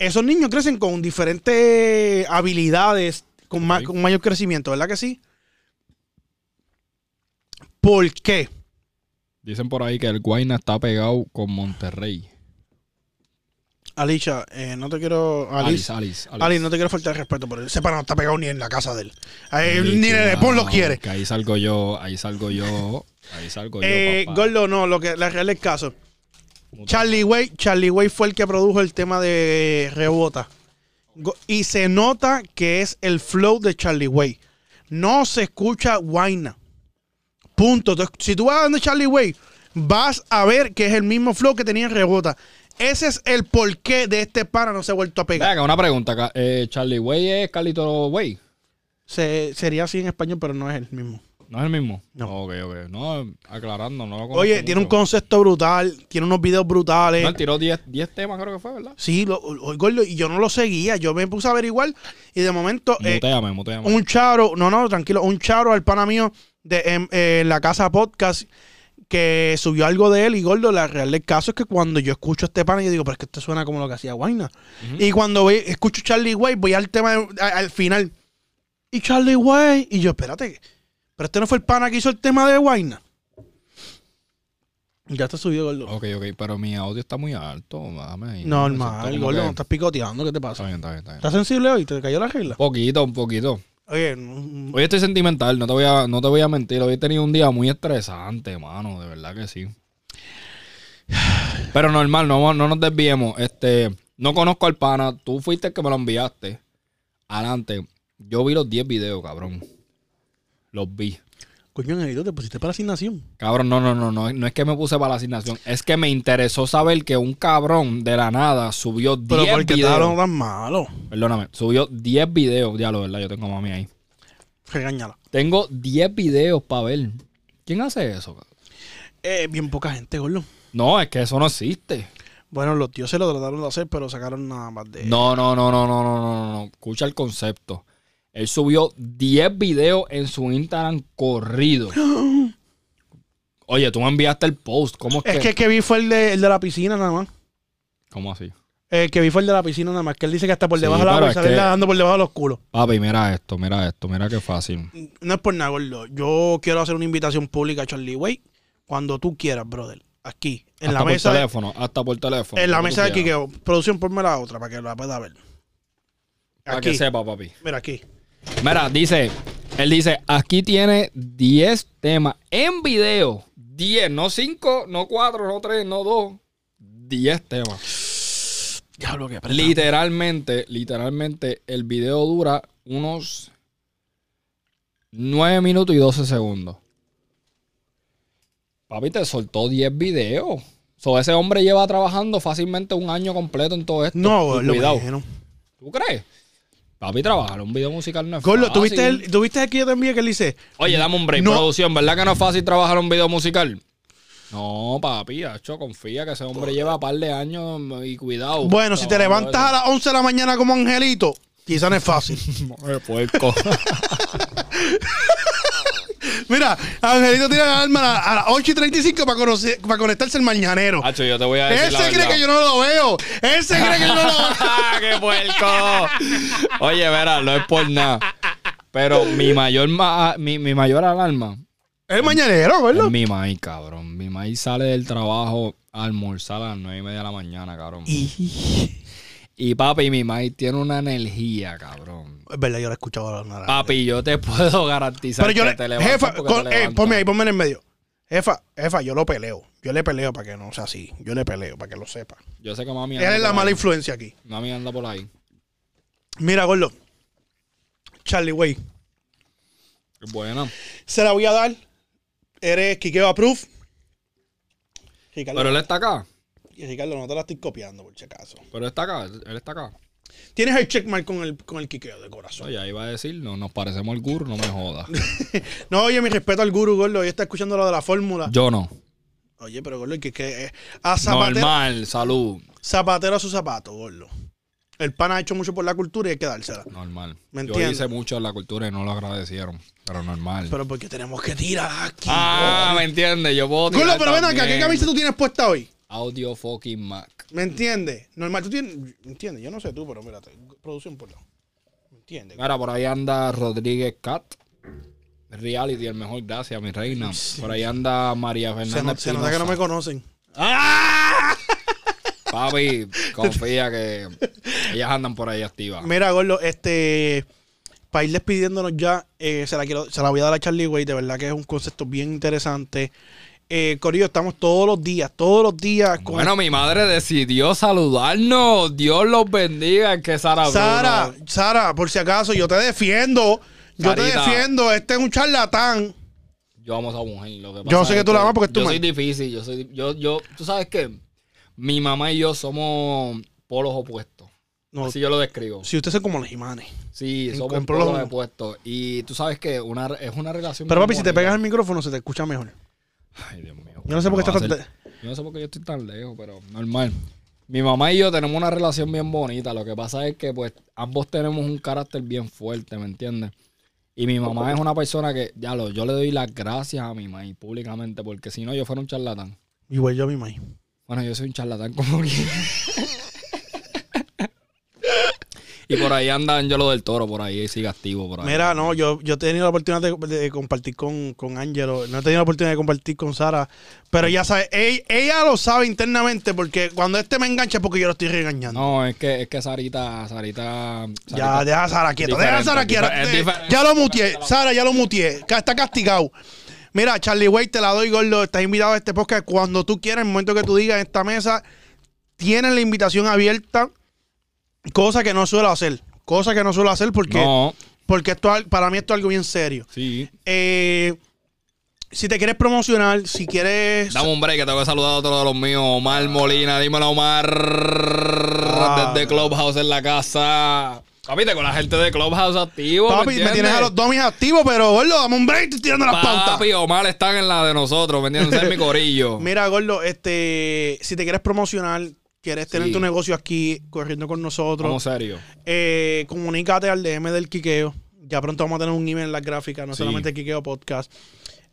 Speaker 2: esos niños crecen con diferentes habilidades, con, ma-
Speaker 3: Ok.
Speaker 2: con mayor crecimiento, ¿verdad que sí? ¿Por qué?
Speaker 3: Dicen por ahí que el Guayna está pegado con Monterrey.
Speaker 2: Alicia, eh, no te quiero... Alicia.
Speaker 3: Alice, Alice. Alice.
Speaker 2: Ali, no te quiero faltar el respeto, pero ese pana no está pegado ni en la casa de él. A él
Speaker 3: Sí,
Speaker 2: Eh, ni en el Depón lo
Speaker 3: cuidado,
Speaker 2: quiere.
Speaker 3: Que ahí salgo yo, ahí salgo yo, ahí salgo yo.
Speaker 2: Eh,
Speaker 3: papá.
Speaker 2: Gordo, no, lo que la real es caso.
Speaker 3: Puta.
Speaker 2: Charlie Way, Charlie Way fue el que produjo el tema de Rebota. Go- Y se nota que es el flow de Charlie Way. No se escucha Guayna. Punto. Tú- Si tú vas donde Charlie Way, vas a ver que es el mismo flow que tenía en Rebota. Ese es el porqué de este pana no se ha vuelto a
Speaker 3: Ven
Speaker 2: pegar.
Speaker 3: acá, una pregunta. ca- eh, Charlie Way es Carlito Way.
Speaker 2: Se- sería así en español, pero no es el mismo.
Speaker 3: ¿No es el mismo?
Speaker 2: No.
Speaker 3: Ok, ok. No, aclarando, no lo conozco
Speaker 2: Oye, tiene un
Speaker 3: mucho.
Speaker 2: concepto brutal, tiene unos videos brutales.
Speaker 3: No, él tiró 10 10 temas, creo que fue, ¿verdad?
Speaker 2: Sí, lo, o- gordo, y yo no lo seguía, yo me puse a averiguar y de momento eh,
Speaker 3: muteame, muteame.
Speaker 2: em, un charo, no, no, tranquilo, un charo al pana mío de en, eh, la casa podcast que subió algo de él y Gordo, la real del caso es que cuando yo escucho a este pana, yo digo, pero es que esto suena como lo que hacía Guayna. Y cuando voy- escucho Charlie Way, voy al tema, de- a- al final, y Charlie Way, y yo, espérate, pero este no fue el pana que hizo el tema de Guayna. Ya está subido, Gordo.
Speaker 3: Ok, ok, pero mi audio está muy alto. Dame ahí. Siento
Speaker 2: Normal,
Speaker 3: como
Speaker 2: Gordo,
Speaker 3: que-
Speaker 2: no estás picoteando, ¿qué te
Speaker 3: Está
Speaker 2: pasa?
Speaker 3: bien, está bien, está bien.
Speaker 2: ¿Estás sensible hoy? ¿Te cayó la regla?
Speaker 3: Un poquito, un poquito.
Speaker 2: Oye, mm,
Speaker 3: Hoy estoy sentimental, no te voy a, no te voy a mentir. Hoy he tenido un día muy estresante, mano, de verdad que sí. Pero normal, no, no nos desviemos. Este, no conozco al pana. Tú fuiste el que me lo enviaste. Adelante. Yo vi los 10 videos, cabrón. Los vi.
Speaker 2: coño, Negrito, te pusiste para la asignación.
Speaker 3: Cabrón, no, no, no, no. No es que me puse para la asignación. Es que me interesó saber que un cabrón de la nada subió
Speaker 2: Pero
Speaker 3: 10
Speaker 2: porque estás
Speaker 3: videos.
Speaker 2: hablando tan malo.
Speaker 3: Perdóname, subió 10 videos. Ya lo verdad, yo tengo a mami ahí.
Speaker 2: Regáñala.
Speaker 3: Tengo 10 videos para ver. ¿Quién hace eso? cabrón?
Speaker 2: Eh, bien poca gente, Gordo.
Speaker 3: No, es que eso no existe.
Speaker 2: Bueno, los tíos se lo trataron de hacer, pero sacaron nada más de.
Speaker 3: No, no, no, no, no, no, no, no. Escucha el concepto. Él subió 10 videos en su Instagram corrido. Oye, tú me enviaste el post. ¿Cómo es,
Speaker 2: Es que el que vi fue el de, el de la piscina nada más.
Speaker 3: ¿Cómo así?
Speaker 2: El que vi fue el de la piscina nada más. Que él dice que hasta por
Speaker 3: Sí,
Speaker 2: debajo de la
Speaker 3: pero
Speaker 2: agua
Speaker 3: es que-
Speaker 2: sale dando por debajo de los culos. Mm,
Speaker 3: Papi, mira esto, mira esto, mira qué fácil.
Speaker 2: No es por nada, gordo. Yo quiero hacer una invitación pública a Charlie Way cuando tú quieras, brother. Aquí, en
Speaker 3: hasta
Speaker 2: la
Speaker 3: por
Speaker 2: mesa. de-
Speaker 3: teléfono, hasta por teléfono.
Speaker 2: en la
Speaker 3: como tú
Speaker 2: mesa de aquí,
Speaker 3: quieras.
Speaker 2: que producción, ponme la otra para que la pueda ver.
Speaker 3: Para
Speaker 2: Aquí.
Speaker 3: que sepa, papi.
Speaker 2: Mira aquí.
Speaker 3: Mira, dice, él dice, aquí tiene 10 temas en video. 10, no 5, no 4, no 3, no 2. 10 temas.
Speaker 2: Diablo, que apretado.
Speaker 3: Literalmente, literalmente, el video dura unos 9 minutos y 12 segundos. Papi, te soltó 10 videos. So, ese hombre lleva trabajando fácilmente un año completo en todo esto.
Speaker 2: No,
Speaker 3: Y
Speaker 2: gordo.
Speaker 3: cuidado.
Speaker 2: menos.
Speaker 3: ¿Tú crees? Papi, trabajar un video musical no es
Speaker 2: Gordo,
Speaker 3: fácil.
Speaker 2: ¿tuviste el, ¿tuviste el que yo te envié que él dice?
Speaker 3: Oye, dame un break.
Speaker 2: No.
Speaker 3: Producción, ¿verdad que no es fácil trabajar un video musical? No, papi, Hacho, confía que ese hombre lleva par de años y cuidado.
Speaker 2: Bueno, si te
Speaker 3: Trabajando
Speaker 2: levantas a las 11 de la mañana como angelito, quizá no es fácil.
Speaker 3: eso. Eh, puerco.
Speaker 2: Mira, Angelito tiene la alarma a la- a las 8 y 35 para, conocer- para conectarse al mañanero.
Speaker 3: Hacho, yo te voy Ah, a decir.
Speaker 2: Él se cree que yo no lo veo. Él se cree que yo no lo veo.
Speaker 3: Ah, ¡Qué puerco! Oye, verá, no es por nada. Pero mi mayor, ma- mi, mi mayor alarma
Speaker 2: Es el mañanero,
Speaker 3: es
Speaker 2: ¿verdad?
Speaker 3: mi maíz, cabrón. Mi maíz sale del trabajo a almorzar a las nueve y media de la mañana, cabrón. Y papi, mi maíz tiene una energía, cabrón.
Speaker 2: Es verdad, yo lo he escuchado hablar nada.
Speaker 3: Papi, yo te puedo garantizar
Speaker 2: Pero yo
Speaker 3: que
Speaker 2: le.
Speaker 3: Ah, te levantas
Speaker 2: Jefa,
Speaker 3: porque
Speaker 2: con-
Speaker 3: te
Speaker 2: eh,
Speaker 3: levantas.
Speaker 2: ponme ahí, ponme en el medio. Jefa, jefa, yo lo peleo. Yo le peleo para que no sea así. Yo le peleo para que lo sepa.
Speaker 3: Yo sé que mami
Speaker 2: Él es la
Speaker 3: por
Speaker 2: mala
Speaker 3: ahí.
Speaker 2: influencia aquí.
Speaker 3: Mami anda por ahí.
Speaker 2: Mira, Gordo. Charlie Way.
Speaker 3: Buena.
Speaker 2: Se la voy a dar. Eres Kikeo Approve. Ricardo,
Speaker 3: Pero él está acá.
Speaker 2: y Ricardo, no te la estoy copiando por si acaso.
Speaker 3: Pero él está acá. Él está acá.
Speaker 2: Tienes el checkmark con el, con el Kikeo de corazón.
Speaker 3: Oye, ahí va a decir, no, nos parecemos al guru, no me jodas.
Speaker 2: No, oye, mi respeto al guru, Gordo. Hoy está escuchando lo de la fórmula.
Speaker 3: Yo no.
Speaker 2: Oye, pero Gordo, que, que eh, a zapatero,
Speaker 3: Normal, salud.
Speaker 2: zapatero a su zapato, Gordo. El pan ha hecho mucho por la cultura y hay que dársela.
Speaker 3: Normal.
Speaker 2: Me
Speaker 3: yo
Speaker 2: entiendo.
Speaker 3: hice mucho en la cultura y no lo agradecieron. Pero normal.
Speaker 2: Pero porque tenemos que tirar aquí.
Speaker 3: ah, me entiendes. Yo puedo.
Speaker 2: Gordo,
Speaker 3: tirar
Speaker 2: Gordo, pero ven acá,
Speaker 3: también.
Speaker 2: ¿qué camisa tú tienes puesta hoy?
Speaker 3: Audio fucking Mac.
Speaker 2: ¿Me entiendes? Normal, tú tienes. ¿Me entiendes? Yo no sé tú, pero mírate. Producción por lado. ¿Me entiendes?
Speaker 3: Mira, por ahí anda Rodríguez Cat. Reality, el mejor, gracias, mi reina. Por ahí anda María
Speaker 2: Se,
Speaker 3: Fernanda.
Speaker 2: no- se nota que no me conocen.
Speaker 3: Papi, confía que ellas andan por ahí activas.
Speaker 2: Mira, Gordo, este. Para ir despidiéndonos ya, eh, se, la quiero, se la voy a dar a Charlie Way. De verdad que es un concepto bien interesante. Eh, Corillo, estamos todos los días, todos los días con
Speaker 3: Bueno, mi madre decidió saludarnos. Dios los bendiga. Que Sara. Bruno.
Speaker 2: Sara, Sara, por si acaso, yo te defiendo. Yo te
Speaker 3: Sarita.
Speaker 2: defiendo. Este es un charlatán.
Speaker 3: Yo amo a esa mujer. Lo que pasa
Speaker 2: Yo sé
Speaker 3: es
Speaker 2: que tú la amas porque es tu
Speaker 3: Yo
Speaker 2: madre.
Speaker 3: soy difícil. Yo soy. Yo, yo, tú sabes que mi mamá y yo somos polos opuestos.
Speaker 2: No,
Speaker 3: Así yo lo describo.
Speaker 2: Si usted es como los imanes.
Speaker 3: Sí,
Speaker 2: en-
Speaker 3: somos
Speaker 2: en polos
Speaker 3: polos
Speaker 2: no.
Speaker 3: opuestos. Y tú sabes que una, es una relación.
Speaker 2: Pero
Speaker 3: bien
Speaker 2: papi, si te
Speaker 3: bonita.
Speaker 2: pegas el micrófono, se te escucha mejor.
Speaker 3: Ay, Dios mío.
Speaker 2: Yo no sé por qué
Speaker 3: Me va
Speaker 2: estás
Speaker 3: a hacer- Yo no sé por qué yo estoy tan lejos, pero normal. Mi mamá y yo tenemos una relación bien bonita. Lo que pasa es que, pues, ambos tenemos un carácter bien fuerte, ¿me entiendes? Y mi mamá es una persona que, ya lo, yo le doy las gracias a mi mamá públicamente, porque si no, yo fuera un charlatán.
Speaker 2: Igual yo a mi maíz.
Speaker 3: Bueno, yo soy un charlatán como que. y por ahí anda Angelo del Toro, por ahí sigue activo, por ahí.
Speaker 2: Mira, no, yo, yo he tenido la oportunidad de, de compartir con, con Angelo, no he tenido la oportunidad de compartir con Sara, pero ella sabe, ella, ella lo sabe internamente porque cuando este me engancha es porque yo lo estoy regañando.
Speaker 3: No, es que, es que Sarita, Sarita.
Speaker 2: ya,
Speaker 3: Sarita-
Speaker 2: deja a Sara quieta,
Speaker 3: Diferente,
Speaker 2: deja a Sara quieta.
Speaker 3: difer- es
Speaker 2: Eh,
Speaker 3: diferente.
Speaker 2: Ya lo mutié, Sara, ya lo mutié, ca- está castigado. Mira, Charlie Way, te la doy, gordo, estás invitado a este podcast cuando tú quieras, en el momento que tú digas en esta mesa, tienen la invitación abierta, cosa que no suelo hacer, cosa que no suelo hacer porque,
Speaker 3: No,
Speaker 2: porque esto, al- para mí esto es algo bien serio.
Speaker 3: sí.
Speaker 2: Eh, si te quieres promocionar, si quieres.
Speaker 3: Dame un break, que tengo que saludar a otro de los míos, Omar Molina. Dímelo, Omar.
Speaker 2: Ah.
Speaker 3: Desde Clubhouse en la casa. Papita, con la gente de Clubhouse activo.
Speaker 2: Papi, me tienes
Speaker 3: entiendes?
Speaker 2: a los domis activos, pero gordo, dame un break, estoy tirando las pautas.
Speaker 3: Papi, Omar están en la de nosotros, ¿me entiendes? Ese es mi corillo.
Speaker 2: Mira, gordo, este, si te quieres promocionar, quieres tener
Speaker 3: Sí.
Speaker 2: tu negocio aquí corriendo con
Speaker 3: Vamos
Speaker 2: nosotros,
Speaker 3: serio.
Speaker 2: eh, comunícate al DM del Quiqueo. Ya pronto vamos a tener un email en las gráficas, no
Speaker 3: Sí.
Speaker 2: solamente el Quiqueo Podcast.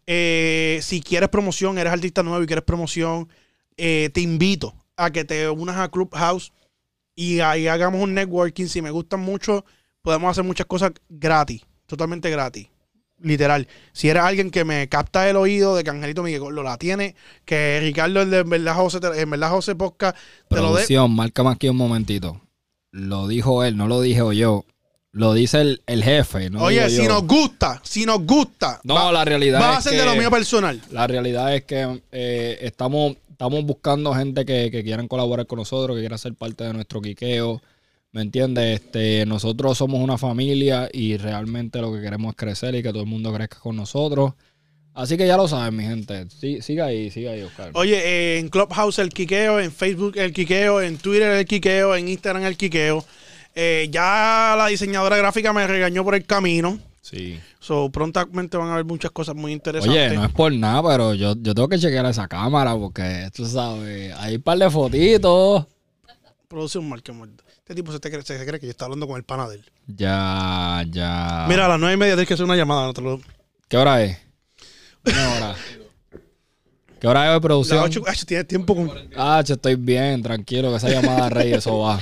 Speaker 2: Eh, si quieres promoción, eres artista nuevo y quieres promoción, eh, te invito a que te unas a Clubhouse y ahí hagamos un networking. Si me gustan mucho, podemos hacer muchas cosas gratis, totalmente gratis. Literal. Si eres alguien que me capta el oído de que Angelito Miguel Gordo la tiene, que Ricardo el de en verdad José, te- en verdad José Podcast te lo dé.
Speaker 3: Producción, márcame aquí un momentito. Lo dijo él, no lo dije yo. Lo dice el, el jefe. No
Speaker 2: Oye,
Speaker 3: digo yo.
Speaker 2: si nos gusta, si nos gusta,
Speaker 3: No,
Speaker 2: va-
Speaker 3: la realidad
Speaker 2: va a
Speaker 3: es
Speaker 2: ser
Speaker 3: que-
Speaker 2: de lo mío personal.
Speaker 3: La realidad es que eh, estamos, estamos buscando gente que, que quieran colaborar con nosotros, que quieran ser parte de nuestro quiqueo. ¿Me entiendes? Este, nosotros somos una familia y realmente lo que queremos es crecer y que todo el mundo crezca con nosotros. Así que ya lo saben, mi gente. Sí, siga ahí, siga ahí, Oscar.
Speaker 2: Oye, eh, en Clubhouse el quiqueo, en Facebook el quiqueo, en Twitter el quiqueo, en Instagram el quiqueo. Eh, ya la diseñadora gráfica me regañó por el camino.
Speaker 3: Sí.
Speaker 2: So, prontamente van a haber muchas cosas muy interesantes.
Speaker 3: Oye, no es por nada, pero yo, yo tengo que chequear esa cámara porque, tú sabes, hay un par de fotitos.
Speaker 2: Produce un mal que muerda. Este tipo se, te cree, se cree que yo estaba hablando con el pana de él.
Speaker 3: Ya, ya.
Speaker 2: Mira, a las nueve y media tienes que hacer una llamada. No te lo...
Speaker 3: ¿Qué hora es? Una hora. ¿Qué hora es de
Speaker 2: Las
Speaker 3: producción?
Speaker 2: ocho- Ay, tienes tiempo con...
Speaker 3: Ah, yo estoy bien, tranquilo, que esa llamada rey, eso va.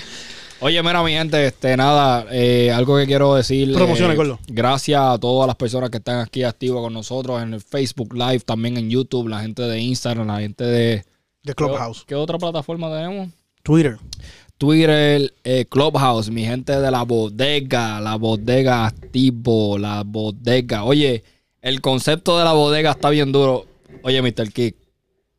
Speaker 3: Oye, mira, mi gente, este, nada, eh, algo que quiero decir.
Speaker 2: Promociones,
Speaker 3: eh,
Speaker 2: Gordo.
Speaker 3: Gracias a todas las personas que están aquí activas con nosotros en el Facebook Live, también en YouTube, la gente de Instagram, la gente de...
Speaker 2: de Clubhouse.
Speaker 3: ¿Qué otra plataforma tenemos?
Speaker 2: Twitter.
Speaker 3: Twitter, eh, Clubhouse, mi gente de la bodega, la bodega activo, la bodega. Oye, el concepto de la bodega está bien duro. Oye, Mr. Kick,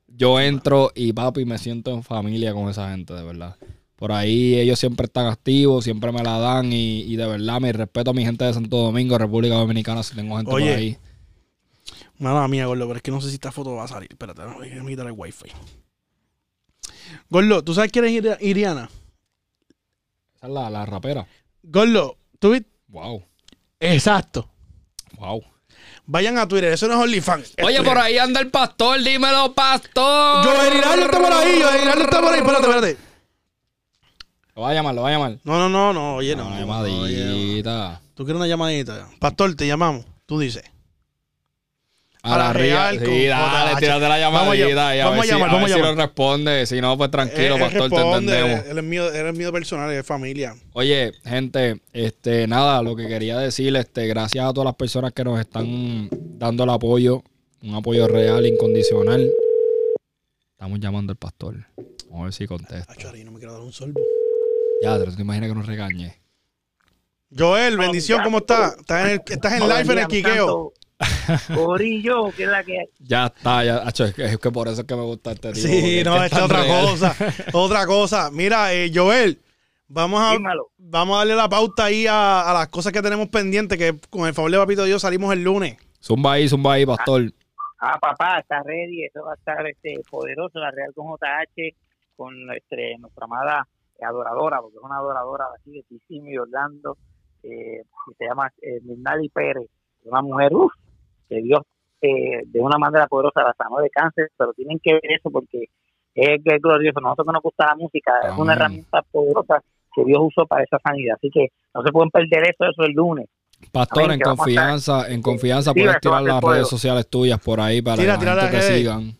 Speaker 3: yo entro y papi me siento en familia con esa gente, de verdad. Por ahí ellos siempre están activos, siempre me la dan y, y de verdad mi respeto a mi gente de Santo Domingo, República Dominicana, si tengo gente
Speaker 2: Oye.
Speaker 3: por ahí.
Speaker 2: Mala mía, Gordo, pero es que no sé si esta foto va a salir. Espérate, no, voy a quitar el wifi. Gordo, ¿tú sabes quién es Iri- Iriana?
Speaker 3: Esa es la, la rapera.
Speaker 2: Gordo, ¿tú viste?
Speaker 3: Wow,
Speaker 2: Exacto.
Speaker 3: wow.
Speaker 2: Vayan a Twitter, eso no es OnlyFans. es
Speaker 3: Oye,
Speaker 2: Twitter.
Speaker 3: por ahí anda el pastor, dímelo, pastor.
Speaker 2: Joe Giraldo está por ahí, Joe Giraldo está por ahí. Espérate, espérate.
Speaker 3: Lo va a llamar, lo va a llamar.
Speaker 2: No, no, no, no, oye, no.
Speaker 3: Una
Speaker 2: no, oye,
Speaker 3: llamadita.
Speaker 2: no. Tú quieres una llamadita. Pastor, te llamamos. Tú dices.
Speaker 3: A la real.
Speaker 2: con-
Speaker 3: Sí, dale,
Speaker 2: con-
Speaker 3: tírate la
Speaker 2: Vamos a
Speaker 3: llamadita.
Speaker 2: llam-
Speaker 3: y a
Speaker 2: vamos
Speaker 3: ver
Speaker 2: a
Speaker 3: si-
Speaker 2: llamar,
Speaker 3: a ver
Speaker 2: vamos a
Speaker 3: si
Speaker 2: llamar.
Speaker 3: lo responde. Si no, pues tranquilo,
Speaker 2: Él- él
Speaker 3: pastor,
Speaker 2: Eh, responde,
Speaker 3: te entendemos.
Speaker 2: Él él es mío, él es mío personal, él es familia.
Speaker 3: Oye, gente, este, nada, lo que quería decir, este, gracias a todas las personas que nos están dando el apoyo, un apoyo real, incondicional. Estamos llamando al pastor. Vamos a ver si contesta.
Speaker 2: Ah, chari, no me quiero dar un sorbo.
Speaker 3: Ya, pero tú te imaginas que nos regañe.
Speaker 2: Joel, bendición, ¿cómo estás? Estás en, el, estás en live en el quiqueo.
Speaker 5: Corillo, que es la que hay.
Speaker 3: Ya está, ya, acho, es que- es que por eso es que me gusta este tipo. porque
Speaker 2: Sí,
Speaker 3: es
Speaker 2: no,
Speaker 3: que
Speaker 2: esta es
Speaker 3: tan
Speaker 2: otra
Speaker 3: real.
Speaker 2: cosa. Otra cosa. Mira, eh, Joel, vamos a,
Speaker 5: Dímelo.
Speaker 2: vamos a darle la pauta ahí a, a las cosas que tenemos pendientes, que con el favor de Papito Dios salimos el lunes.
Speaker 3: Zumba ahí, zumba ahí, pastor.
Speaker 5: Ah, papá, está ready. Eso va a estar este, poderoso. La Real con JH, con nuestra, nuestra amada adoradora, porque es una adoradora así de Kissimmee, de Orlando. Eh, que se llama eh, Mirnali Pérez. Una mujer, uff, que Dios eh, de una manera poderosa la sanó de cáncer, pero tienen que ver eso porque es, que es glorioso. Nosotros que nos gusta la música, es una
Speaker 3: Amén.
Speaker 5: herramienta poderosa que Dios usó para esa sanidad. Así que no se pueden perder eso, eso el lunes.
Speaker 3: Pastor, en
Speaker 5: Amén, que vamos a estar-
Speaker 3: confianza, en confianza,
Speaker 5: Sí,
Speaker 3: puedes
Speaker 5: eso va
Speaker 3: tirar
Speaker 5: a ser
Speaker 3: las
Speaker 5: fuego.
Speaker 3: redes sociales tuyas por ahí para
Speaker 2: Tira,
Speaker 3: la
Speaker 2: tira
Speaker 3: gente
Speaker 2: las
Speaker 3: te
Speaker 2: redes.
Speaker 3: sigan.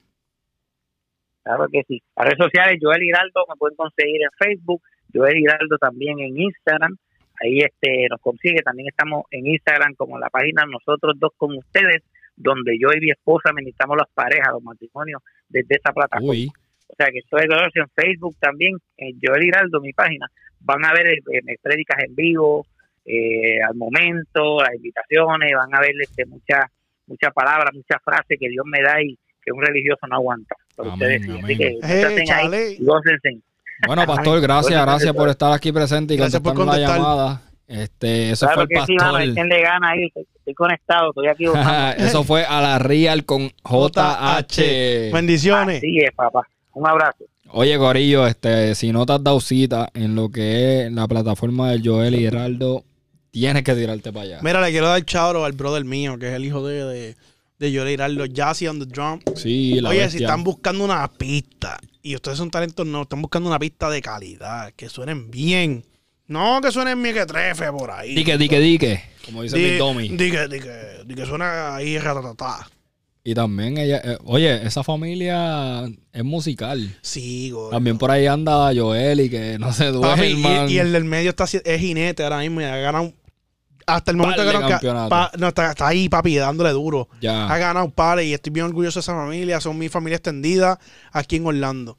Speaker 5: Claro que sí. Las redes sociales, Joel Hiraldo, me pueden conseguir en Facebook, Joel Hiraldo también en Instagram. Ahí este nos consigue, también estamos en Instagram como la página Nosotros Dos con Ustedes, donde yo y mi esposa ministramos las parejas, los matrimonios desde esa plataforma.
Speaker 3: Uy,
Speaker 5: O sea que estoy glorioso en Facebook también, en Joel Hiraldo, mi página. Van a ver eh, mis prédicas en vivo, eh, al momento, las invitaciones, van a ver este, muchas mucha palabras, muchas frases que Dios me da y que un religioso no aguanta. Pero
Speaker 3: Amén,
Speaker 5: ustedes, sí, así
Speaker 3: amén.
Speaker 5: que
Speaker 2: Eh,
Speaker 5: gócense ahí,
Speaker 2: chale.
Speaker 5: gócense.
Speaker 3: Bueno, Pastor, gracias,
Speaker 5: Bueno,
Speaker 3: gracias
Speaker 5: gracias.
Speaker 3: por estar aquí presente y
Speaker 2: Gracias por
Speaker 3: contestarnos la
Speaker 2: contestar.
Speaker 3: llamada. Este, eso
Speaker 5: Claro
Speaker 3: fue
Speaker 5: que
Speaker 3: el
Speaker 5: sí, mano,
Speaker 3: Pastor.
Speaker 5: echenle ganas ahí, estoy, estoy conectado, estoy aquí.
Speaker 3: eso fue a la Real con JH.
Speaker 2: Bendiciones.
Speaker 5: Así es, papá. Un abrazo.
Speaker 3: Oye, Gorillo, este, si no te has dado cita en lo que es la plataforma de Joel y Heraldo, tienes que tirarte para allá.
Speaker 2: Mira, le quiero dar chao al brother mío, que es el hijo de, de, de Yolanda Hiraldo, Jazzy on the drum.
Speaker 3: Sí, la
Speaker 2: Oye, si
Speaker 3: bestia.
Speaker 2: están buscando una pista y ustedes son talentos no, están buscando una pista de calidad, que suenen bien. No que suenen mi que trefe por ahí.
Speaker 3: Dique, dique, dique. Como dice mi
Speaker 2: Di-
Speaker 3: Tommy.
Speaker 2: di que, di que- di que suena ahí ratatatá.
Speaker 3: Y también ella, eh, oye, esa familia es musical.
Speaker 2: Sí, gordo.
Speaker 3: También por ahí anda Joel y que no se
Speaker 2: Papi, y-
Speaker 3: duerman.
Speaker 2: y, el del medio está, haci- es jinete ahora mismo y ha ganado. Hasta el momento
Speaker 3: Par
Speaker 2: que
Speaker 3: de
Speaker 2: ganó,
Speaker 3: campeonato.
Speaker 2: pa- no, está, está ahí, papi, dándole duro.
Speaker 3: Ya.
Speaker 2: Ha ganado pares y estoy bien orgulloso de esa familia. Son mi familia extendida aquí en Orlando.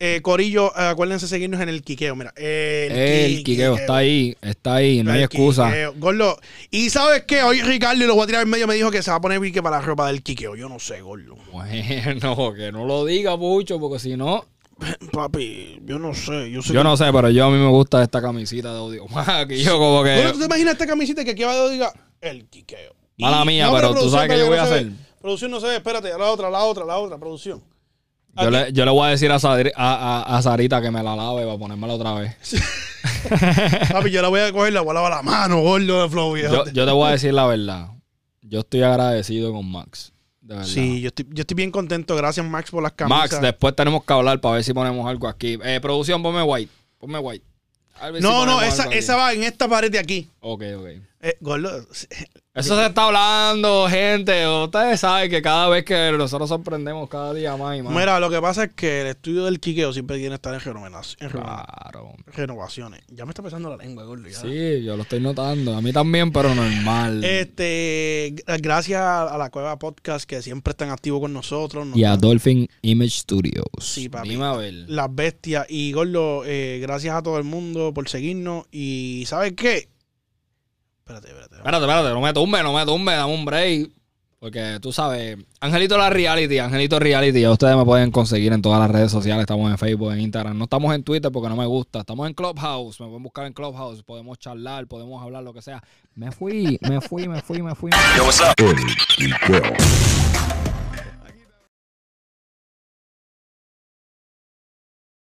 Speaker 2: Eh, Corillo, eh, acuérdense de seguirnos en el Quiqueo. Mira, el,
Speaker 3: El Quiqueo está ahí, está ahí, no hay
Speaker 2: El
Speaker 3: excusa.
Speaker 2: Quiqueo. Gordo, y sabes qué, hoy Ricardo, y lo voy a tirar en medio, me dijo que se va a poner pique para la ropa del Quiqueo. Yo no sé, Gordo.
Speaker 3: Bueno, que no lo diga mucho, porque si no,
Speaker 2: Papi, yo no sé. Yo, sé
Speaker 3: yo
Speaker 2: que-
Speaker 3: no sé, pero yo a mí me gusta esta camisita de audio. que yo como que.
Speaker 2: Gordo, ¿tú te imaginas esta camiseta que aquí abajo diga el Quiqueo? Y-
Speaker 3: Mala mía, pero tú
Speaker 2: producción,
Speaker 3: sabes que
Speaker 2: espérate,
Speaker 3: yo voy
Speaker 2: no
Speaker 3: a
Speaker 2: se ve.
Speaker 3: hacer.
Speaker 2: Producción no se ve, espérate, la otra, la otra, la otra, producción.
Speaker 3: Yo le, yo le voy a decir a, Sadri- a, a- a Sarita que me la lave para ponérmela otra vez.
Speaker 2: Papi, yo la voy a coger, la voy a lavar la mano, gordo de Flow,
Speaker 3: Yo,
Speaker 2: viejo.
Speaker 3: yo te voy a decir la verdad. Yo estoy agradecido con Max. De verdad.
Speaker 2: Sí, yo estoy, yo estoy bien contento. Gracias, Max, por las camisas.
Speaker 3: Max, después tenemos que hablar para ver si ponemos algo aquí. Eh, producción, ponme white. Ponme white. A ver si
Speaker 2: No, no,
Speaker 3: ponemos
Speaker 2: esa,
Speaker 3: algo aquí.
Speaker 2: esa va en esta pared de aquí.
Speaker 3: Ok, ok.
Speaker 2: Eh, gordo,
Speaker 3: Eso se está hablando, gente. Ustedes saben que cada vez que nosotros sorprendemos cada día más y más.
Speaker 2: mira, lo que pasa es que el estudio del Quiqueo siempre tiene que estar en, renovación- en renova-
Speaker 3: Claro.
Speaker 2: renovaciones. Ya me está pesando la lengua, gordo. ya.
Speaker 3: Ah. Sí, yo lo estoy notando. A mí también, pero normal.
Speaker 2: Este, gra- gracias a la Cueva Podcast que siempre están activos con nosotros. nos
Speaker 3: y a
Speaker 2: dan-
Speaker 3: Dolphin Image Studios.
Speaker 2: Sí, papi.
Speaker 3: Dime a ver.
Speaker 2: las bestias. Y Gordo, eh, gracias a todo el mundo por seguirnos. Y ¿sabes qué? Espérate, espérate.
Speaker 3: Espérate, espérate, no me tumbe, no me tumbe, dame un break. Porque tú sabes, Angelito la Reality, Angelito Reality, ya ustedes me pueden conseguir en todas las redes sociales, estamos en Facebook, en Instagram, no estamos en Twitter porque no me gusta, estamos en Clubhouse, me pueden buscar en Clubhouse, podemos charlar, podemos hablar, lo que sea. Me fui, me fui, me fui, me fui. me fui.
Speaker 6: El Quiqueo.